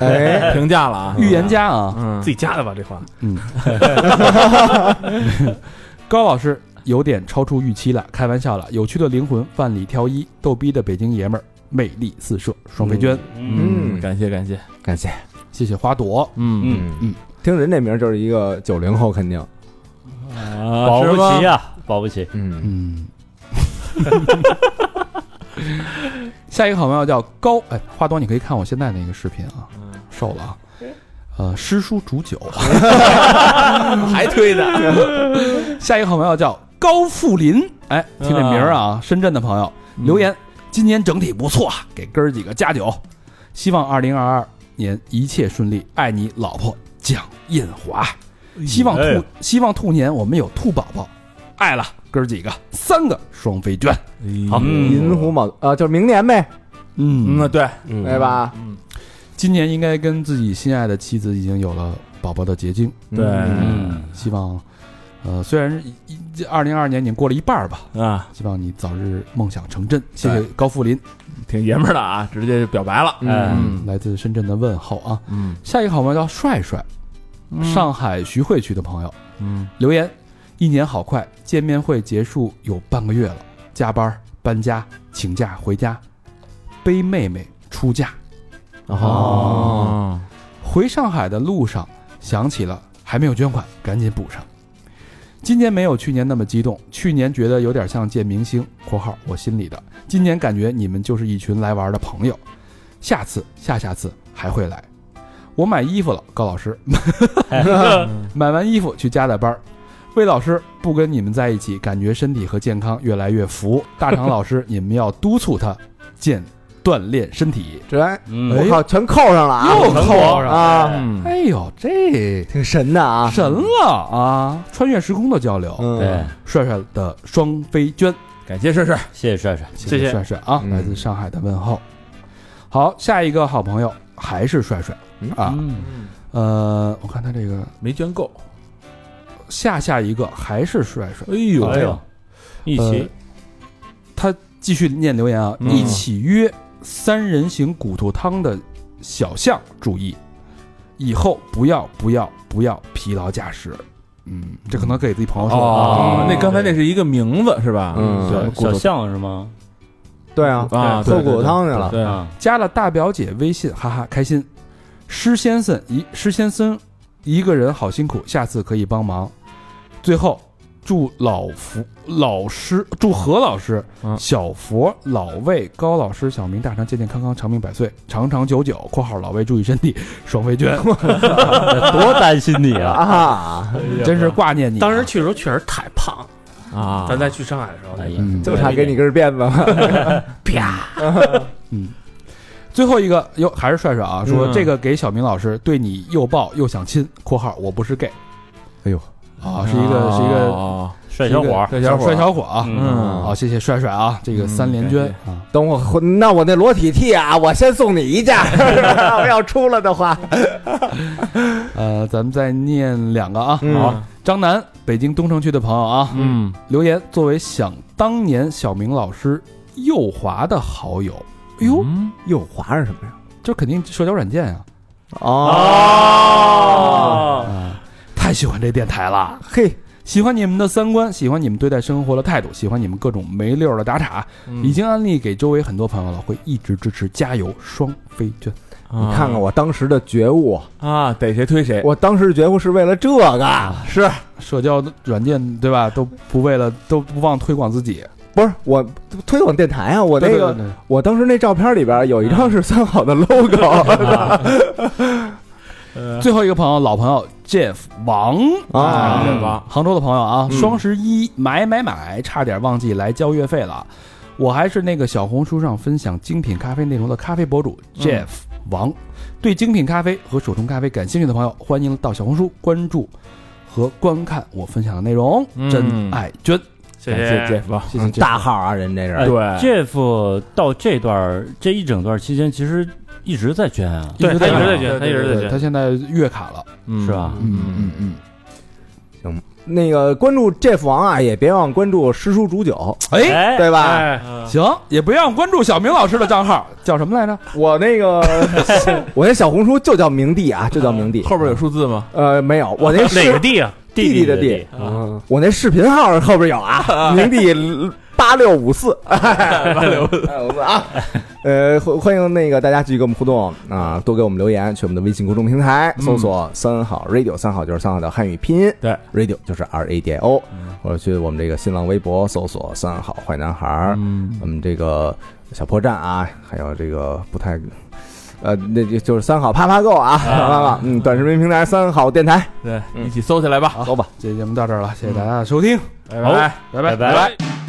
哎，评价了啊，预言家啊，嗯自己加的吧，这话。嗯，高老师有点超出预期了，开玩笑了，有趣的灵魂万里挑一，逗逼的北京爷们儿，魅力四射，双飞娟，嗯感谢感谢，感谢，谢谢花朵，嗯嗯嗯，听人这名儿就是一个九零后，肯定，保不齐啊，保不齐，嗯嗯， 下一个好朋友叫高，哎，花朵，你可以看我现在那个视频啊，嗯瘦了啊，呃，诗书煮酒。 还推的， 下一个好朋友叫高富林，哎，听这名儿嗯啊，深圳的朋友留言，今年整体不错啊，给哥儿几个加酒，希望二零二二年一切顺利，爱你老婆蒋艳华，希望哎兔希望兔年我们有兔宝宝，爱了哥儿几个三个双飞娟，好，银狐卯啊，就是明年呗，嗯嗯，对，嗯对？吧？今年应该跟自己心爱的妻子已经有了宝宝的结晶，对嗯嗯，希望，呃，虽然二零二二年已经过了一半儿吧，啊，希望你早日梦想成真。谢谢高富林，挺爷们儿的啊，直接就表白了。哎，嗯，来自深圳的问候啊。嗯下一个好朋友叫帅帅，上海徐汇区的朋友嗯留言：一年好快，见面会结束有半个月了，加班、搬家、请假、回家，背妹妹出嫁。哦，哦，回上海的路上想起了还没有捐款，赶紧补上。今年没有去年那么激动，去年觉得有点像见明星（括号我心里的），今年感觉你们就是一群来玩的朋友，下次、下下次还会来。我买衣服了，高老师，哎嗯买完衣服去加的班儿。魏老师不跟你们在一起，感觉身体和健康越来越浮。大肠老师，你们要督促他健锻炼身体。这哎嗯我靠，全扣上了啊！又扣上啊，嗯，哎呦，这挺神的啊！神了啊！穿越时空的交流，嗯对，帅帅的双飞娟，感谢帅帅，谢谢帅帅，谢谢帅帅啊，嗯来自上海的问候。好，下一个好朋友还是帅帅嗯啊，嗯呃，我看他这个没捐够，下下一个还是帅帅，哎呦，哎呦，一呃起他继续念留言啊，嗯一起约三人行骨头汤的小象注意，以后不要不要不要疲劳驾驶。嗯，这可能给自己朋友说的啊。哦嗯，那刚才那是一个名字是吧？嗯对小骨小头象是吗？对啊，啊，做对骨头汤去了。对啊，啊，加了大表姐微信，哈哈，开心。施先生一施先生一个人好辛苦，下次可以帮忙。最后祝老福老师，祝何老师、嗯小佛、老魏、高老师、小明大长健健康康，长命百岁，长长久久。（括号老魏注意身体， 双飞娟多担心你啊！啊，真是挂念你、啊当时，去的时候确实太胖了，啊，咱再去上海的时候，哎呀，嗯，就差给你根辫子了。啪，最后一个哟，还是帅帅啊，说嗯这个给小明老师，对你又抱又想亲。（括号我不是 gay）。哎呦，啊，是一个是一个哦帅小伙儿，帅小伙，帅小伙啊！嗯好，谢谢帅帅啊，这个三连捐啊，等我回，那我那裸体剃啊，我先送你一件儿。要出了的话，呃，咱们再念两个啊。嗯好，张楠，北京东城区的朋友啊，嗯，留言作为想当年小明老师右滑的好友，哎呦，嗯哟，划是什么呀？这肯定社交软件啊，哦，啊，太喜欢这电台了。嘿，喜欢你们的三观，喜欢你们对待生活的态度，喜欢你们各种没溜儿的打岔，啊已经安利给周围很多朋友了，会一直支持，加油，双飞娟。你你看看我当时的觉悟，啊，逮谁推谁，我当时觉悟是为了这个，是社交软件对吧？都不为了都不忘推广自己。不是我推广电台啊？我那对个对对对我当时那照片里边有一张是三好的 logo 最后一个朋友，老朋友 Jeff 王啊对吧？杭州的朋友啊，嗯双十一买买买，差点忘记来交月费了。我还是那个小红书上分享精品咖啡内容的咖啡博主 Jeff 王，对精品咖啡和手冲咖啡感兴趣的朋友，欢迎到小红书关注和观看我分享的内容。嗯真爱娟，谢感谢谢。 Jeff 啊谢谢 Jeff 大号啊，人这是哎对 Jeff 到这段儿这一整段期间，其实一直在捐啊，对他一直在捐，捐，他一直在对他捐。现在月卡了，是吧？嗯嗯嗯，那个关注 Jeff 王啊，也别忘关注师叔煮酒，哎，哎，对吧？哎，行，也不要关注小明老师的账号，叫什么来着？我那个 我那小红书就叫明帝啊，就叫明帝。后边有数字吗？呃没有， 我那是哪个地啊？弟弟的弟，啊我那视频号后边有 啊，名第八六五 四，哎八六五四啊。 呃，欢欢迎那个大家继续跟我们互动啊，多给我们留言，去我们的微信公众平台搜索“三好 radio”，三好就是三好的汉语拼音，对，radio 就是 R A D I O，或者去我们这个新浪微博搜索“三好坏男孩”，儿”，我们这个小破站啊，还有这个不太。呃，那就就是三好啪啪购啊，啪啪购，嗯，短视频平台三好电台，对，一起搜起来吧，搜吧。这节目到这儿了，谢谢大家的收听，拜拜。嗯拜拜拜拜。拜